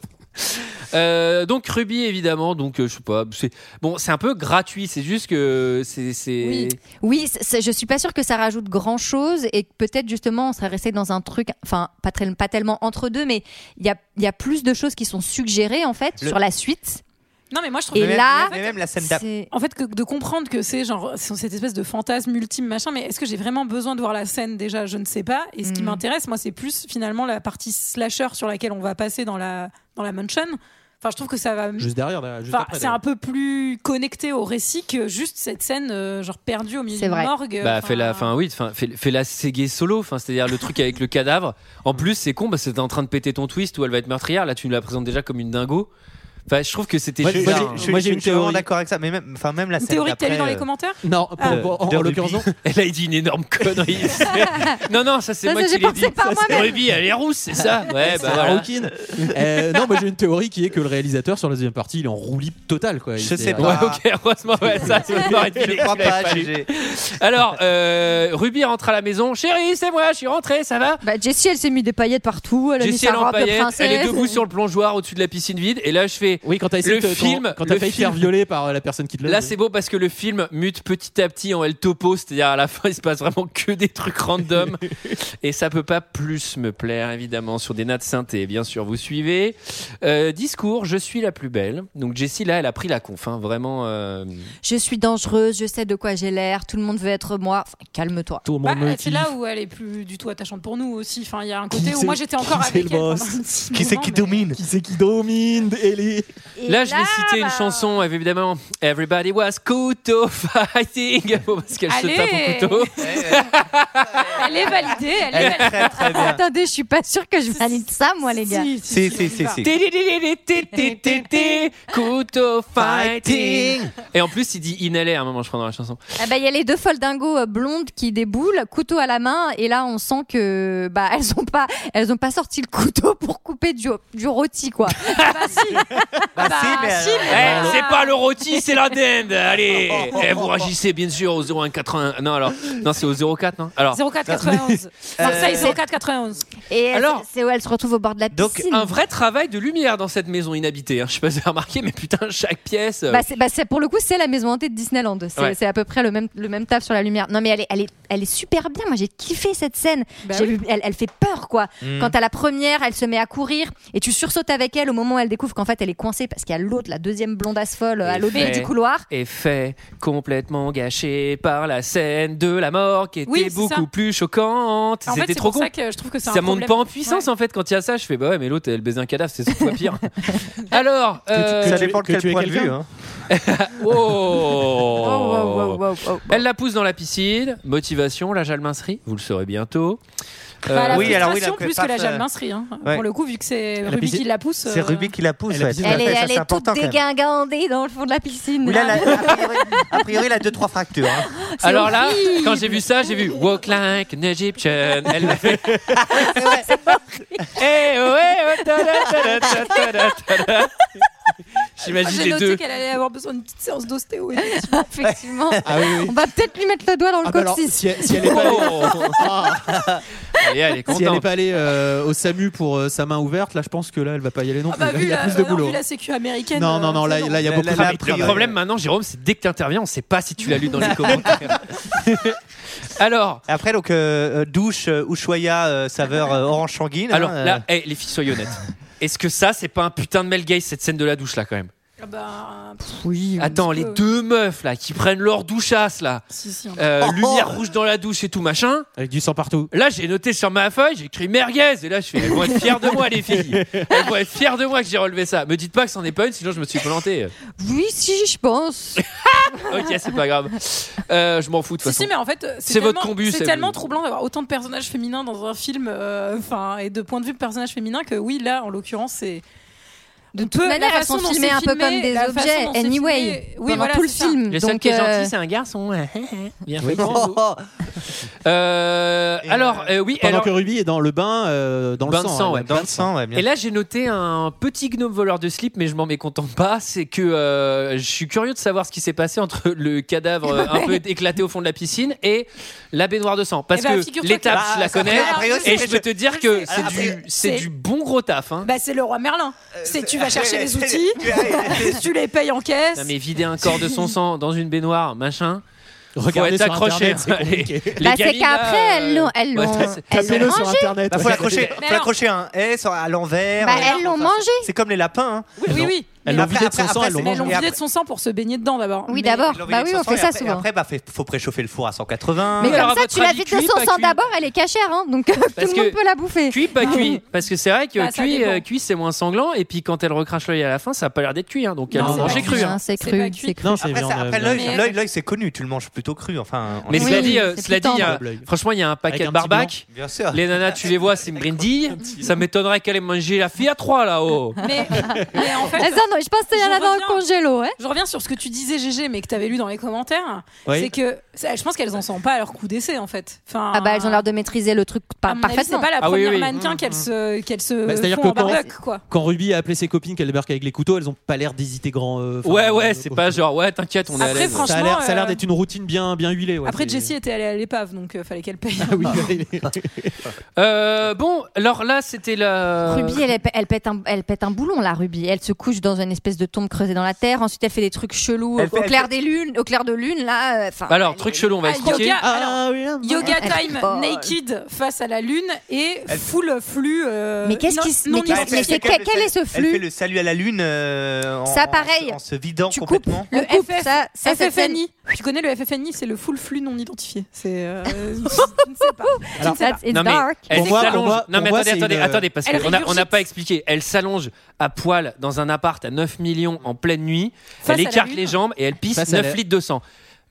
S1: Euh, donc Ruby, évidemment. Donc euh, je sais pas. C'est bon, c'est un peu gratuit. C'est juste que c'est. c'est-
S12: Oui, oui c'est- c'est- je suis pas sûre que ça rajoute grand chose et que peut-être justement on serait resté dans un truc, enfin pas, très- pas tellement entre deux, mais il y a, il y a plus de choses qui sont suggérées en fait
S11: Le-
S12: sur la suite.
S7: Non, mais moi, je trouve
S12: Et
S7: que-
S11: Mais même-
S12: là,
S11: mais même la scène d'après.
S12: C'est-
S7: En fait, que- de comprendre que c'est genre c'est cette espèce de fantasme ultime machin, mais est-ce que j'ai vraiment besoin de voir la scène déjà Je ne sais pas. Et ce qui
S12: Mm.
S7: m'intéresse, moi, c'est plus finalement la partie slasher sur laquelle on va passer dans la dans la mansion. Enfin, je trouve que ça va.
S6: Juste derrière, là, juste
S7: Enfin,
S6: après,
S7: c'est un peu plus connecté au récit que juste cette scène euh, genre perdue au milieu
S12: C'est
S7: d'une
S12: vrai.
S7: morgue.
S1: Bah
S7: Enfin,
S1: fais la, enfin oui, enfin, fais, fais la Ségué solo. Enfin, c'est-à-dire le truc avec le cadavre. En plus, c'est con parce que t'es en train de péter ton twist où elle va être meurtrière. Là, tu nous la présentes déjà comme une dingo. Enfin, je trouve que c'était.
S6: Moi,
S11: Je-
S1: juste-
S11: je-
S6: j'ai-
S11: je-
S6: moi,
S11: je-
S6: j'ai une
S11: je suis vraiment
S6: théorie.
S11: d'accord avec ça. Mais même, enfin, même la
S7: Une
S11: scène
S7: théorie que t'as lue
S11: d'après,
S7: dans les
S11: euh,
S7: commentaires
S6: Non, pour-
S11: Euh,
S6: pour- en,
S11: de
S6: en l'occurrence, non.
S11: Ruby.
S1: Elle a dit une énorme
S6: *laughs*
S1: connerie. non, non, ça c'est
S12: Ça,
S1: moi
S12: ça,
S1: qui
S12: j'ai
S1: l'ai
S12: pensé
S1: dit.
S12: par
S1: Ça, c'est- Ruby, elle est rousse, c'est ça
S12: *laughs*
S1: Ouais, bah
S6: C'est la
S1: voilà.
S6: rouquine. Euh, non, moi j'ai une théorie qui est que le réalisateur sur la deuxième partie, il est en roue libre totale. Quoi. Il euh,
S11: Je
S6: s'est-
S11: sais
S1: Ouais,
S11: pas.
S1: ok, *laughs* heureusement, ouais, ça,
S11: *laughs*
S1: c'est
S11: Ah. Je crois pas. j'ai-
S1: Alors, euh, Ruby rentre à la maison. Chérie, c'est moi, je suis rentrée, ça va
S12: Bah, Jessie, elle s'est mis des paillettes partout, elle a mis
S1: Jessie,
S12: sa
S1: elle est en
S12: robe de
S1: paillettes,
S12: princesse.
S1: elle est debout sur le plongeoir au-dessus de la piscine vide. Et là, je fais.
S6: Oui, quand t'as essayé
S1: Le
S6: de- quand-
S1: film-
S6: quand t'as
S1: le
S6: failli te
S1: film-
S6: faire violer par la personne qui te l'a
S1: Là, c'est beau parce que le film mute petit à petit en El Topo, c'est-à-dire à la fin, *laughs* il se passe vraiment que des trucs
S11: *laughs*
S1: random. et ça peut pas plus me plaire, évidemment, sur des nattes synthé. Bien sûr, vous suivez. Euh, discours, je suis la plus belle. Donc, Jessie, là, elle a pris la conf, hein, vraiment. euh,
S12: Je suis dangereuse, je sais de quoi j'ai l'air, tout le monde veut être moi. Enfin, Calme-toi.
S6: Tout le
S7: Bah,
S6: monde me
S7: c'est
S6: kiffe.
S7: là où elle est plus du tout attachante pour nous aussi. Enfin, il y a un côté où
S6: c'est-
S7: moi j'étais encore
S6: qui c'est
S7: avec
S6: le
S7: elle. pendant
S6: boss
S7: un petit
S11: Qui c'est
S7: moment,
S11: qui
S7: mais-
S11: domine
S6: Qui c'est qui domine Ellie
S12: Et
S1: Là, je vais citer
S12: bah,
S1: une chanson, évidemment. Everybody was couteau *laughs* fighting. *laughs* Bon, parce qu'elle se
S7: Allez.
S1: tape
S12: *laughs*
S1: au couteau.
S7: Elle est validée. Elle est
S11: Elle est
S7: validée.
S11: très très bien.
S12: Attendez, je suis pas sûre que je valide ça, moi, les gars.
S7: Si,
S11: Si,
S7: si,
S11: si,
S7: on y
S11: si,
S7: va.
S11: si.
S1: Té-té-té-té-té, Couteau fighting. Et en plus, il dit inhaler à un moment, je crois, dans la chanson.
S12: Ah bah, Il y a les deux folles dingos euh, blondes qui déboulent, couteau à la main, et là on sent que bah elles ont pas elles ont pas sorti le couteau pour couper du, du rôti quoi.
S7: Bah, si.
S11: Bah,
S7: Bah,
S11: si, mais,
S7: si,
S11: euh,
S1: Eh,
S12: Ah.
S1: c'est pas le rôti, c'est la dinde. Allez,
S12: *laughs*
S1: Eh, vous réagissez bien sûr au 0180. Non, alors, non, c'est au 04, non Alors,
S7: 0491. Marseille
S11: Euh,
S7: 0491.
S12: Et elles-
S1: Alors-
S12: c'est où elles se retrouvent au bord de la
S11: Donc,
S12: piscine.
S1: un vrai travail de lumière dans cette maison inhabitée. hein. Je sais pas si vous avez remarqué, mais putain, chaque pièce. euh,
S12: Bah, c'est- bah, c'est- pour le coup c'est la maison hantée de Disneyland. C'est
S1: Ouais.
S12: c'est à peu près le même le même taf sur la lumière. Non mais elle est elle est elle est super bien. Moi j'ai kiffé cette scène.
S7: Bah
S12: J'ai
S7: oui.
S12: vu- elle, elle fait peur quoi.
S11: Mm.
S12: Quand à la première elle se met à courir et tu sursautes avec elle au moment où elle découvre qu'en fait elle est coincée parce qu'il y a l'autre la deuxième blondasse folle euh, à
S1: Et
S12: l'autre bout
S1: fait.
S12: du couloir.
S1: Effet complètement gâché par la scène de la mort qui était
S7: Oui, c'est
S1: beaucoup
S7: ça.
S1: plus choquante.
S7: En fait,
S1: C'était
S7: c'est
S1: trop
S7: pour
S1: con.
S7: ça que je trouve que c'est un
S1: Ça monte
S7: problème.
S1: pas en puissance
S7: Ouais.
S1: en fait quand il y a ça. Je fais bah ouais, mais l'autre elle baise un cadavre, c'est 100 fois
S7: *laughs*
S1: pire. Alors, euh,
S11: Ça
S1: *laughs*
S6: tu-
S11: dépend de
S6: que
S11: quel
S6: tu aies
S11: point de vue.
S6: quelqu'un.
S11: hein.
S1: wow.
S12: Oh, wow, wow, wow, wow, wow.
S1: Elle la pousse dans la piscine. Motivation, la jalmincerie, vous le saurez bientôt. Euh,
S7: Bah, la
S11: oui, alors oui, la
S7: frustration plus que la
S11: préface, euh,
S7: jalmincerie. hein.
S11: ouais.
S7: Pour le coup, vu que c'est
S11: Elle a
S7: Ruby
S11: pissé-
S7: qui la pousse.
S11: C'est
S7: euh,
S11: Ruby qui la pousse. ouais, tout à
S12: Elle est,
S11: fait, ça,
S12: elle
S11: c'est
S12: est toute
S11: important, quand même.
S12: dégingandée dans le fond de la piscine.
S11: Oui, là, là, a priori- a priori, elle a deux trois fractures. hein.
S12: C'est
S1: Alors là,
S12: horrible.
S1: quand j'ai vu ça, j'ai vu Walk like an Egyptian. Elle l'a fait. Eh, ouais, ouais, ta-da, ta-da, ta-da, ta-da, ta-da. J'imagine
S7: J'ai
S1: les
S7: noté
S1: deux.
S7: qu'elle allait avoir besoin d'une petite séance d'ostéo.
S12: Effectivement.
S6: Ah oui, oui.
S12: On va peut-être lui mettre le doigt dans le
S6: Ah bah alors,
S12: coccyx.
S6: si elle, si
S7: *laughs*
S6: elle est pas
S7: Oh.
S1: Elle
S6: allée,
S1: est- Oh. elle est
S6: si elle est
S1: contente.
S6: pas allée, euh, au SAMU pour euh, sa main ouverte, là je pense que là elle va pas y aller non
S7: Ah
S6: plus.
S7: bah,
S6: Là,
S7: vu
S6: il y a
S7: la-
S6: plus de
S7: non,
S6: boulot.
S7: vu la sécu américaine.
S6: Non, non, non, là, là, il y a beaucoup de
S1: Le problème maintenant, Jérôme, c'est dès que t'interviens, on sait pas si tu l'as lu dans *laughs* les commentaires. Alors.
S11: Après, donc, euh, euh, douche, euh, Ushuaïa, euh, saveur euh, orange sanguine.
S1: Alors
S11: hein,
S1: là, eh, les filles, soyez honnêtes. Est-ce que ça, c'est pas un putain de Mel Gaze, cette scène de la douche là, quand même
S12: Oui.
S1: Attends, les deux meufs là qui prennent leur douchasse là,
S7: si, on-
S1: Euh,
S7: Oh,
S1: lumière rouge dans la douche et tout machin.
S6: Avec du sang partout.
S1: Là, j'ai noté sur ma feuille, j'ai écrit merguez. Et là, je fais, elles vont être fiers de moi, les filles. Elles vont être fiers de moi que j'ai relevé ça. Me dites pas que c'en est pas une, sinon je me suis planté.
S12: Oui, si, je pense.
S1: *laughs* ok, c'est pas grave. Euh, je m'en fous de toute
S7: Si,
S1: façon.
S7: si, mais en fait, euh, c'est
S1: C'est votre
S7: tellement-
S1: combu,
S7: C'est
S1: c'est-
S7: tellement troublant d'avoir autant de personnages féminins dans un film, euh, enfin, et de point de vue de personnages féminins que oui, là, en l'occurrence, c'est. De
S12: toute manière, elles sont filmées un peu comme des objets, anyway, pendant tout le film.
S1: Le
S12: Donc,
S1: seul qui est
S12: euh,
S1: gentil, c'est un garçon. *laughs* Bien fait.
S6: Oui.
S1: Euh, alors, euh, oui.
S6: Pendant
S1: alors-
S6: que Ruby est dans le bain, euh, dans
S1: Bain
S6: le
S1: de
S6: sang.
S1: sang,
S6: hein,
S1: ouais,
S6: dans le sang.
S1: Et là, j'ai noté un petit gnome voleur de slip, mais je m'en mécontente pas. C'est que euh, je suis curieux de savoir ce qui s'est passé entre *laughs* le cadavre euh, un peu éclaté au fond de la piscine et la baignoire de sang. Parce
S7: Eh ben,
S1: que
S7: figure-toi
S1: l'étape,
S11: Ah,
S7: que-
S1: je la
S7: Bah, ça
S1: connais.
S7: fait- a priori,
S1: Et
S7: c'est-
S1: je peux
S11: *laughs*
S1: te dire que
S7: Ah,
S1: c'est
S7: après,
S1: du, c'est
S7: c'est-
S1: du bon gros taf. hein.
S7: Bah, c'est le roi Merlin. C'est *laughs* tu vas chercher
S11: *laughs*
S7: les outils,
S11: Bah,
S7: *laughs* tu les payes en caisse.
S1: Non, mais vider un corps de son sang dans une baignoire, machin.
S6: Regardez
S1: faut être
S6: sur
S1: accroché. hein.
S6: Internet, c'est compliqué.
S1: Les- les
S12: Bah, c'est
S1: gamines, là,
S12: qu'après, elles l'ont-
S1: euh,
S12: elles l'ont.
S1: ouais, c'est-
S12: elles l'ont
S11: sur
S12: mangé.
S6: Internet.
S11: Bah, faut l'accrocher, faut l'accrocher à un S à l'envers. euh,
S12: Bah, elles l'ont mangé.
S11: C'est comme les lapins. hein.
S7: Oui, oui, oui.
S11: Elles
S7: Mais
S11: l'ont
S7: après-
S11: vidé de son
S7: après-
S11: sang,
S7: après,
S11: elles l'ont
S7: c'est- elles l'ont
S11: mangé.
S7: vidé de son sang pour se baigner dedans d'abord.
S12: Oui,
S7: Mais-
S12: d'abord.
S11: L'envie
S12: Bah
S11: de
S12: oui,
S11: son
S12: on
S11: sang,
S12: fait
S11: et
S12: ça
S11: après-
S12: souvent.
S11: Après, bah, fait- faut préchauffer le four à 180.
S12: Mais
S1: alors,
S12: comme
S1: à
S12: ça,
S1: votre
S12: tu la
S1: avis,
S12: vides
S1: cuit,
S12: de son
S1: pas
S12: sang
S1: cuit
S12: d'abord, elle est cachère, hein, donc tout
S1: Parce
S12: le monde
S1: que
S12: peut la bouffer. Ah,
S1: Cuit, pas
S12: *laughs*
S1: cuit. Parce que c'est vrai que
S7: Bah, ça
S1: cuit,
S7: dépend.
S1: euh, cuit, c'est moins sanglant. Et puis quand elle recrache l'œil à la fin, ça a pas l'air d'être cuit. hein. donc elles
S12: Non,
S1: l'ont
S12: c'est
S1: mangé
S12: pas
S1: cru.
S12: cuit,
S1: hein.
S12: hein, C'est
S7: C'est
S12: cru,
S7: pas cuit.
S12: c'est cru.
S6: Non, c'est
S11: Après,
S6: on
S11: ça-
S6: a-
S11: après,
S6: on a-
S11: l'œil,
S7: Mais-
S11: l'œil, l'œil, c'est connu, tu le manges plutôt cru. Enfin, en-
S1: Mais
S12: Oui,
S1: cela dit, euh,
S12: c'est
S1: cela
S12: plus
S1: dit, il y a-
S6: tendre.
S1: franchement, il y a un paquet
S6: Avec
S1: de
S6: un petit
S1: barbacs.
S11: bien sûr.
S1: Les nanas, tu les vois, c'est une
S6: *laughs*
S1: brindille. Ça m'étonnerait qu'elle ait mangé la fille à trois là-haut.
S7: Mais, mais
S12: *laughs*
S7: en fait,
S12: Elles en ont- je pense qu'il y en a
S7: Je
S12: dans le
S7: reviens.
S12: congélo, hein.
S7: Je reviens sur ce que tu disais, GG, mais que tu avais lu dans les commentaires.
S6: Oui.
S7: C'est que ça- je pense qu'elles en sont pas à leur coup d'essai, en fait. Enfin,
S12: Ah bah, elles ont l'air de maîtriser le truc par-
S7: à mon avis,
S12: parfaitement.
S7: C'est pas la
S1: Ah oui,
S7: première
S1: oui. mmh,
S7: mannequin qu'elles se, qu'elles se
S6: Bah, c'est-à-dire
S7: font
S6: que
S7: en
S6: quand-
S7: barbec, quoi.
S6: Quand Ruby a appelé ses copines qu'elle débarque avec les couteaux, elles ont pas l'air d'hésiter grand. euh, enfin,
S1: Ouais,
S6: euh,
S1: ouais, c'est
S6: quoi. *laughs*
S1: pas genre, ouais, t'inquiète, on est à
S7: Après,
S1: l'aise.
S7: franchement,
S6: Ça a l'air, ça a l'air
S7: euh,
S6: d'être une routine bien, bien huilée. ouais,
S7: Après,
S6: c'est-
S7: Jessie était allée à l'épave, donc euh, fallait qu'elle paye.
S6: Ah *laughs* oui, elle est-
S1: Euh, bon, alors là, c'était la.
S12: Ruby, elle, elle pète un, elle pète un boulon là, Ruby. Elle se couche dans une espèce de tombe creusée dans la terre. Ensuite, elle fait des trucs chelous
S11: Elle
S12: au
S11: fait- elle
S12: clair
S11: fait-
S12: des lunes, au clair de lune là. euh, Enfin,
S1: Alors,
S12: elle
S1: truc
S12: est-
S1: chelou, on va
S7: Ah,
S1: expliquer.
S7: yoga. Alors,
S6: oui, ah,
S7: Yoga
S12: Elle
S7: time,
S12: folle.
S7: naked, face à la lune et full flux. euh,
S12: Mais qu'est-ce qui se-
S7: non-
S12: mais qu'est-ce-
S7: non
S11: Elle fait-
S12: mais c'est
S11: elle
S7: identifié.
S11: fait
S12: quel-
S11: le
S12: quel est
S11: salut-
S12: ce
S11: Elle fait
S12: flux
S11: le salut à la lune. euh, en-
S12: Ça,
S11: en-
S12: pareil.
S11: En se vidant
S12: Tu coupes.
S11: complètement.
S12: Le
S7: Le
S12: coupe, ça, ça, cette scène-
S7: FFNI. Tu connais le FFNI, c'est le full flux non identifié.
S12: *laughs*
S7: C'est. euh, je ne sais pas. Je ne sais pas.
S12: That's- it's
S1: Non mais
S12: dark.
S1: elle
S6: Pour moi, pour
S1: s'allonge.
S6: moi-
S1: Non mais
S6: pour moi,
S1: attendez,
S6: c'est
S1: attendez,
S6: une-
S1: attendez, parce
S7: Elle
S1: qu'on a, on n'a
S7: régurgite.
S1: pas expliqué. Elle s'allonge à poil dans un appart à 9 millions en pleine nuit.
S7: Face
S1: elle
S7: à la
S1: écarte
S7: lune.
S1: les jambes et elle pisse
S6: Face à
S1: 9
S6: la-
S1: litres de sang.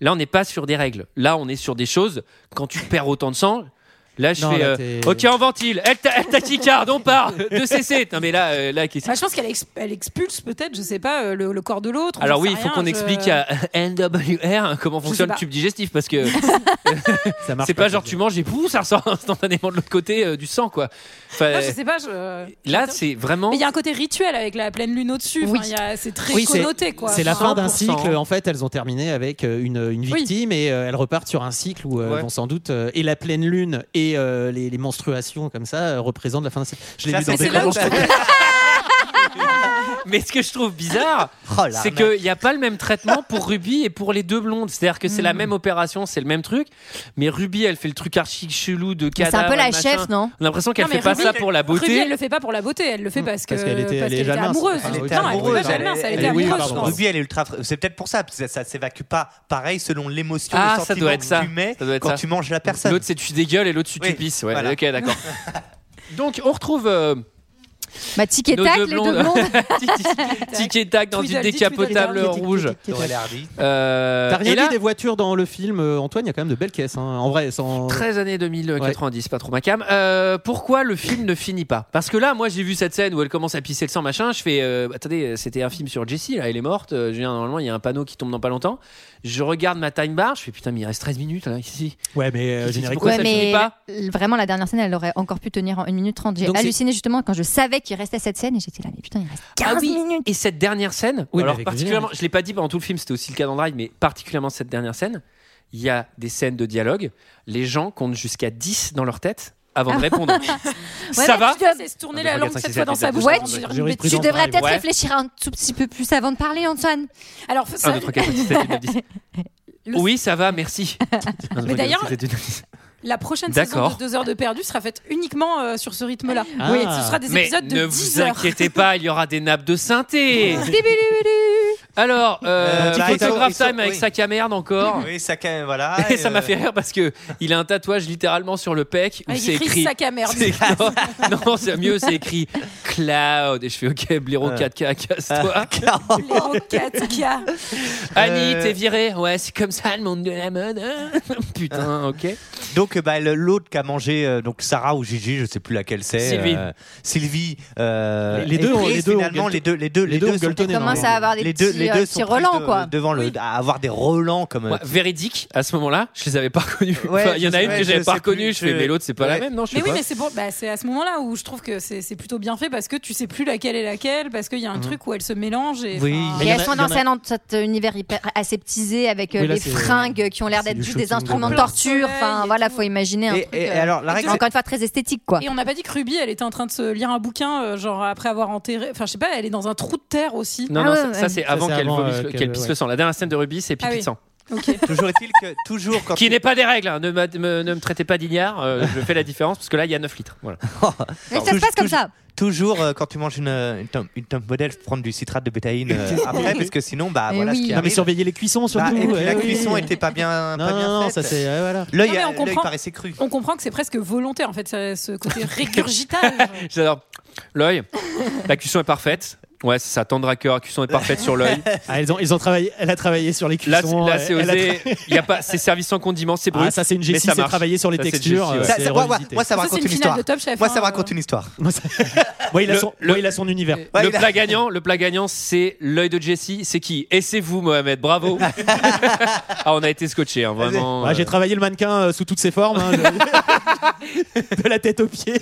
S1: Là, on n'est pas sur des règles. Là, on est sur des choses. Quand tu perds autant de sang. Là, je
S6: Non,
S1: fais.
S6: là,
S1: euh,
S6: t'es-
S1: ok, on ventile. Elle t'a- elle tachycarde, on part. De CC. Non, mais là, euh, là, qu'est-ce
S7: Bah, je pense qu'elle ex- elle expulse peut-être, je sais pas, euh, le, le corps de l'autre.
S1: Alors
S7: j'en
S1: oui,
S7: sais
S1: il faut
S7: rien,
S1: qu'on
S7: je-
S1: explique à NWR comment
S7: Je
S1: fonctionne
S7: sais
S1: le
S7: pas.
S1: tube digestif parce que
S6: *laughs* ah. ça marche
S1: c'est pas genre tu manges et pouf, ça ressort *laughs* instantanément de l'autre côté euh, du sang quoi. Enfin,
S7: Non, je sais pas. je-
S1: euh, là, c'est vraiment.
S7: Mais il y a un côté rituel avec la pleine lune au-dessus.
S12: Oui.
S7: Enfin, il y a- C'est très
S6: Oui, c'est-
S7: connoté, quoi.
S6: C'est la
S7: Enfin,
S6: fin d'un
S1: 100%.
S6: cycle. En fait, elles ont terminé avec euh, une, une
S7: Oui.
S6: victime et euh, elles repartent sur un cycle où euh,
S11: Ouais.
S6: elles vont sans doute euh, et la pleine lune et euh, les, les menstruations comme ça euh, représentent la fin d'un cycle. Je l'ai
S11: Ça,
S6: vu dans
S11: c'est
S6: des
S11: là où
S6: commentaires.
S1: Mais ce que je trouve
S6: *laughs*
S1: bizarre,
S11: *laughs* Oh là,
S1: c'est
S11: mec.
S1: qu'il n'y a pas le même traitement pour Ruby et pour les deux blondes. C'est-à-dire que c'est
S12: Hmm.
S1: la même opération, c'est le même truc. Mais Ruby, elle fait le truc archi chelou de
S12: C'est
S1: cadavre.
S12: un peu la
S1: machin.
S12: chef, non
S1: On a l'impression qu'elle
S7: Non,
S1: fait
S7: mais
S1: pas
S7: Ruby,
S1: ça pour la
S7: Ruby, elle
S1: beauté.
S7: le fait pas pour la beauté, elle le fait parce que
S6: Parce qu'elle était-
S7: parce
S6: elle est
S7: qu'elle
S6: jamais mince.
S7: amoureuse.
S6: Elle
S7: Non,
S6: était
S7: elle
S6: amoureuse,
S7: était jamais
S6: elle-
S7: mince, elle
S6: elle
S7: était
S11: Eh
S6: est- Eh oui,
S7: amoureuse, je
S6: pardon,
S7: pense.
S6: pardon.
S11: Ruby, elle est ultra. C'est peut-être pour ça, parce que ça, ça s'évacue pas pareil selon l'émotion,
S1: Ah,
S11: le
S1: ça
S11: sentiment
S1: doit être
S11: que
S1: ça.
S11: tu mets
S1: Ça doit être
S11: quand
S1: ça.
S11: tu manges la personne.
S1: L'autre, c'est tu dégueules et l'autre, tu
S6: *laughs*
S11: Oui,
S1: pisses. Ouais,
S11: voilà.
S1: ok, d'accord. Donc, on retrouve. euh,
S12: Bah, tic et tac, les deux blondes.
S1: *laughs* Tic et tac dans une
S6: Tweedledee,
S1: décapotable
S6: Tweedledee,
S1: rouge.
S6: Tweedledee, Tweedledee.
S1: Euh,
S6: T'as rien
S1: et là-
S6: dit des voitures dans le film, euh, Antoine Il y a quand même de belles caisses. hein. En vrai, sans.
S1: 13 années 2090, pas trop ma cam. Euh, pourquoi le film ne finit pas Parce que là, moi, j'ai vu cette scène où elle commence à pisser le sang, machin. Je fais, euh, attendez, c'était un film sur Jessie, là, elle est morte. Euh, Je viens, normalement, il y a un panneau qui tombe dans pas longtemps. Je regarde ma time bar, je fais, putain, mais il reste 13 minutes, là, ici.
S6: Ouais, mais euh, générique.
S1: Pourquoi ça finit pas Ah
S12: l- vraiment la dernière scène, elle aurait encore pu tenir en 1 minute 30. J'ai
S1: Donc c'est-
S12: halluciné justement quand je savais qu'il restait cette scène et j'étais là, mais putain, il reste 15
S1: Ah oui.
S12: minutes.
S1: Et cette dernière scène,
S12: Oui, mais
S1: alors
S12: avec
S1: particulièrement, je l'ai pas dit pendant tout le film, c'était aussi le cas dans Drive, mais particulièrement cette dernière scène, il y a des scènes de dialogue. Les gens comptent jusqu'à 10 dans leur tête
S6: Ah.
S1: avant de
S6: *laughs*
S1: répondre. ça va
S7: Tu dois se tourner la
S1: Regarde,
S7: langue
S1: ça,
S7: cette
S1: c'est
S7: fois dans
S1: ça,
S7: sa bouche.
S1: ouais,
S7: avant de
S1: tu-
S7: dire une
S1: j'aurais
S7: bêtise.
S1: pris
S12: Tu
S1: dans
S12: devrais
S1: Drive,
S12: peut-être
S1: ouais.
S12: réfléchir un tout petit peu plus avant de parler, Antoine.
S7: Alors,
S1: Un, deux, trois, quatre, cinq, six, sept, huit, neuf, dix. Oui, ça va, merci.
S6: Ah,
S7: Mais d'ailleurs, la prochaine saison de
S1: D'accord.
S7: 2 heures de perdu sera faite uniquement euh, sur ce rythme-là.
S1: Ah.
S7: Oui, ce sera des
S1: Mais
S7: épisodes de
S1: ne
S7: 10
S1: vous
S7: heures.
S1: inquiétez pas, il y aura des nappes de
S7: *laughs*
S1: synthé. Alors,
S11: Euh,
S1: euh,
S11: bah, ils sont-
S1: photographe
S11: ils sont-
S1: time avec
S11: oui.
S1: sa camerde encore.
S11: Oui, ça quand même, voilà.
S1: *laughs* Et ça
S11: euh,
S1: m'a fait rire parce que il a un tatouage littéralement sur le pec où
S7: Avec
S1: c'est
S7: Ah, écrit
S1: écrit.
S7: sac à merde.
S1: *laughs* C'est- Non, non, c'est mieux, c'est écrit Cloud. Et je fais OK, blaireau
S11: Ah.
S1: 4K,
S11: *laughs*
S1: casse-toi.
S7: Léo Katka.
S1: Annie,
S11: Euh.
S1: t'es virée. Ouais, c'est comme ça le monde de la mode. hein. *laughs* Putain, ok.
S11: Donc, euh, bah, le- l'autre qu'a mangé, euh, donc Sarah ou Gigi, je sais plus laquelle c'est.
S1: Sylvie.
S11: euh, Sylvie. euh,
S6: Les- les deux
S11: est
S6: ont-
S11: prise,
S6: les deux ont
S11: finalement,
S6: gueuleté-
S11: les deux, les deux,
S6: les deux ont
S11: sont-
S6: gueuletonné,
S12: Commence normalement. à avoir des
S11: les deux,
S12: petits,
S11: les
S12: euh,
S11: deux
S12: petits
S11: sont pris
S12: relents,
S11: de-
S12: quoi.
S11: Devant le, à avoir des relents comme. euh,
S1: Moi, véridique, à ce moment-là, je les avais pas reconnus. Enfin, Il
S11: Ouais,
S1: y en a
S11: je-
S1: une que
S11: ouais,
S1: j'avais
S11: je
S1: pas
S11: sais plus,
S1: reconnue. Je fais,
S11: je-
S1: mais l'autre, c'est pas la
S11: ouais.
S1: même, non je sais
S7: Mais oui,
S1: pas.
S7: mais c'est bon, bah, c'est à ce moment-là où je trouve que c'est c'est plutôt bien fait parce que tu sais plus laquelle est laquelle, parce qu'il y a un truc où elles se mélangent. Et,
S6: Oui.
S7: enfin,
S6: Mais
S12: Et
S6: il y en
S12: elles
S6: a-
S12: sont
S6: il y en
S12: dans
S6: a-
S12: cet en- cet univers hyper aseptisé avec euh,
S6: Oui, là,
S12: les
S6: c'est-
S12: fringues qui ont l'air d'être
S6: du
S12: juste des
S6: shooting
S12: instruments de
S6: complet.
S12: torture. Enfin voilà, faut imaginer un
S11: Et-
S12: truc.
S11: et
S12: euh,
S11: alors, la règle,
S12: encore une fois très esthétique quoi.
S7: Et on n'a pas dit que Ruby, elle était en train de se lire un bouquin, euh, genre après avoir enterré. Enfin, je sais pas, elle est dans un trou de terre aussi.
S12: Ah
S1: Non, non, ça- ça, c'est avant
S6: c'est
S1: qu'elle
S6: avant,
S1: vomisse
S6: euh,
S1: le-
S6: qu'elle-
S1: qu'elle pisse le sang. La dernière scène de Ruby, c'est pipi
S7: Ah oui.
S1: de sang.
S11: Toujours est-il que toujours quand
S1: Qui n'est pas des règles, hein. ne, m'a- me, ne me traitez pas d'ignare, euh, je fais la différence parce que là il y a 9 litres.
S6: *laughs*
S1: Voilà.
S12: Mais ça se passe comme ça.
S11: Toujours euh, quand tu manges une, euh, une, tom- une Tom Model, faut prendre du citrate de bétaïne euh, après, parce que sinon, bah
S12: Eh
S11: voilà
S12: oui.
S11: ce qui
S6: Non, mais
S11: arrive.
S6: surveiller les cuissons
S11: Bah,
S6: surtout.
S11: et puis
S6: ouais,
S11: la
S6: ouais,
S11: cuisson
S6: ouais.
S11: était pas bien,
S6: Non,
S11: pas bien
S6: non, non,
S11: faite.
S6: ça c'est. euh, ouais,
S1: *laughs*
S6: voilà.
S11: L'œil
S7: Non, mais
S11: a-
S7: on
S11: l'œil
S7: comprend-
S11: paraissait cru.
S7: On comprend que c'est presque volontaire en fait, ça- ce côté régurgitage.
S1: J'adore. L'œil, la cuisson est parfaite. Ouais, c'est ça, tendre à cœur, la cuisson est parfaite sur
S6: *laughs*
S1: l'œil.
S6: Ah, elles ont, ils ont travaillé, elle a travaillé sur les
S1: Là, c'est-
S6: cuissons.
S1: là
S6: elle-
S1: c'est
S6: elle a
S1: osé.
S6: tra-
S1: Il y a pas, c'est servi sans condiment, c'est brut.
S6: Ah, ça, c'est une
S1: mais
S6: Jessie,
S1: ça
S6: c'est
S1: marche.
S6: travailler sur les
S1: Ça, c'est une
S6: textures, euh.
S1: Jessie, ouais.
S11: Ça,
S6: c'est
S11: ça- moi, moi,
S6: revisité.
S11: moi, ça me
S7: Ça, c'est
S11: raconte
S7: une
S11: une
S7: finale
S11: histoire.
S7: de Top Chef.
S11: Moi, ça
S7: hein,
S11: me
S7: euh.
S11: raconte une histoire.
S6: Bon, il, a
S1: Le-
S6: son,
S1: le-
S6: ouais, il a son univers.
S11: Ouais,
S1: le
S11: il a-
S1: plat gagnant, le plat gagnant, c'est l'œil de Jessie. C'est qui Et c'est vous, Mohamed.
S6: *laughs*
S1: Bravo. ah, on a été scotché, vraiment.
S6: Ouais, J'ai
S1: euh,
S6: travaillé le mannequin euh, sous toutes ses formes, hein,
S1: *laughs*
S6: je- de la tête aux pieds.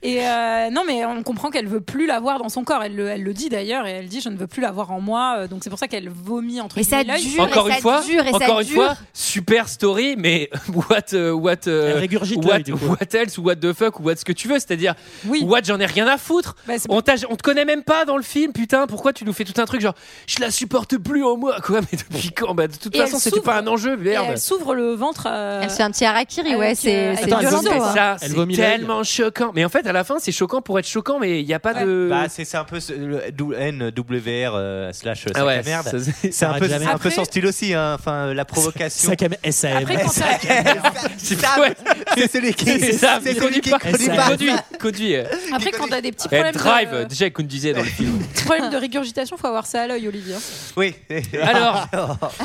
S7: Et euh, non, mais on comprend qu'elle veut plus l'avoir dans son corps. Elle le, elle le dit d'ailleurs et elle dit je ne veux plus l'avoir en moi. Euh, Donc c'est pour ça qu'elle vomit entre
S12: Et ça
S7: guillemets l'œil.
S12: dure,
S1: encore
S12: et
S1: une
S12: ça
S1: fois,
S12: dure, et ça
S1: encore une
S12: dure.
S1: fois, super story, mais *laughs* what, euh, what, euh,
S6: Elle régurgite
S1: what,
S6: l'œil, du coup.
S1: what else, what the fuck, what ce que tu veux, c'est-à-dire,
S7: Oui.
S1: what j'en ai rien à foutre.
S7: Bah, c'est-
S1: on, t'a- on te connaît même pas dans le film, putain, pourquoi tu nous fais tout un truc genre, je la supporte plus en moi, quoi, *laughs* mais depuis quand Bah, De toute
S7: Et
S1: façon,
S7: elle
S1: c'était
S7: s'ouvre.
S1: pas un enjeu,
S7: Et
S1: merde.
S7: elle s'ouvre le ventre. euh,
S12: Elle se fait un petit harakiri,
S7: avec,
S12: ouais,
S7: euh,
S12: c'est c'est
S7: avec
S6: Attends, elle
S12: violent.
S6: vomit-
S7: violent,
S1: Et
S7: hein.
S1: ça,
S6: Elle
S1: Ah, c'est
S6: vomit l'œil.
S1: tellement choquant. Mais en fait, à la fin, c'est choquant pour être choquant, mais il n'y a pas
S7: Ouais.
S1: de.
S11: Bah, c'est c'est un peu ce- le dou- NWR euh, slash euh,
S1: Ah
S11: sac
S1: ouais,
S11: à merde.
S1: ça, c'est-
S11: C'est un, peu-
S6: Arrête
S11: c'est un peu
S7: jamais.
S11: son style aussi, hein. enfin euh, la provocation.
S6: Sac à main- SAM. *laughs*
S7: Après,
S12: *laughs*
S7: quand elle-
S1: *laughs*
S11: *laughs*
S1: c'est
S11: Sam,
S1: ouais,
S11: C'est celui qui
S1: c'est ça,
S11: c'est
S1: il
S11: celui
S1: conduit
S11: qui
S1: pas.
S11: conduit
S1: Il
S11: pas.
S1: conduit, conduit.
S7: après, quand t'as *laughs* des petits
S1: Elle
S7: problèmes
S1: euh, drive, euh,
S7: de,
S1: déjà, qu'on disait dans le film.
S7: petits problèmes de régurgitation, faut avoir ça à l'œil, Olivier.
S11: Oui.
S1: Alors,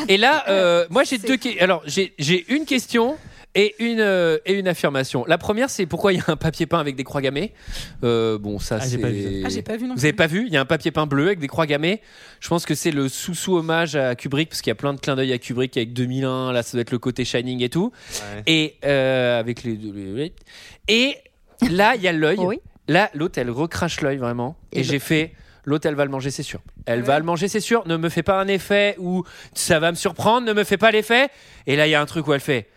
S1: et là, euh, moi j'ai deux. que- Alors, j'ai j'ai une question. Et une, euh, et une affirmation. La première, c'est pourquoi il y a un papier peint avec des croix gammées. Euh, bon, ça,
S6: Ah,
S1: c'est.
S6: j'ai pas vu
S7: Ah, j'ai pas vu non
S1: Vous
S7: plus.
S1: avez pas vu Il y a un papier peint bleu avec des croix gammées. Je pense que c'est le sous-sous hommage à Kubrick, parce qu'il y a plein de clins d'œil à Kubrick avec 2001. Là, ça doit être le côté Shining et tout.
S11: Ouais.
S1: Et euh, avec les, les- Et là, il y a l'œil.
S12: Oui.
S1: Là, l'autre, elle recrache l'œil vraiment. Et,
S12: Et
S1: j'ai fait. L'autre, elle va le manger, c'est sûr. Elle va
S7: Ouais.
S1: le manger, c'est sûr. Ne me fais pas un effet ou ça va me surprendre. Ne me fais pas l'effet. Et là, il y a un truc où elle fait.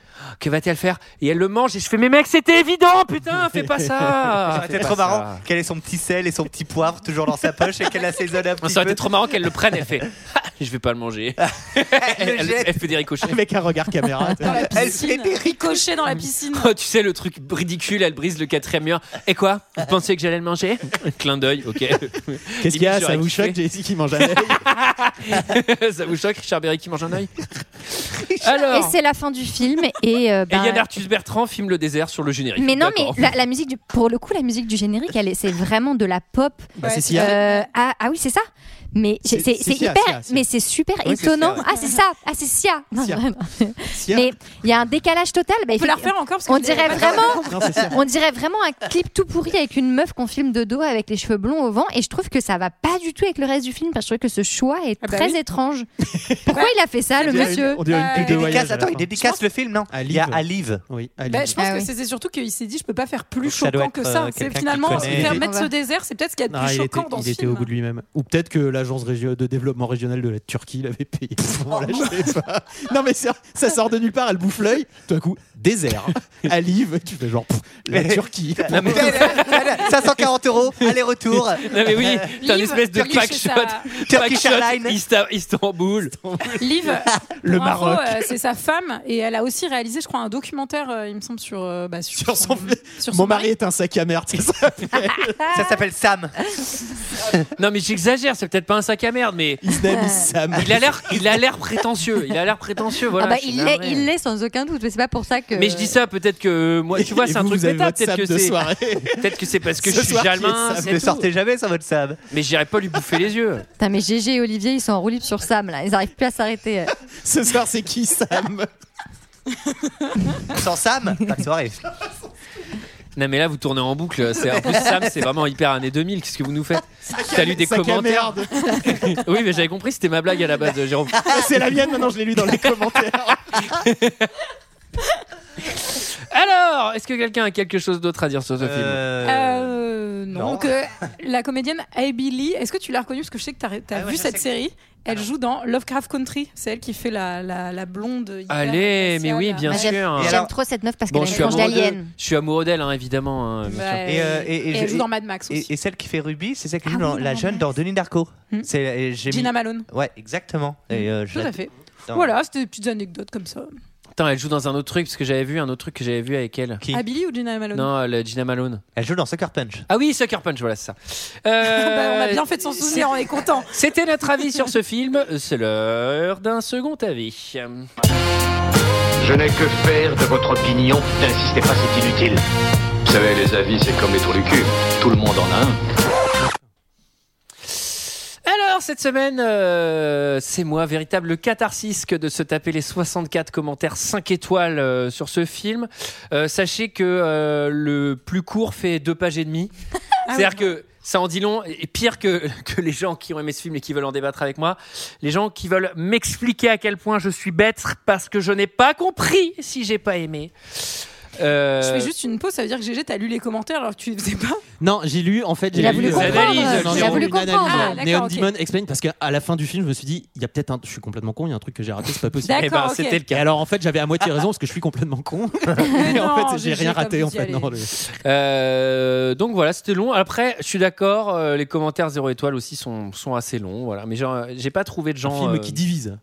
S1: Que va-t-elle faire Et elle le mange et je fais mais mec c'était évident putain fais pas ça.
S11: *laughs* Ça aurait été
S1: Fais
S11: Ah, trop
S1: pas ça.
S11: marrant qu'elle ait son petit sel et son petit poivre toujours dans sa poche et qu'elle assaisonne un petit
S1: Ça aurait
S11: peu.
S1: été
S11: *laughs*
S1: trop marrant qu'elle le prenne. Elle fait *laughs* Ah, je vais pas le manger. elle, elle-
S11: jette. Ah,
S1: elle fait des ricochets.
S6: Avec un regard caméra.
S1: *laughs*
S7: Dans la
S11: Elle fait
S7: piscine.
S11: des
S7: ricochets dans la piscine.
S1: Oh, tu sais le truc ridicule elle brise le quatrième mur. Et quoi Vous pensiez que j'allais le manger Clin d'œil ok.
S6: Qu'est-ce qu'il y a
S1: J'aurais
S6: Ça vous
S1: kiffé.
S6: choque, Jessie
S1: *laughs*
S6: qui mange un œil *laughs*
S1: ça vous choque Richard Berry qui mange un œil
S12: Et
S1: Alors
S12: c'est la fin du film Et, euh, ben,
S1: Et Yann Arthus Bertrand filme le désert sur le générique.
S12: mais non, mais
S1: D'accord.
S12: la, la musique du, pour le coup, la musique du générique, elle est, c'est vraiment de la pop.
S1: Bah, c'est Sia.
S12: Euh, ah, ah oui, c'est ça. Mais
S6: C'est-
S12: c'est c'est-
S6: c'est
S12: c'est
S6: Sia,
S12: hyper,
S6: Sia, Sia.
S12: mais c'est super
S6: Oui, c'est
S12: étonnant.
S6: Sia, ouais.
S12: Ah, c'est ça. Ah, c'est Sia. Non,
S6: Sia.
S12: vraiment.
S6: Sia.
S12: Mais il y a un décalage total. Bah,
S7: On peut la
S12: effectivement,
S7: refaire encore parce que
S12: on
S7: vous
S12: dirait
S7: avez pas
S12: vraiment,
S7: compris.
S6: Non, c'est Sia.
S12: on dirait vraiment un clip tout pourri avec une meuf qu'on filme de dos avec les cheveux blonds au vent. Et je trouve que ça va pas du tout avec le reste du film parce que je trouve que ce choix est
S7: bah
S12: très
S7: oui.
S12: étrange. Pourquoi il a fait ça, le monsieur
S11: Il
S6: pub de
S11: dédicace,
S6: voyage à
S11: attends,
S6: la
S11: il
S6: fin.
S11: dédicace le film, non Il y a
S1: *laughs*
S11: Alive.
S6: Oui,
S1: Ben,
S7: Bah, je pense
S12: Ah
S7: que
S12: oui.
S7: c'était surtout qu'il s'est dit je peux pas faire plus
S11: ça doit
S7: choquant que
S11: être,
S7: ça.
S11: euh,
S7: C'est
S11: quelqu'un qui
S7: finalement
S11: connaît.
S7: faire
S11: Et-
S7: mettre ce désert, c'est peut-être ce qu'il y a de
S6: Ah,
S7: plus
S6: il était,
S7: choquant dans
S6: il
S7: ce
S6: était
S7: film.
S6: au bout de lui-même. Ou peut-être que l'agence régio- de développement régional de la Turquie l'avait payé.
S1: Oh,
S6: Voilà, je sais pas. *laughs* Non mais ça, ça sort de nulle part, elle bouffe l'œil. Tout à coup, désert.
S1: *laughs*
S6: Alive, tu fais genre pff, la Turquie.
S1: Non, mais-
S11: 540 euros,
S1: *laughs*
S11: aller-retour.
S1: *laughs* Non mais oui,
S12: Euh,
S1: t'as une
S7: Liv,
S1: espèce de
S7: Turkish,
S1: pack
S7: c'est
S1: shot, *laughs*
S7: ça.
S1: pack
S11: Turkish
S1: shot
S11: Airlines.
S1: Ista- Istanbul.
S7: Liv,
S6: Le
S7: pour info,
S6: Maroc.
S7: euh, c'est sa femme et elle a aussi réalisé, je crois, un documentaire, euh, il me semble, sur, euh, bah, sur,
S6: Sur son-
S7: sur son
S6: Mon mari est un sac à merde, c'est ça.
S11: Ça s'appelle Sam.
S1: Non mais j'exagère, c'est peut-être pas un sac à merde, mais
S6: His name is Sam.
S1: il a l'air, il a l'air prétentieux. Il a l'air prétentieux, voilà.
S12: Ah bah,
S1: je suis
S12: il l'est,
S1: navré.
S12: il l'est sans aucun doute. Mais c'est pas pour ça que.
S1: Mais je dis ça peut-être que moi, tu vois,
S6: Et
S1: c'est un
S6: vous,
S1: truc
S6: vous avez
S1: bêta.
S6: votre
S1: Peut-être
S6: Sam
S1: que
S6: de
S1: c'est, *laughs*
S6: soirée.
S1: peut-être que c'est parce que
S6: Ce
S1: je suis
S6: soir, qui est
S1: jalmin.
S6: Sam
S1: c'est
S11: Ne
S1: tout.
S11: sortez jamais sans votre Sam.
S1: Mais j'irai pas lui bouffer les yeux.
S12: Putain, mais GG et Olivier, ils sont en roue libre sur Sam là. Ils arrivent plus à s'arrêter.
S6: Ce soir, c'est qui Sam
S11: Sans Sam, pas de soirée.
S1: Non mais là, vous tournez en boucle. C'est en plus Sam, c'est vraiment hyper année 2000. Qu'est-ce que vous nous faites T'as lu des
S6: Sac à
S1: commentaires
S6: merde.
S1: Oui, mais j'avais compris. C'était ma blague à la base, euh, Jérôme.
S6: Ah, C'est la mienne, maintenant je l'ai lu dans les commentaires.
S1: *laughs* Alors, est-ce que quelqu'un a quelque chose d'autre à dire sur ce film
S11: Euh,
S7: Euh, non.
S11: Non.
S7: Donc, euh, la comédienne Abby Lee, est-ce que tu l'as reconnue Parce que je sais que tu as,
S11: Ah ouais,
S7: vu
S11: je
S7: cette
S11: sais.
S7: série. Elle joue dans Lovecraft Country. C'est elle qui fait la, la, la blonde. hyper
S1: Allez, mais
S7: glaciale.
S1: oui, bien
S12: Ah,
S1: sûr.
S12: J'aime j'aime
S11: alors-
S12: trop cette meuf parce
S1: Bon,
S12: qu'elle
S1: je
S12: a
S1: suis
S12: une tranche
S1: amoureux d'elle.
S12: d'alien.
S1: Je suis amoureux d'elle, hein, évidemment. hein, bien sûr.
S7: Bah,
S11: Et, euh, et- et
S7: et elle
S11: je-
S7: joue dans Mad Max aussi.
S11: Et, et celle qui fait Ruby, c'est celle qui
S12: Ah
S11: joue
S12: oui,
S11: dans
S12: dans
S11: la
S12: Mad
S11: jeune
S12: Max.
S11: dans Denis Darko.
S7: Hmm.
S11: C'est euh, j'ai
S7: Gina
S11: mis-
S7: Malone.
S11: Ouais, exactement. Et, euh, je
S7: Tout
S11: la-
S7: à fait.
S11: dans-
S7: Voilà, c'était des petites anecdotes comme ça.
S1: Putain, elle joue dans un autre truc parce que j'avais vu un autre truc que j'avais vu avec elle.
S11: Qui
S7: Abby Lee ou Gina Malone
S1: Non, elle, Gina Malone.
S11: Elle joue dans Sucker Punch.
S1: Ah oui, Sucker Punch, voilà c'est ça.
S7: *laughs* *laughs* Bah, on a
S1: Euh,
S7: bien fait de s'en souvenir, on est content.
S1: C'était notre avis sur ce film. C'est l'heure d'un second avis.
S13: Je n'ai que faire de votre opinion. N'insistez pas, c'est inutile.
S5: Vous savez, les avis, c'est comme les trous du cul. Tout le monde en a un.
S1: Alors cette semaine, euh, c'est moi, véritable catharsis que de se taper les 64 commentaires 5 étoiles euh, sur ce film. Euh, sachez que euh, le plus court fait deux pages et demie. C'est-à-dire que ça en dit long, et pire que, *laughs* que les gens qui ont aimé ce film et qui veulent en débattre avec moi, les gens qui veulent m'expliquer à quel point je suis bête parce que je n'ai pas compris si j'ai pas aimé. Euh,
S7: Je fais juste une pause, ça veut dire que GG, t'as lu les commentaires alors que tu les
S1: *laughs*
S7: faisais pas.
S6: Non, j'ai lu en fait. j'ai
S12: Il a
S6: lu,
S12: voulu
S6: euh,
S12: comprendre,
S1: analyse, euh,
S6: non,
S1: il
S6: j'ai
S1: a
S6: lu
S1: voulu
S6: une
S12: comprendre.
S6: analyse.
S7: Ah,
S6: Neon
S7: d'accord, ok.
S6: Demon explain parce qu'à la fin du film, je me suis dit, il y a peut-être un, je suis complètement con, il y a un truc que j'ai raté, c'est pas possible.
S1: eh
S7: D'accord,
S1: ben,
S7: ok.
S1: c'était le
S6: Et
S1: cas.
S6: alors en fait, j'avais à moitié raison parce que je suis complètement con. *laughs*
S7: Mais
S6: Et en
S7: non,
S6: fait, j'ai
S7: GG,
S6: rien
S7: comme
S6: raté en
S7: vous y
S6: fait.
S7: allez.
S6: non, le-
S1: Euh, donc voilà, c'était long. Après, je suis d'accord, euh, les commentaires zéro étoile aussi sont, sont assez longs. Voilà. Mais genre, euh, j'ai pas trouvé de
S6: Un
S1: gens.
S6: film
S1: euh,
S6: qui divise.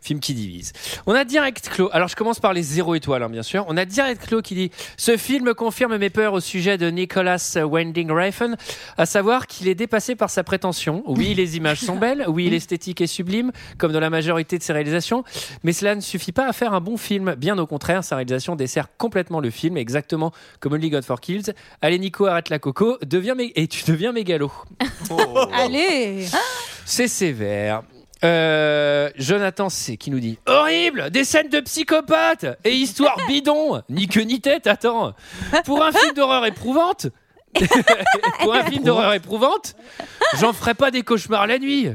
S1: Film qui divise. On a direct Clo. Alors je commence par les zéro étoiles, hein, bien sûr. On a direct Clo qui dit Ce film confirme mes peurs au sujet de Nicolas Winding Refn, à savoir qu'il est dépassé par sa prétention. Oui, les images sont belles, oui, l'esthétique est sublime, comme dans la majorité de ses réalisations, mais cela ne suffit pas à faire un bon film. Bien au contraire, sa réalisation dessert complètement le film, exactement comme Only God for Kills. Allez, Nico, arrête la coco, deviens mé- et tu deviens mégalo.
S7: Allez
S1: C'est sévère. Euh, Jonathan C qui nous dit horrible des scènes de psychopathes et histoire bidon ni queue ni tête attends pour un film d'horreur éprouvante *laughs* pour un film d'horreur éprouvante j'en ferai pas des cauchemars la nuit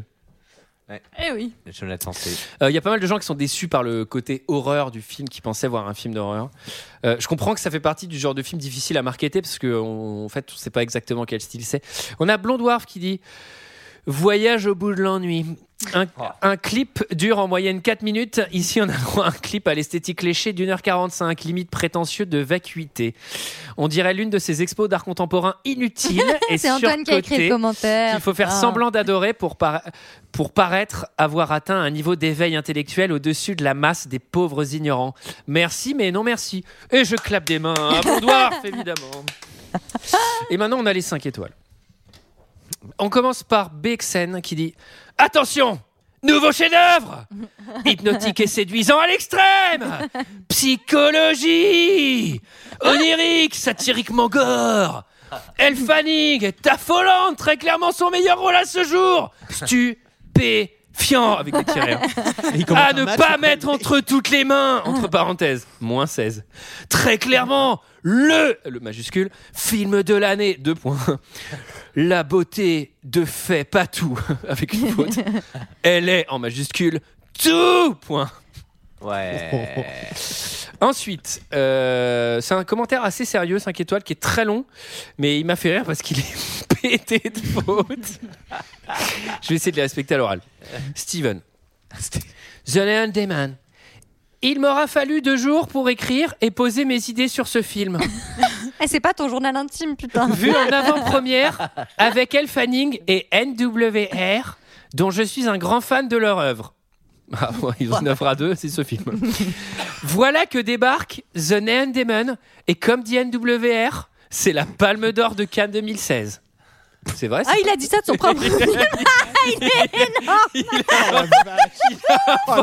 S11: Ah,
S7: Eh oui.
S11: Jonathan, c'est.
S1: il Euh, y a pas mal de gens qui sont déçus par le côté horreur du film, qui pensaient voir un film d'horreur. Euh, je comprends que ça fait partie du genre de film difficile à marketer parce que on- en fait, on sait pas exactement quel style c'est. On a Blond Dwarf qui dit Voyage au bout de l'ennui. Un,
S12: Oh.
S1: un clip dure en moyenne 4 minutes. Ici, on a *laughs* droit à un clip à l'esthétique léchée d'1h45, limite prétentieux de vacuité. On dirait l'une de ces expos d'art contemporain inutiles
S12: *laughs*
S1: et
S12: Ah, C'est Antoine qui a écrit
S1: surcotées
S12: le commentaire.
S1: qu'il faut faire
S12: putain.
S1: semblant d'adorer pour, para- pour paraître avoir atteint un niveau d'éveil intellectuel au-dessus de la masse des pauvres ignorants. Merci, mais non merci. Et je clappe des mains à Bondouarf, évidemment. Et maintenant, on a les 5 étoiles. On commence par BXN qui dit Attention Nouveau chef-d'œuvre Hypnotique et séduisant à l'extrême Psychologie Onirique, satiriquement gore Elle Fanning est affolante, très clairement son meilleur rôle à ce jour Stupéfiant avec des tirets. hein.
S6: *laughs* Il commence
S1: À
S6: un
S1: ne
S6: match, Ah.
S1: pas mettre entre toutes les mains, entre parenthèses, moins 16. Très clairement, le, le majuscule, film de l'année, deux points. La beauté de fait pas tout, *laughs* avec une faute. Elle est en majuscule tout point.
S11: Ouais.
S1: Ensuite, euh, c'est un commentaire assez sérieux, 5 étoiles, qui est très long, mais il m'a fait rire parce qu'il est *laughs* pété de fautes. Je vais essayer de les respecter à l'oral. Steven. The Lion Dayman. Il m'aura fallu deux jours pour écrire et poser mes idées sur ce film.
S12: Eh, c'est pas ton journal intime, putain.
S1: *laughs* Vu en avant-première avec Elle Fanning et NWR, dont je suis un grand fan de leur œuvre. Ah, ouais, ils ont 9 à 2, c'est ce film. voilà que débarque The Neon Demon, et comme dit NWR, c'est la palme d'or de Cannes 2016. C'est vrai
S12: Ah, il a dit ça de
S1: *laughs*
S12: son propre. il est énorme.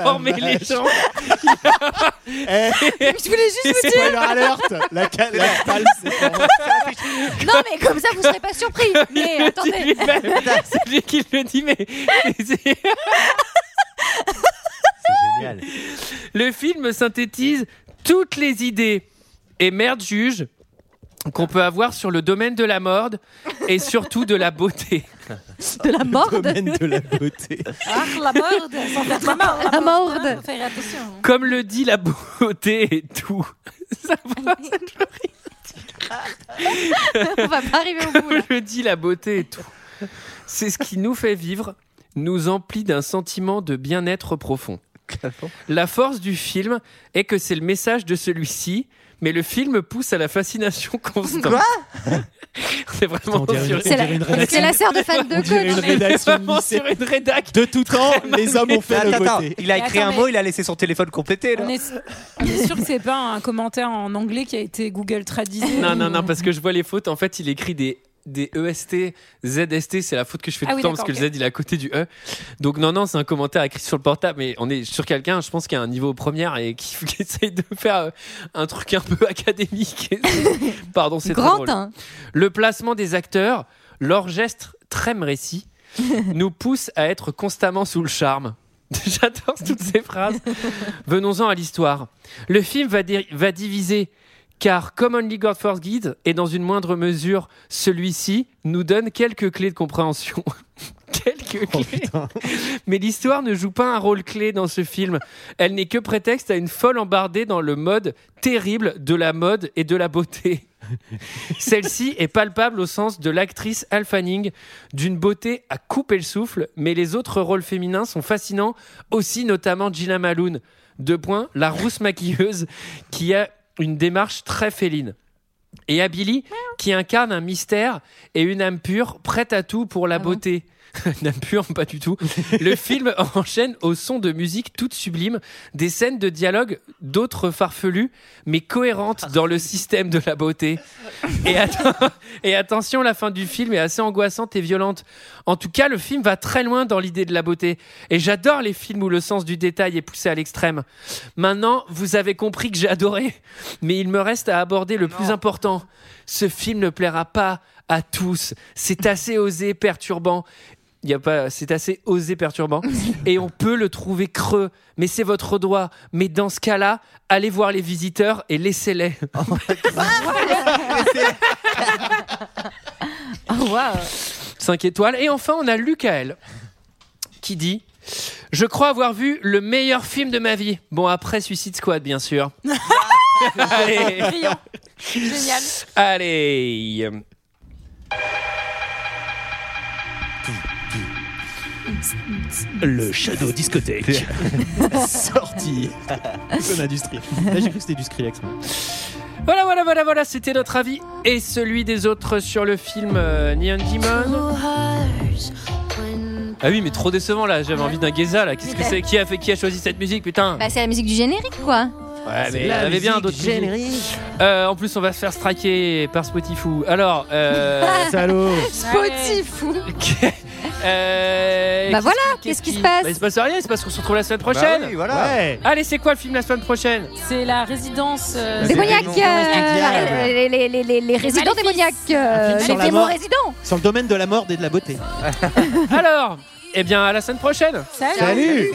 S1: Former les gens.
S12: Je voulais juste vous dire.
S17: Spoiler alerte La, ca- la palme, c'est
S11: *laughs*
S17: vraiment-
S12: Non, mais comme ça, vous serez
S1: *laughs*
S12: pas surpris. Mais attendez.
S1: C'est lui qui le dit, mais. *laughs* c'est-
S11: Génial.
S1: Le film synthétise toutes les idées et merde juge qu'on peut avoir sur le domaine de la morde et surtout de la beauté.
S12: De la morde
S6: Domaine de la beauté.
S7: Ah, la morde Sans faire la morde
S12: La morde.
S7: Faut faire attention. hein.
S1: Comme le dit la beauté et tout.
S12: On va pas arriver au bout.
S1: Comme le dit la beauté et tout. C'est ce qui nous fait vivre, nous emplit d'un sentiment de bien-être profond. La force du film est que c'est le message de celui-ci, mais le film pousse à la fascination constante.
S12: Quoi
S1: C'est vraiment
S6: dirait une-
S1: sur-
S6: on C'est la- dirait une rédaction.
S12: c'est la sœur de fan de
S1: *laughs* On dirait
S12: coach.
S1: une rédaction vraiment sur une rédac.
S6: De tout temps, les hommes ont fait
S11: Attends,
S6: le
S11: attends,
S6: beauté.
S11: il a
S7: Mais
S11: écrit
S7: attends,
S11: un
S7: mais-
S11: mot, il a laissé son téléphone complété. là.
S7: On est, on est sûr que c'est pas un commentaire en anglais qui a été Google traduisé.
S1: Non, non, non, parce que je vois les fautes. En fait, il écrit des, des E EST, ZST, c'est la faute que je fais
S7: Ah
S1: tout le
S7: oui,
S1: temps parce que
S7: d'accord,
S1: le Z, il est à côté du E. Donc, non, non, c'est un commentaire écrit sur le portable, mais on est sur quelqu'un, je pense, qui a un niveau première et qui, *laughs* qui essaye de faire euh, un truc un peu *laughs* académique. Pardon, c'est très
S12: Grand,
S1: drôle.
S12: hein.
S1: Le placement des acteurs, leurs gestes très précis, nous pousse à être constamment sous le charme. *laughs* J'adore toutes ces phrases. Venons-en à l'histoire. Le film va, di- va diviser, car comme Only God Force Guide, et dans une moindre mesure celui-ci, nous donne quelques clés de compréhension. *laughs* quelques clés. *laughs* Mais l'histoire ne joue pas un rôle clé dans ce film. Elle n'est que prétexte à une folle embardée dans le mode terrible de la mode et de la beauté. Celle-ci est palpable au sens de l'actrice Al Fanning, d'une beauté à couper le souffle, mais les autres rôles féminins sont fascinants, aussi notamment Gina Maloon. Deux points, la rousse maquilleuse qui a une démarche très féline. Et à Billy, qui incarne un mystère et une âme pure, prête à tout pour la beauté. *laughs* Une âme pure, pas du tout. Le film enchaîne au son de musique toute sublime, des scènes de dialogue d'autres farfelues, mais cohérentes dans le système de la beauté. Et, atten- *laughs* et attention, la fin du film est assez angoissante et violente. En tout cas, le film va très loin dans l'idée de la beauté. Et j'adore les films où le sens du détail est poussé à l'extrême. Maintenant, vous avez compris que j'ai adoré. Mais il me reste à aborder le plus important. Ce film ne plaira pas à tous. C'est assez osé, perturbant. Il y a pas, c'est assez osé, perturbant. Et on peut le trouver creux, mais c'est votre doigt. Mais dans ce cas-là, allez voir les visiteurs et laissez-les.
S7: Ah,
S12: Oh, waouh.
S1: 5 étoiles. Et enfin, on a Lucael qui dit Je crois avoir vu le meilleur film de ma vie. Bon, après Suicide Squad, bien sûr. Allez.
S7: Génial.
S1: Allez.
S6: Le Shadow Discothèque. Sorti. Bonne industrie. Là, j'ai cru que c'était du Skrillex. moi.
S1: Voilà, voilà, voilà, voilà, c'était notre avis et celui des autres sur le film euh, Neon Demon. Ah oui, mais trop décevant là, j'avais envie d'un Geza là. Qu'est-ce que c'est qui a, fait, qui a choisi cette musique, putain
S16: Bah, c'est la musique du générique, quoi.
S1: Ouais, mais
S6: la
S1: elle avait bien
S6: musique
S1: d'autres
S6: du générique.
S1: musiques. Euh, en plus, on va se
S16: *laughs*
S1: faire striker par Spotify. Alors, euh,
S6: Salaud.
S12: Spotify.
S1: que- Euh,
S12: Bah
S1: qu'est-ce
S12: voilà,
S1: qui-
S12: qu'est-ce qui se passe
S1: Bah, Il se passe rien, il se passe qu'on se retrouve la semaine
S12: Bah
S1: prochaine.
S12: oui, voilà. Ouais.
S1: Allez, c'est quoi le film la semaine prochaine
S7: C'est la résidence. euh,
S12: Démoniaque, euh,
S11: Démoniaque.
S12: la- les, les- les- les- les résidents démoniaques, euh,
S11: Sur
S12: les
S11: la
S12: démons
S11: mort-
S12: résidents.
S11: Sur le domaine de la mort et de la beauté.
S1: Alors, eh bien, à la semaine prochaine.
S11: Salut.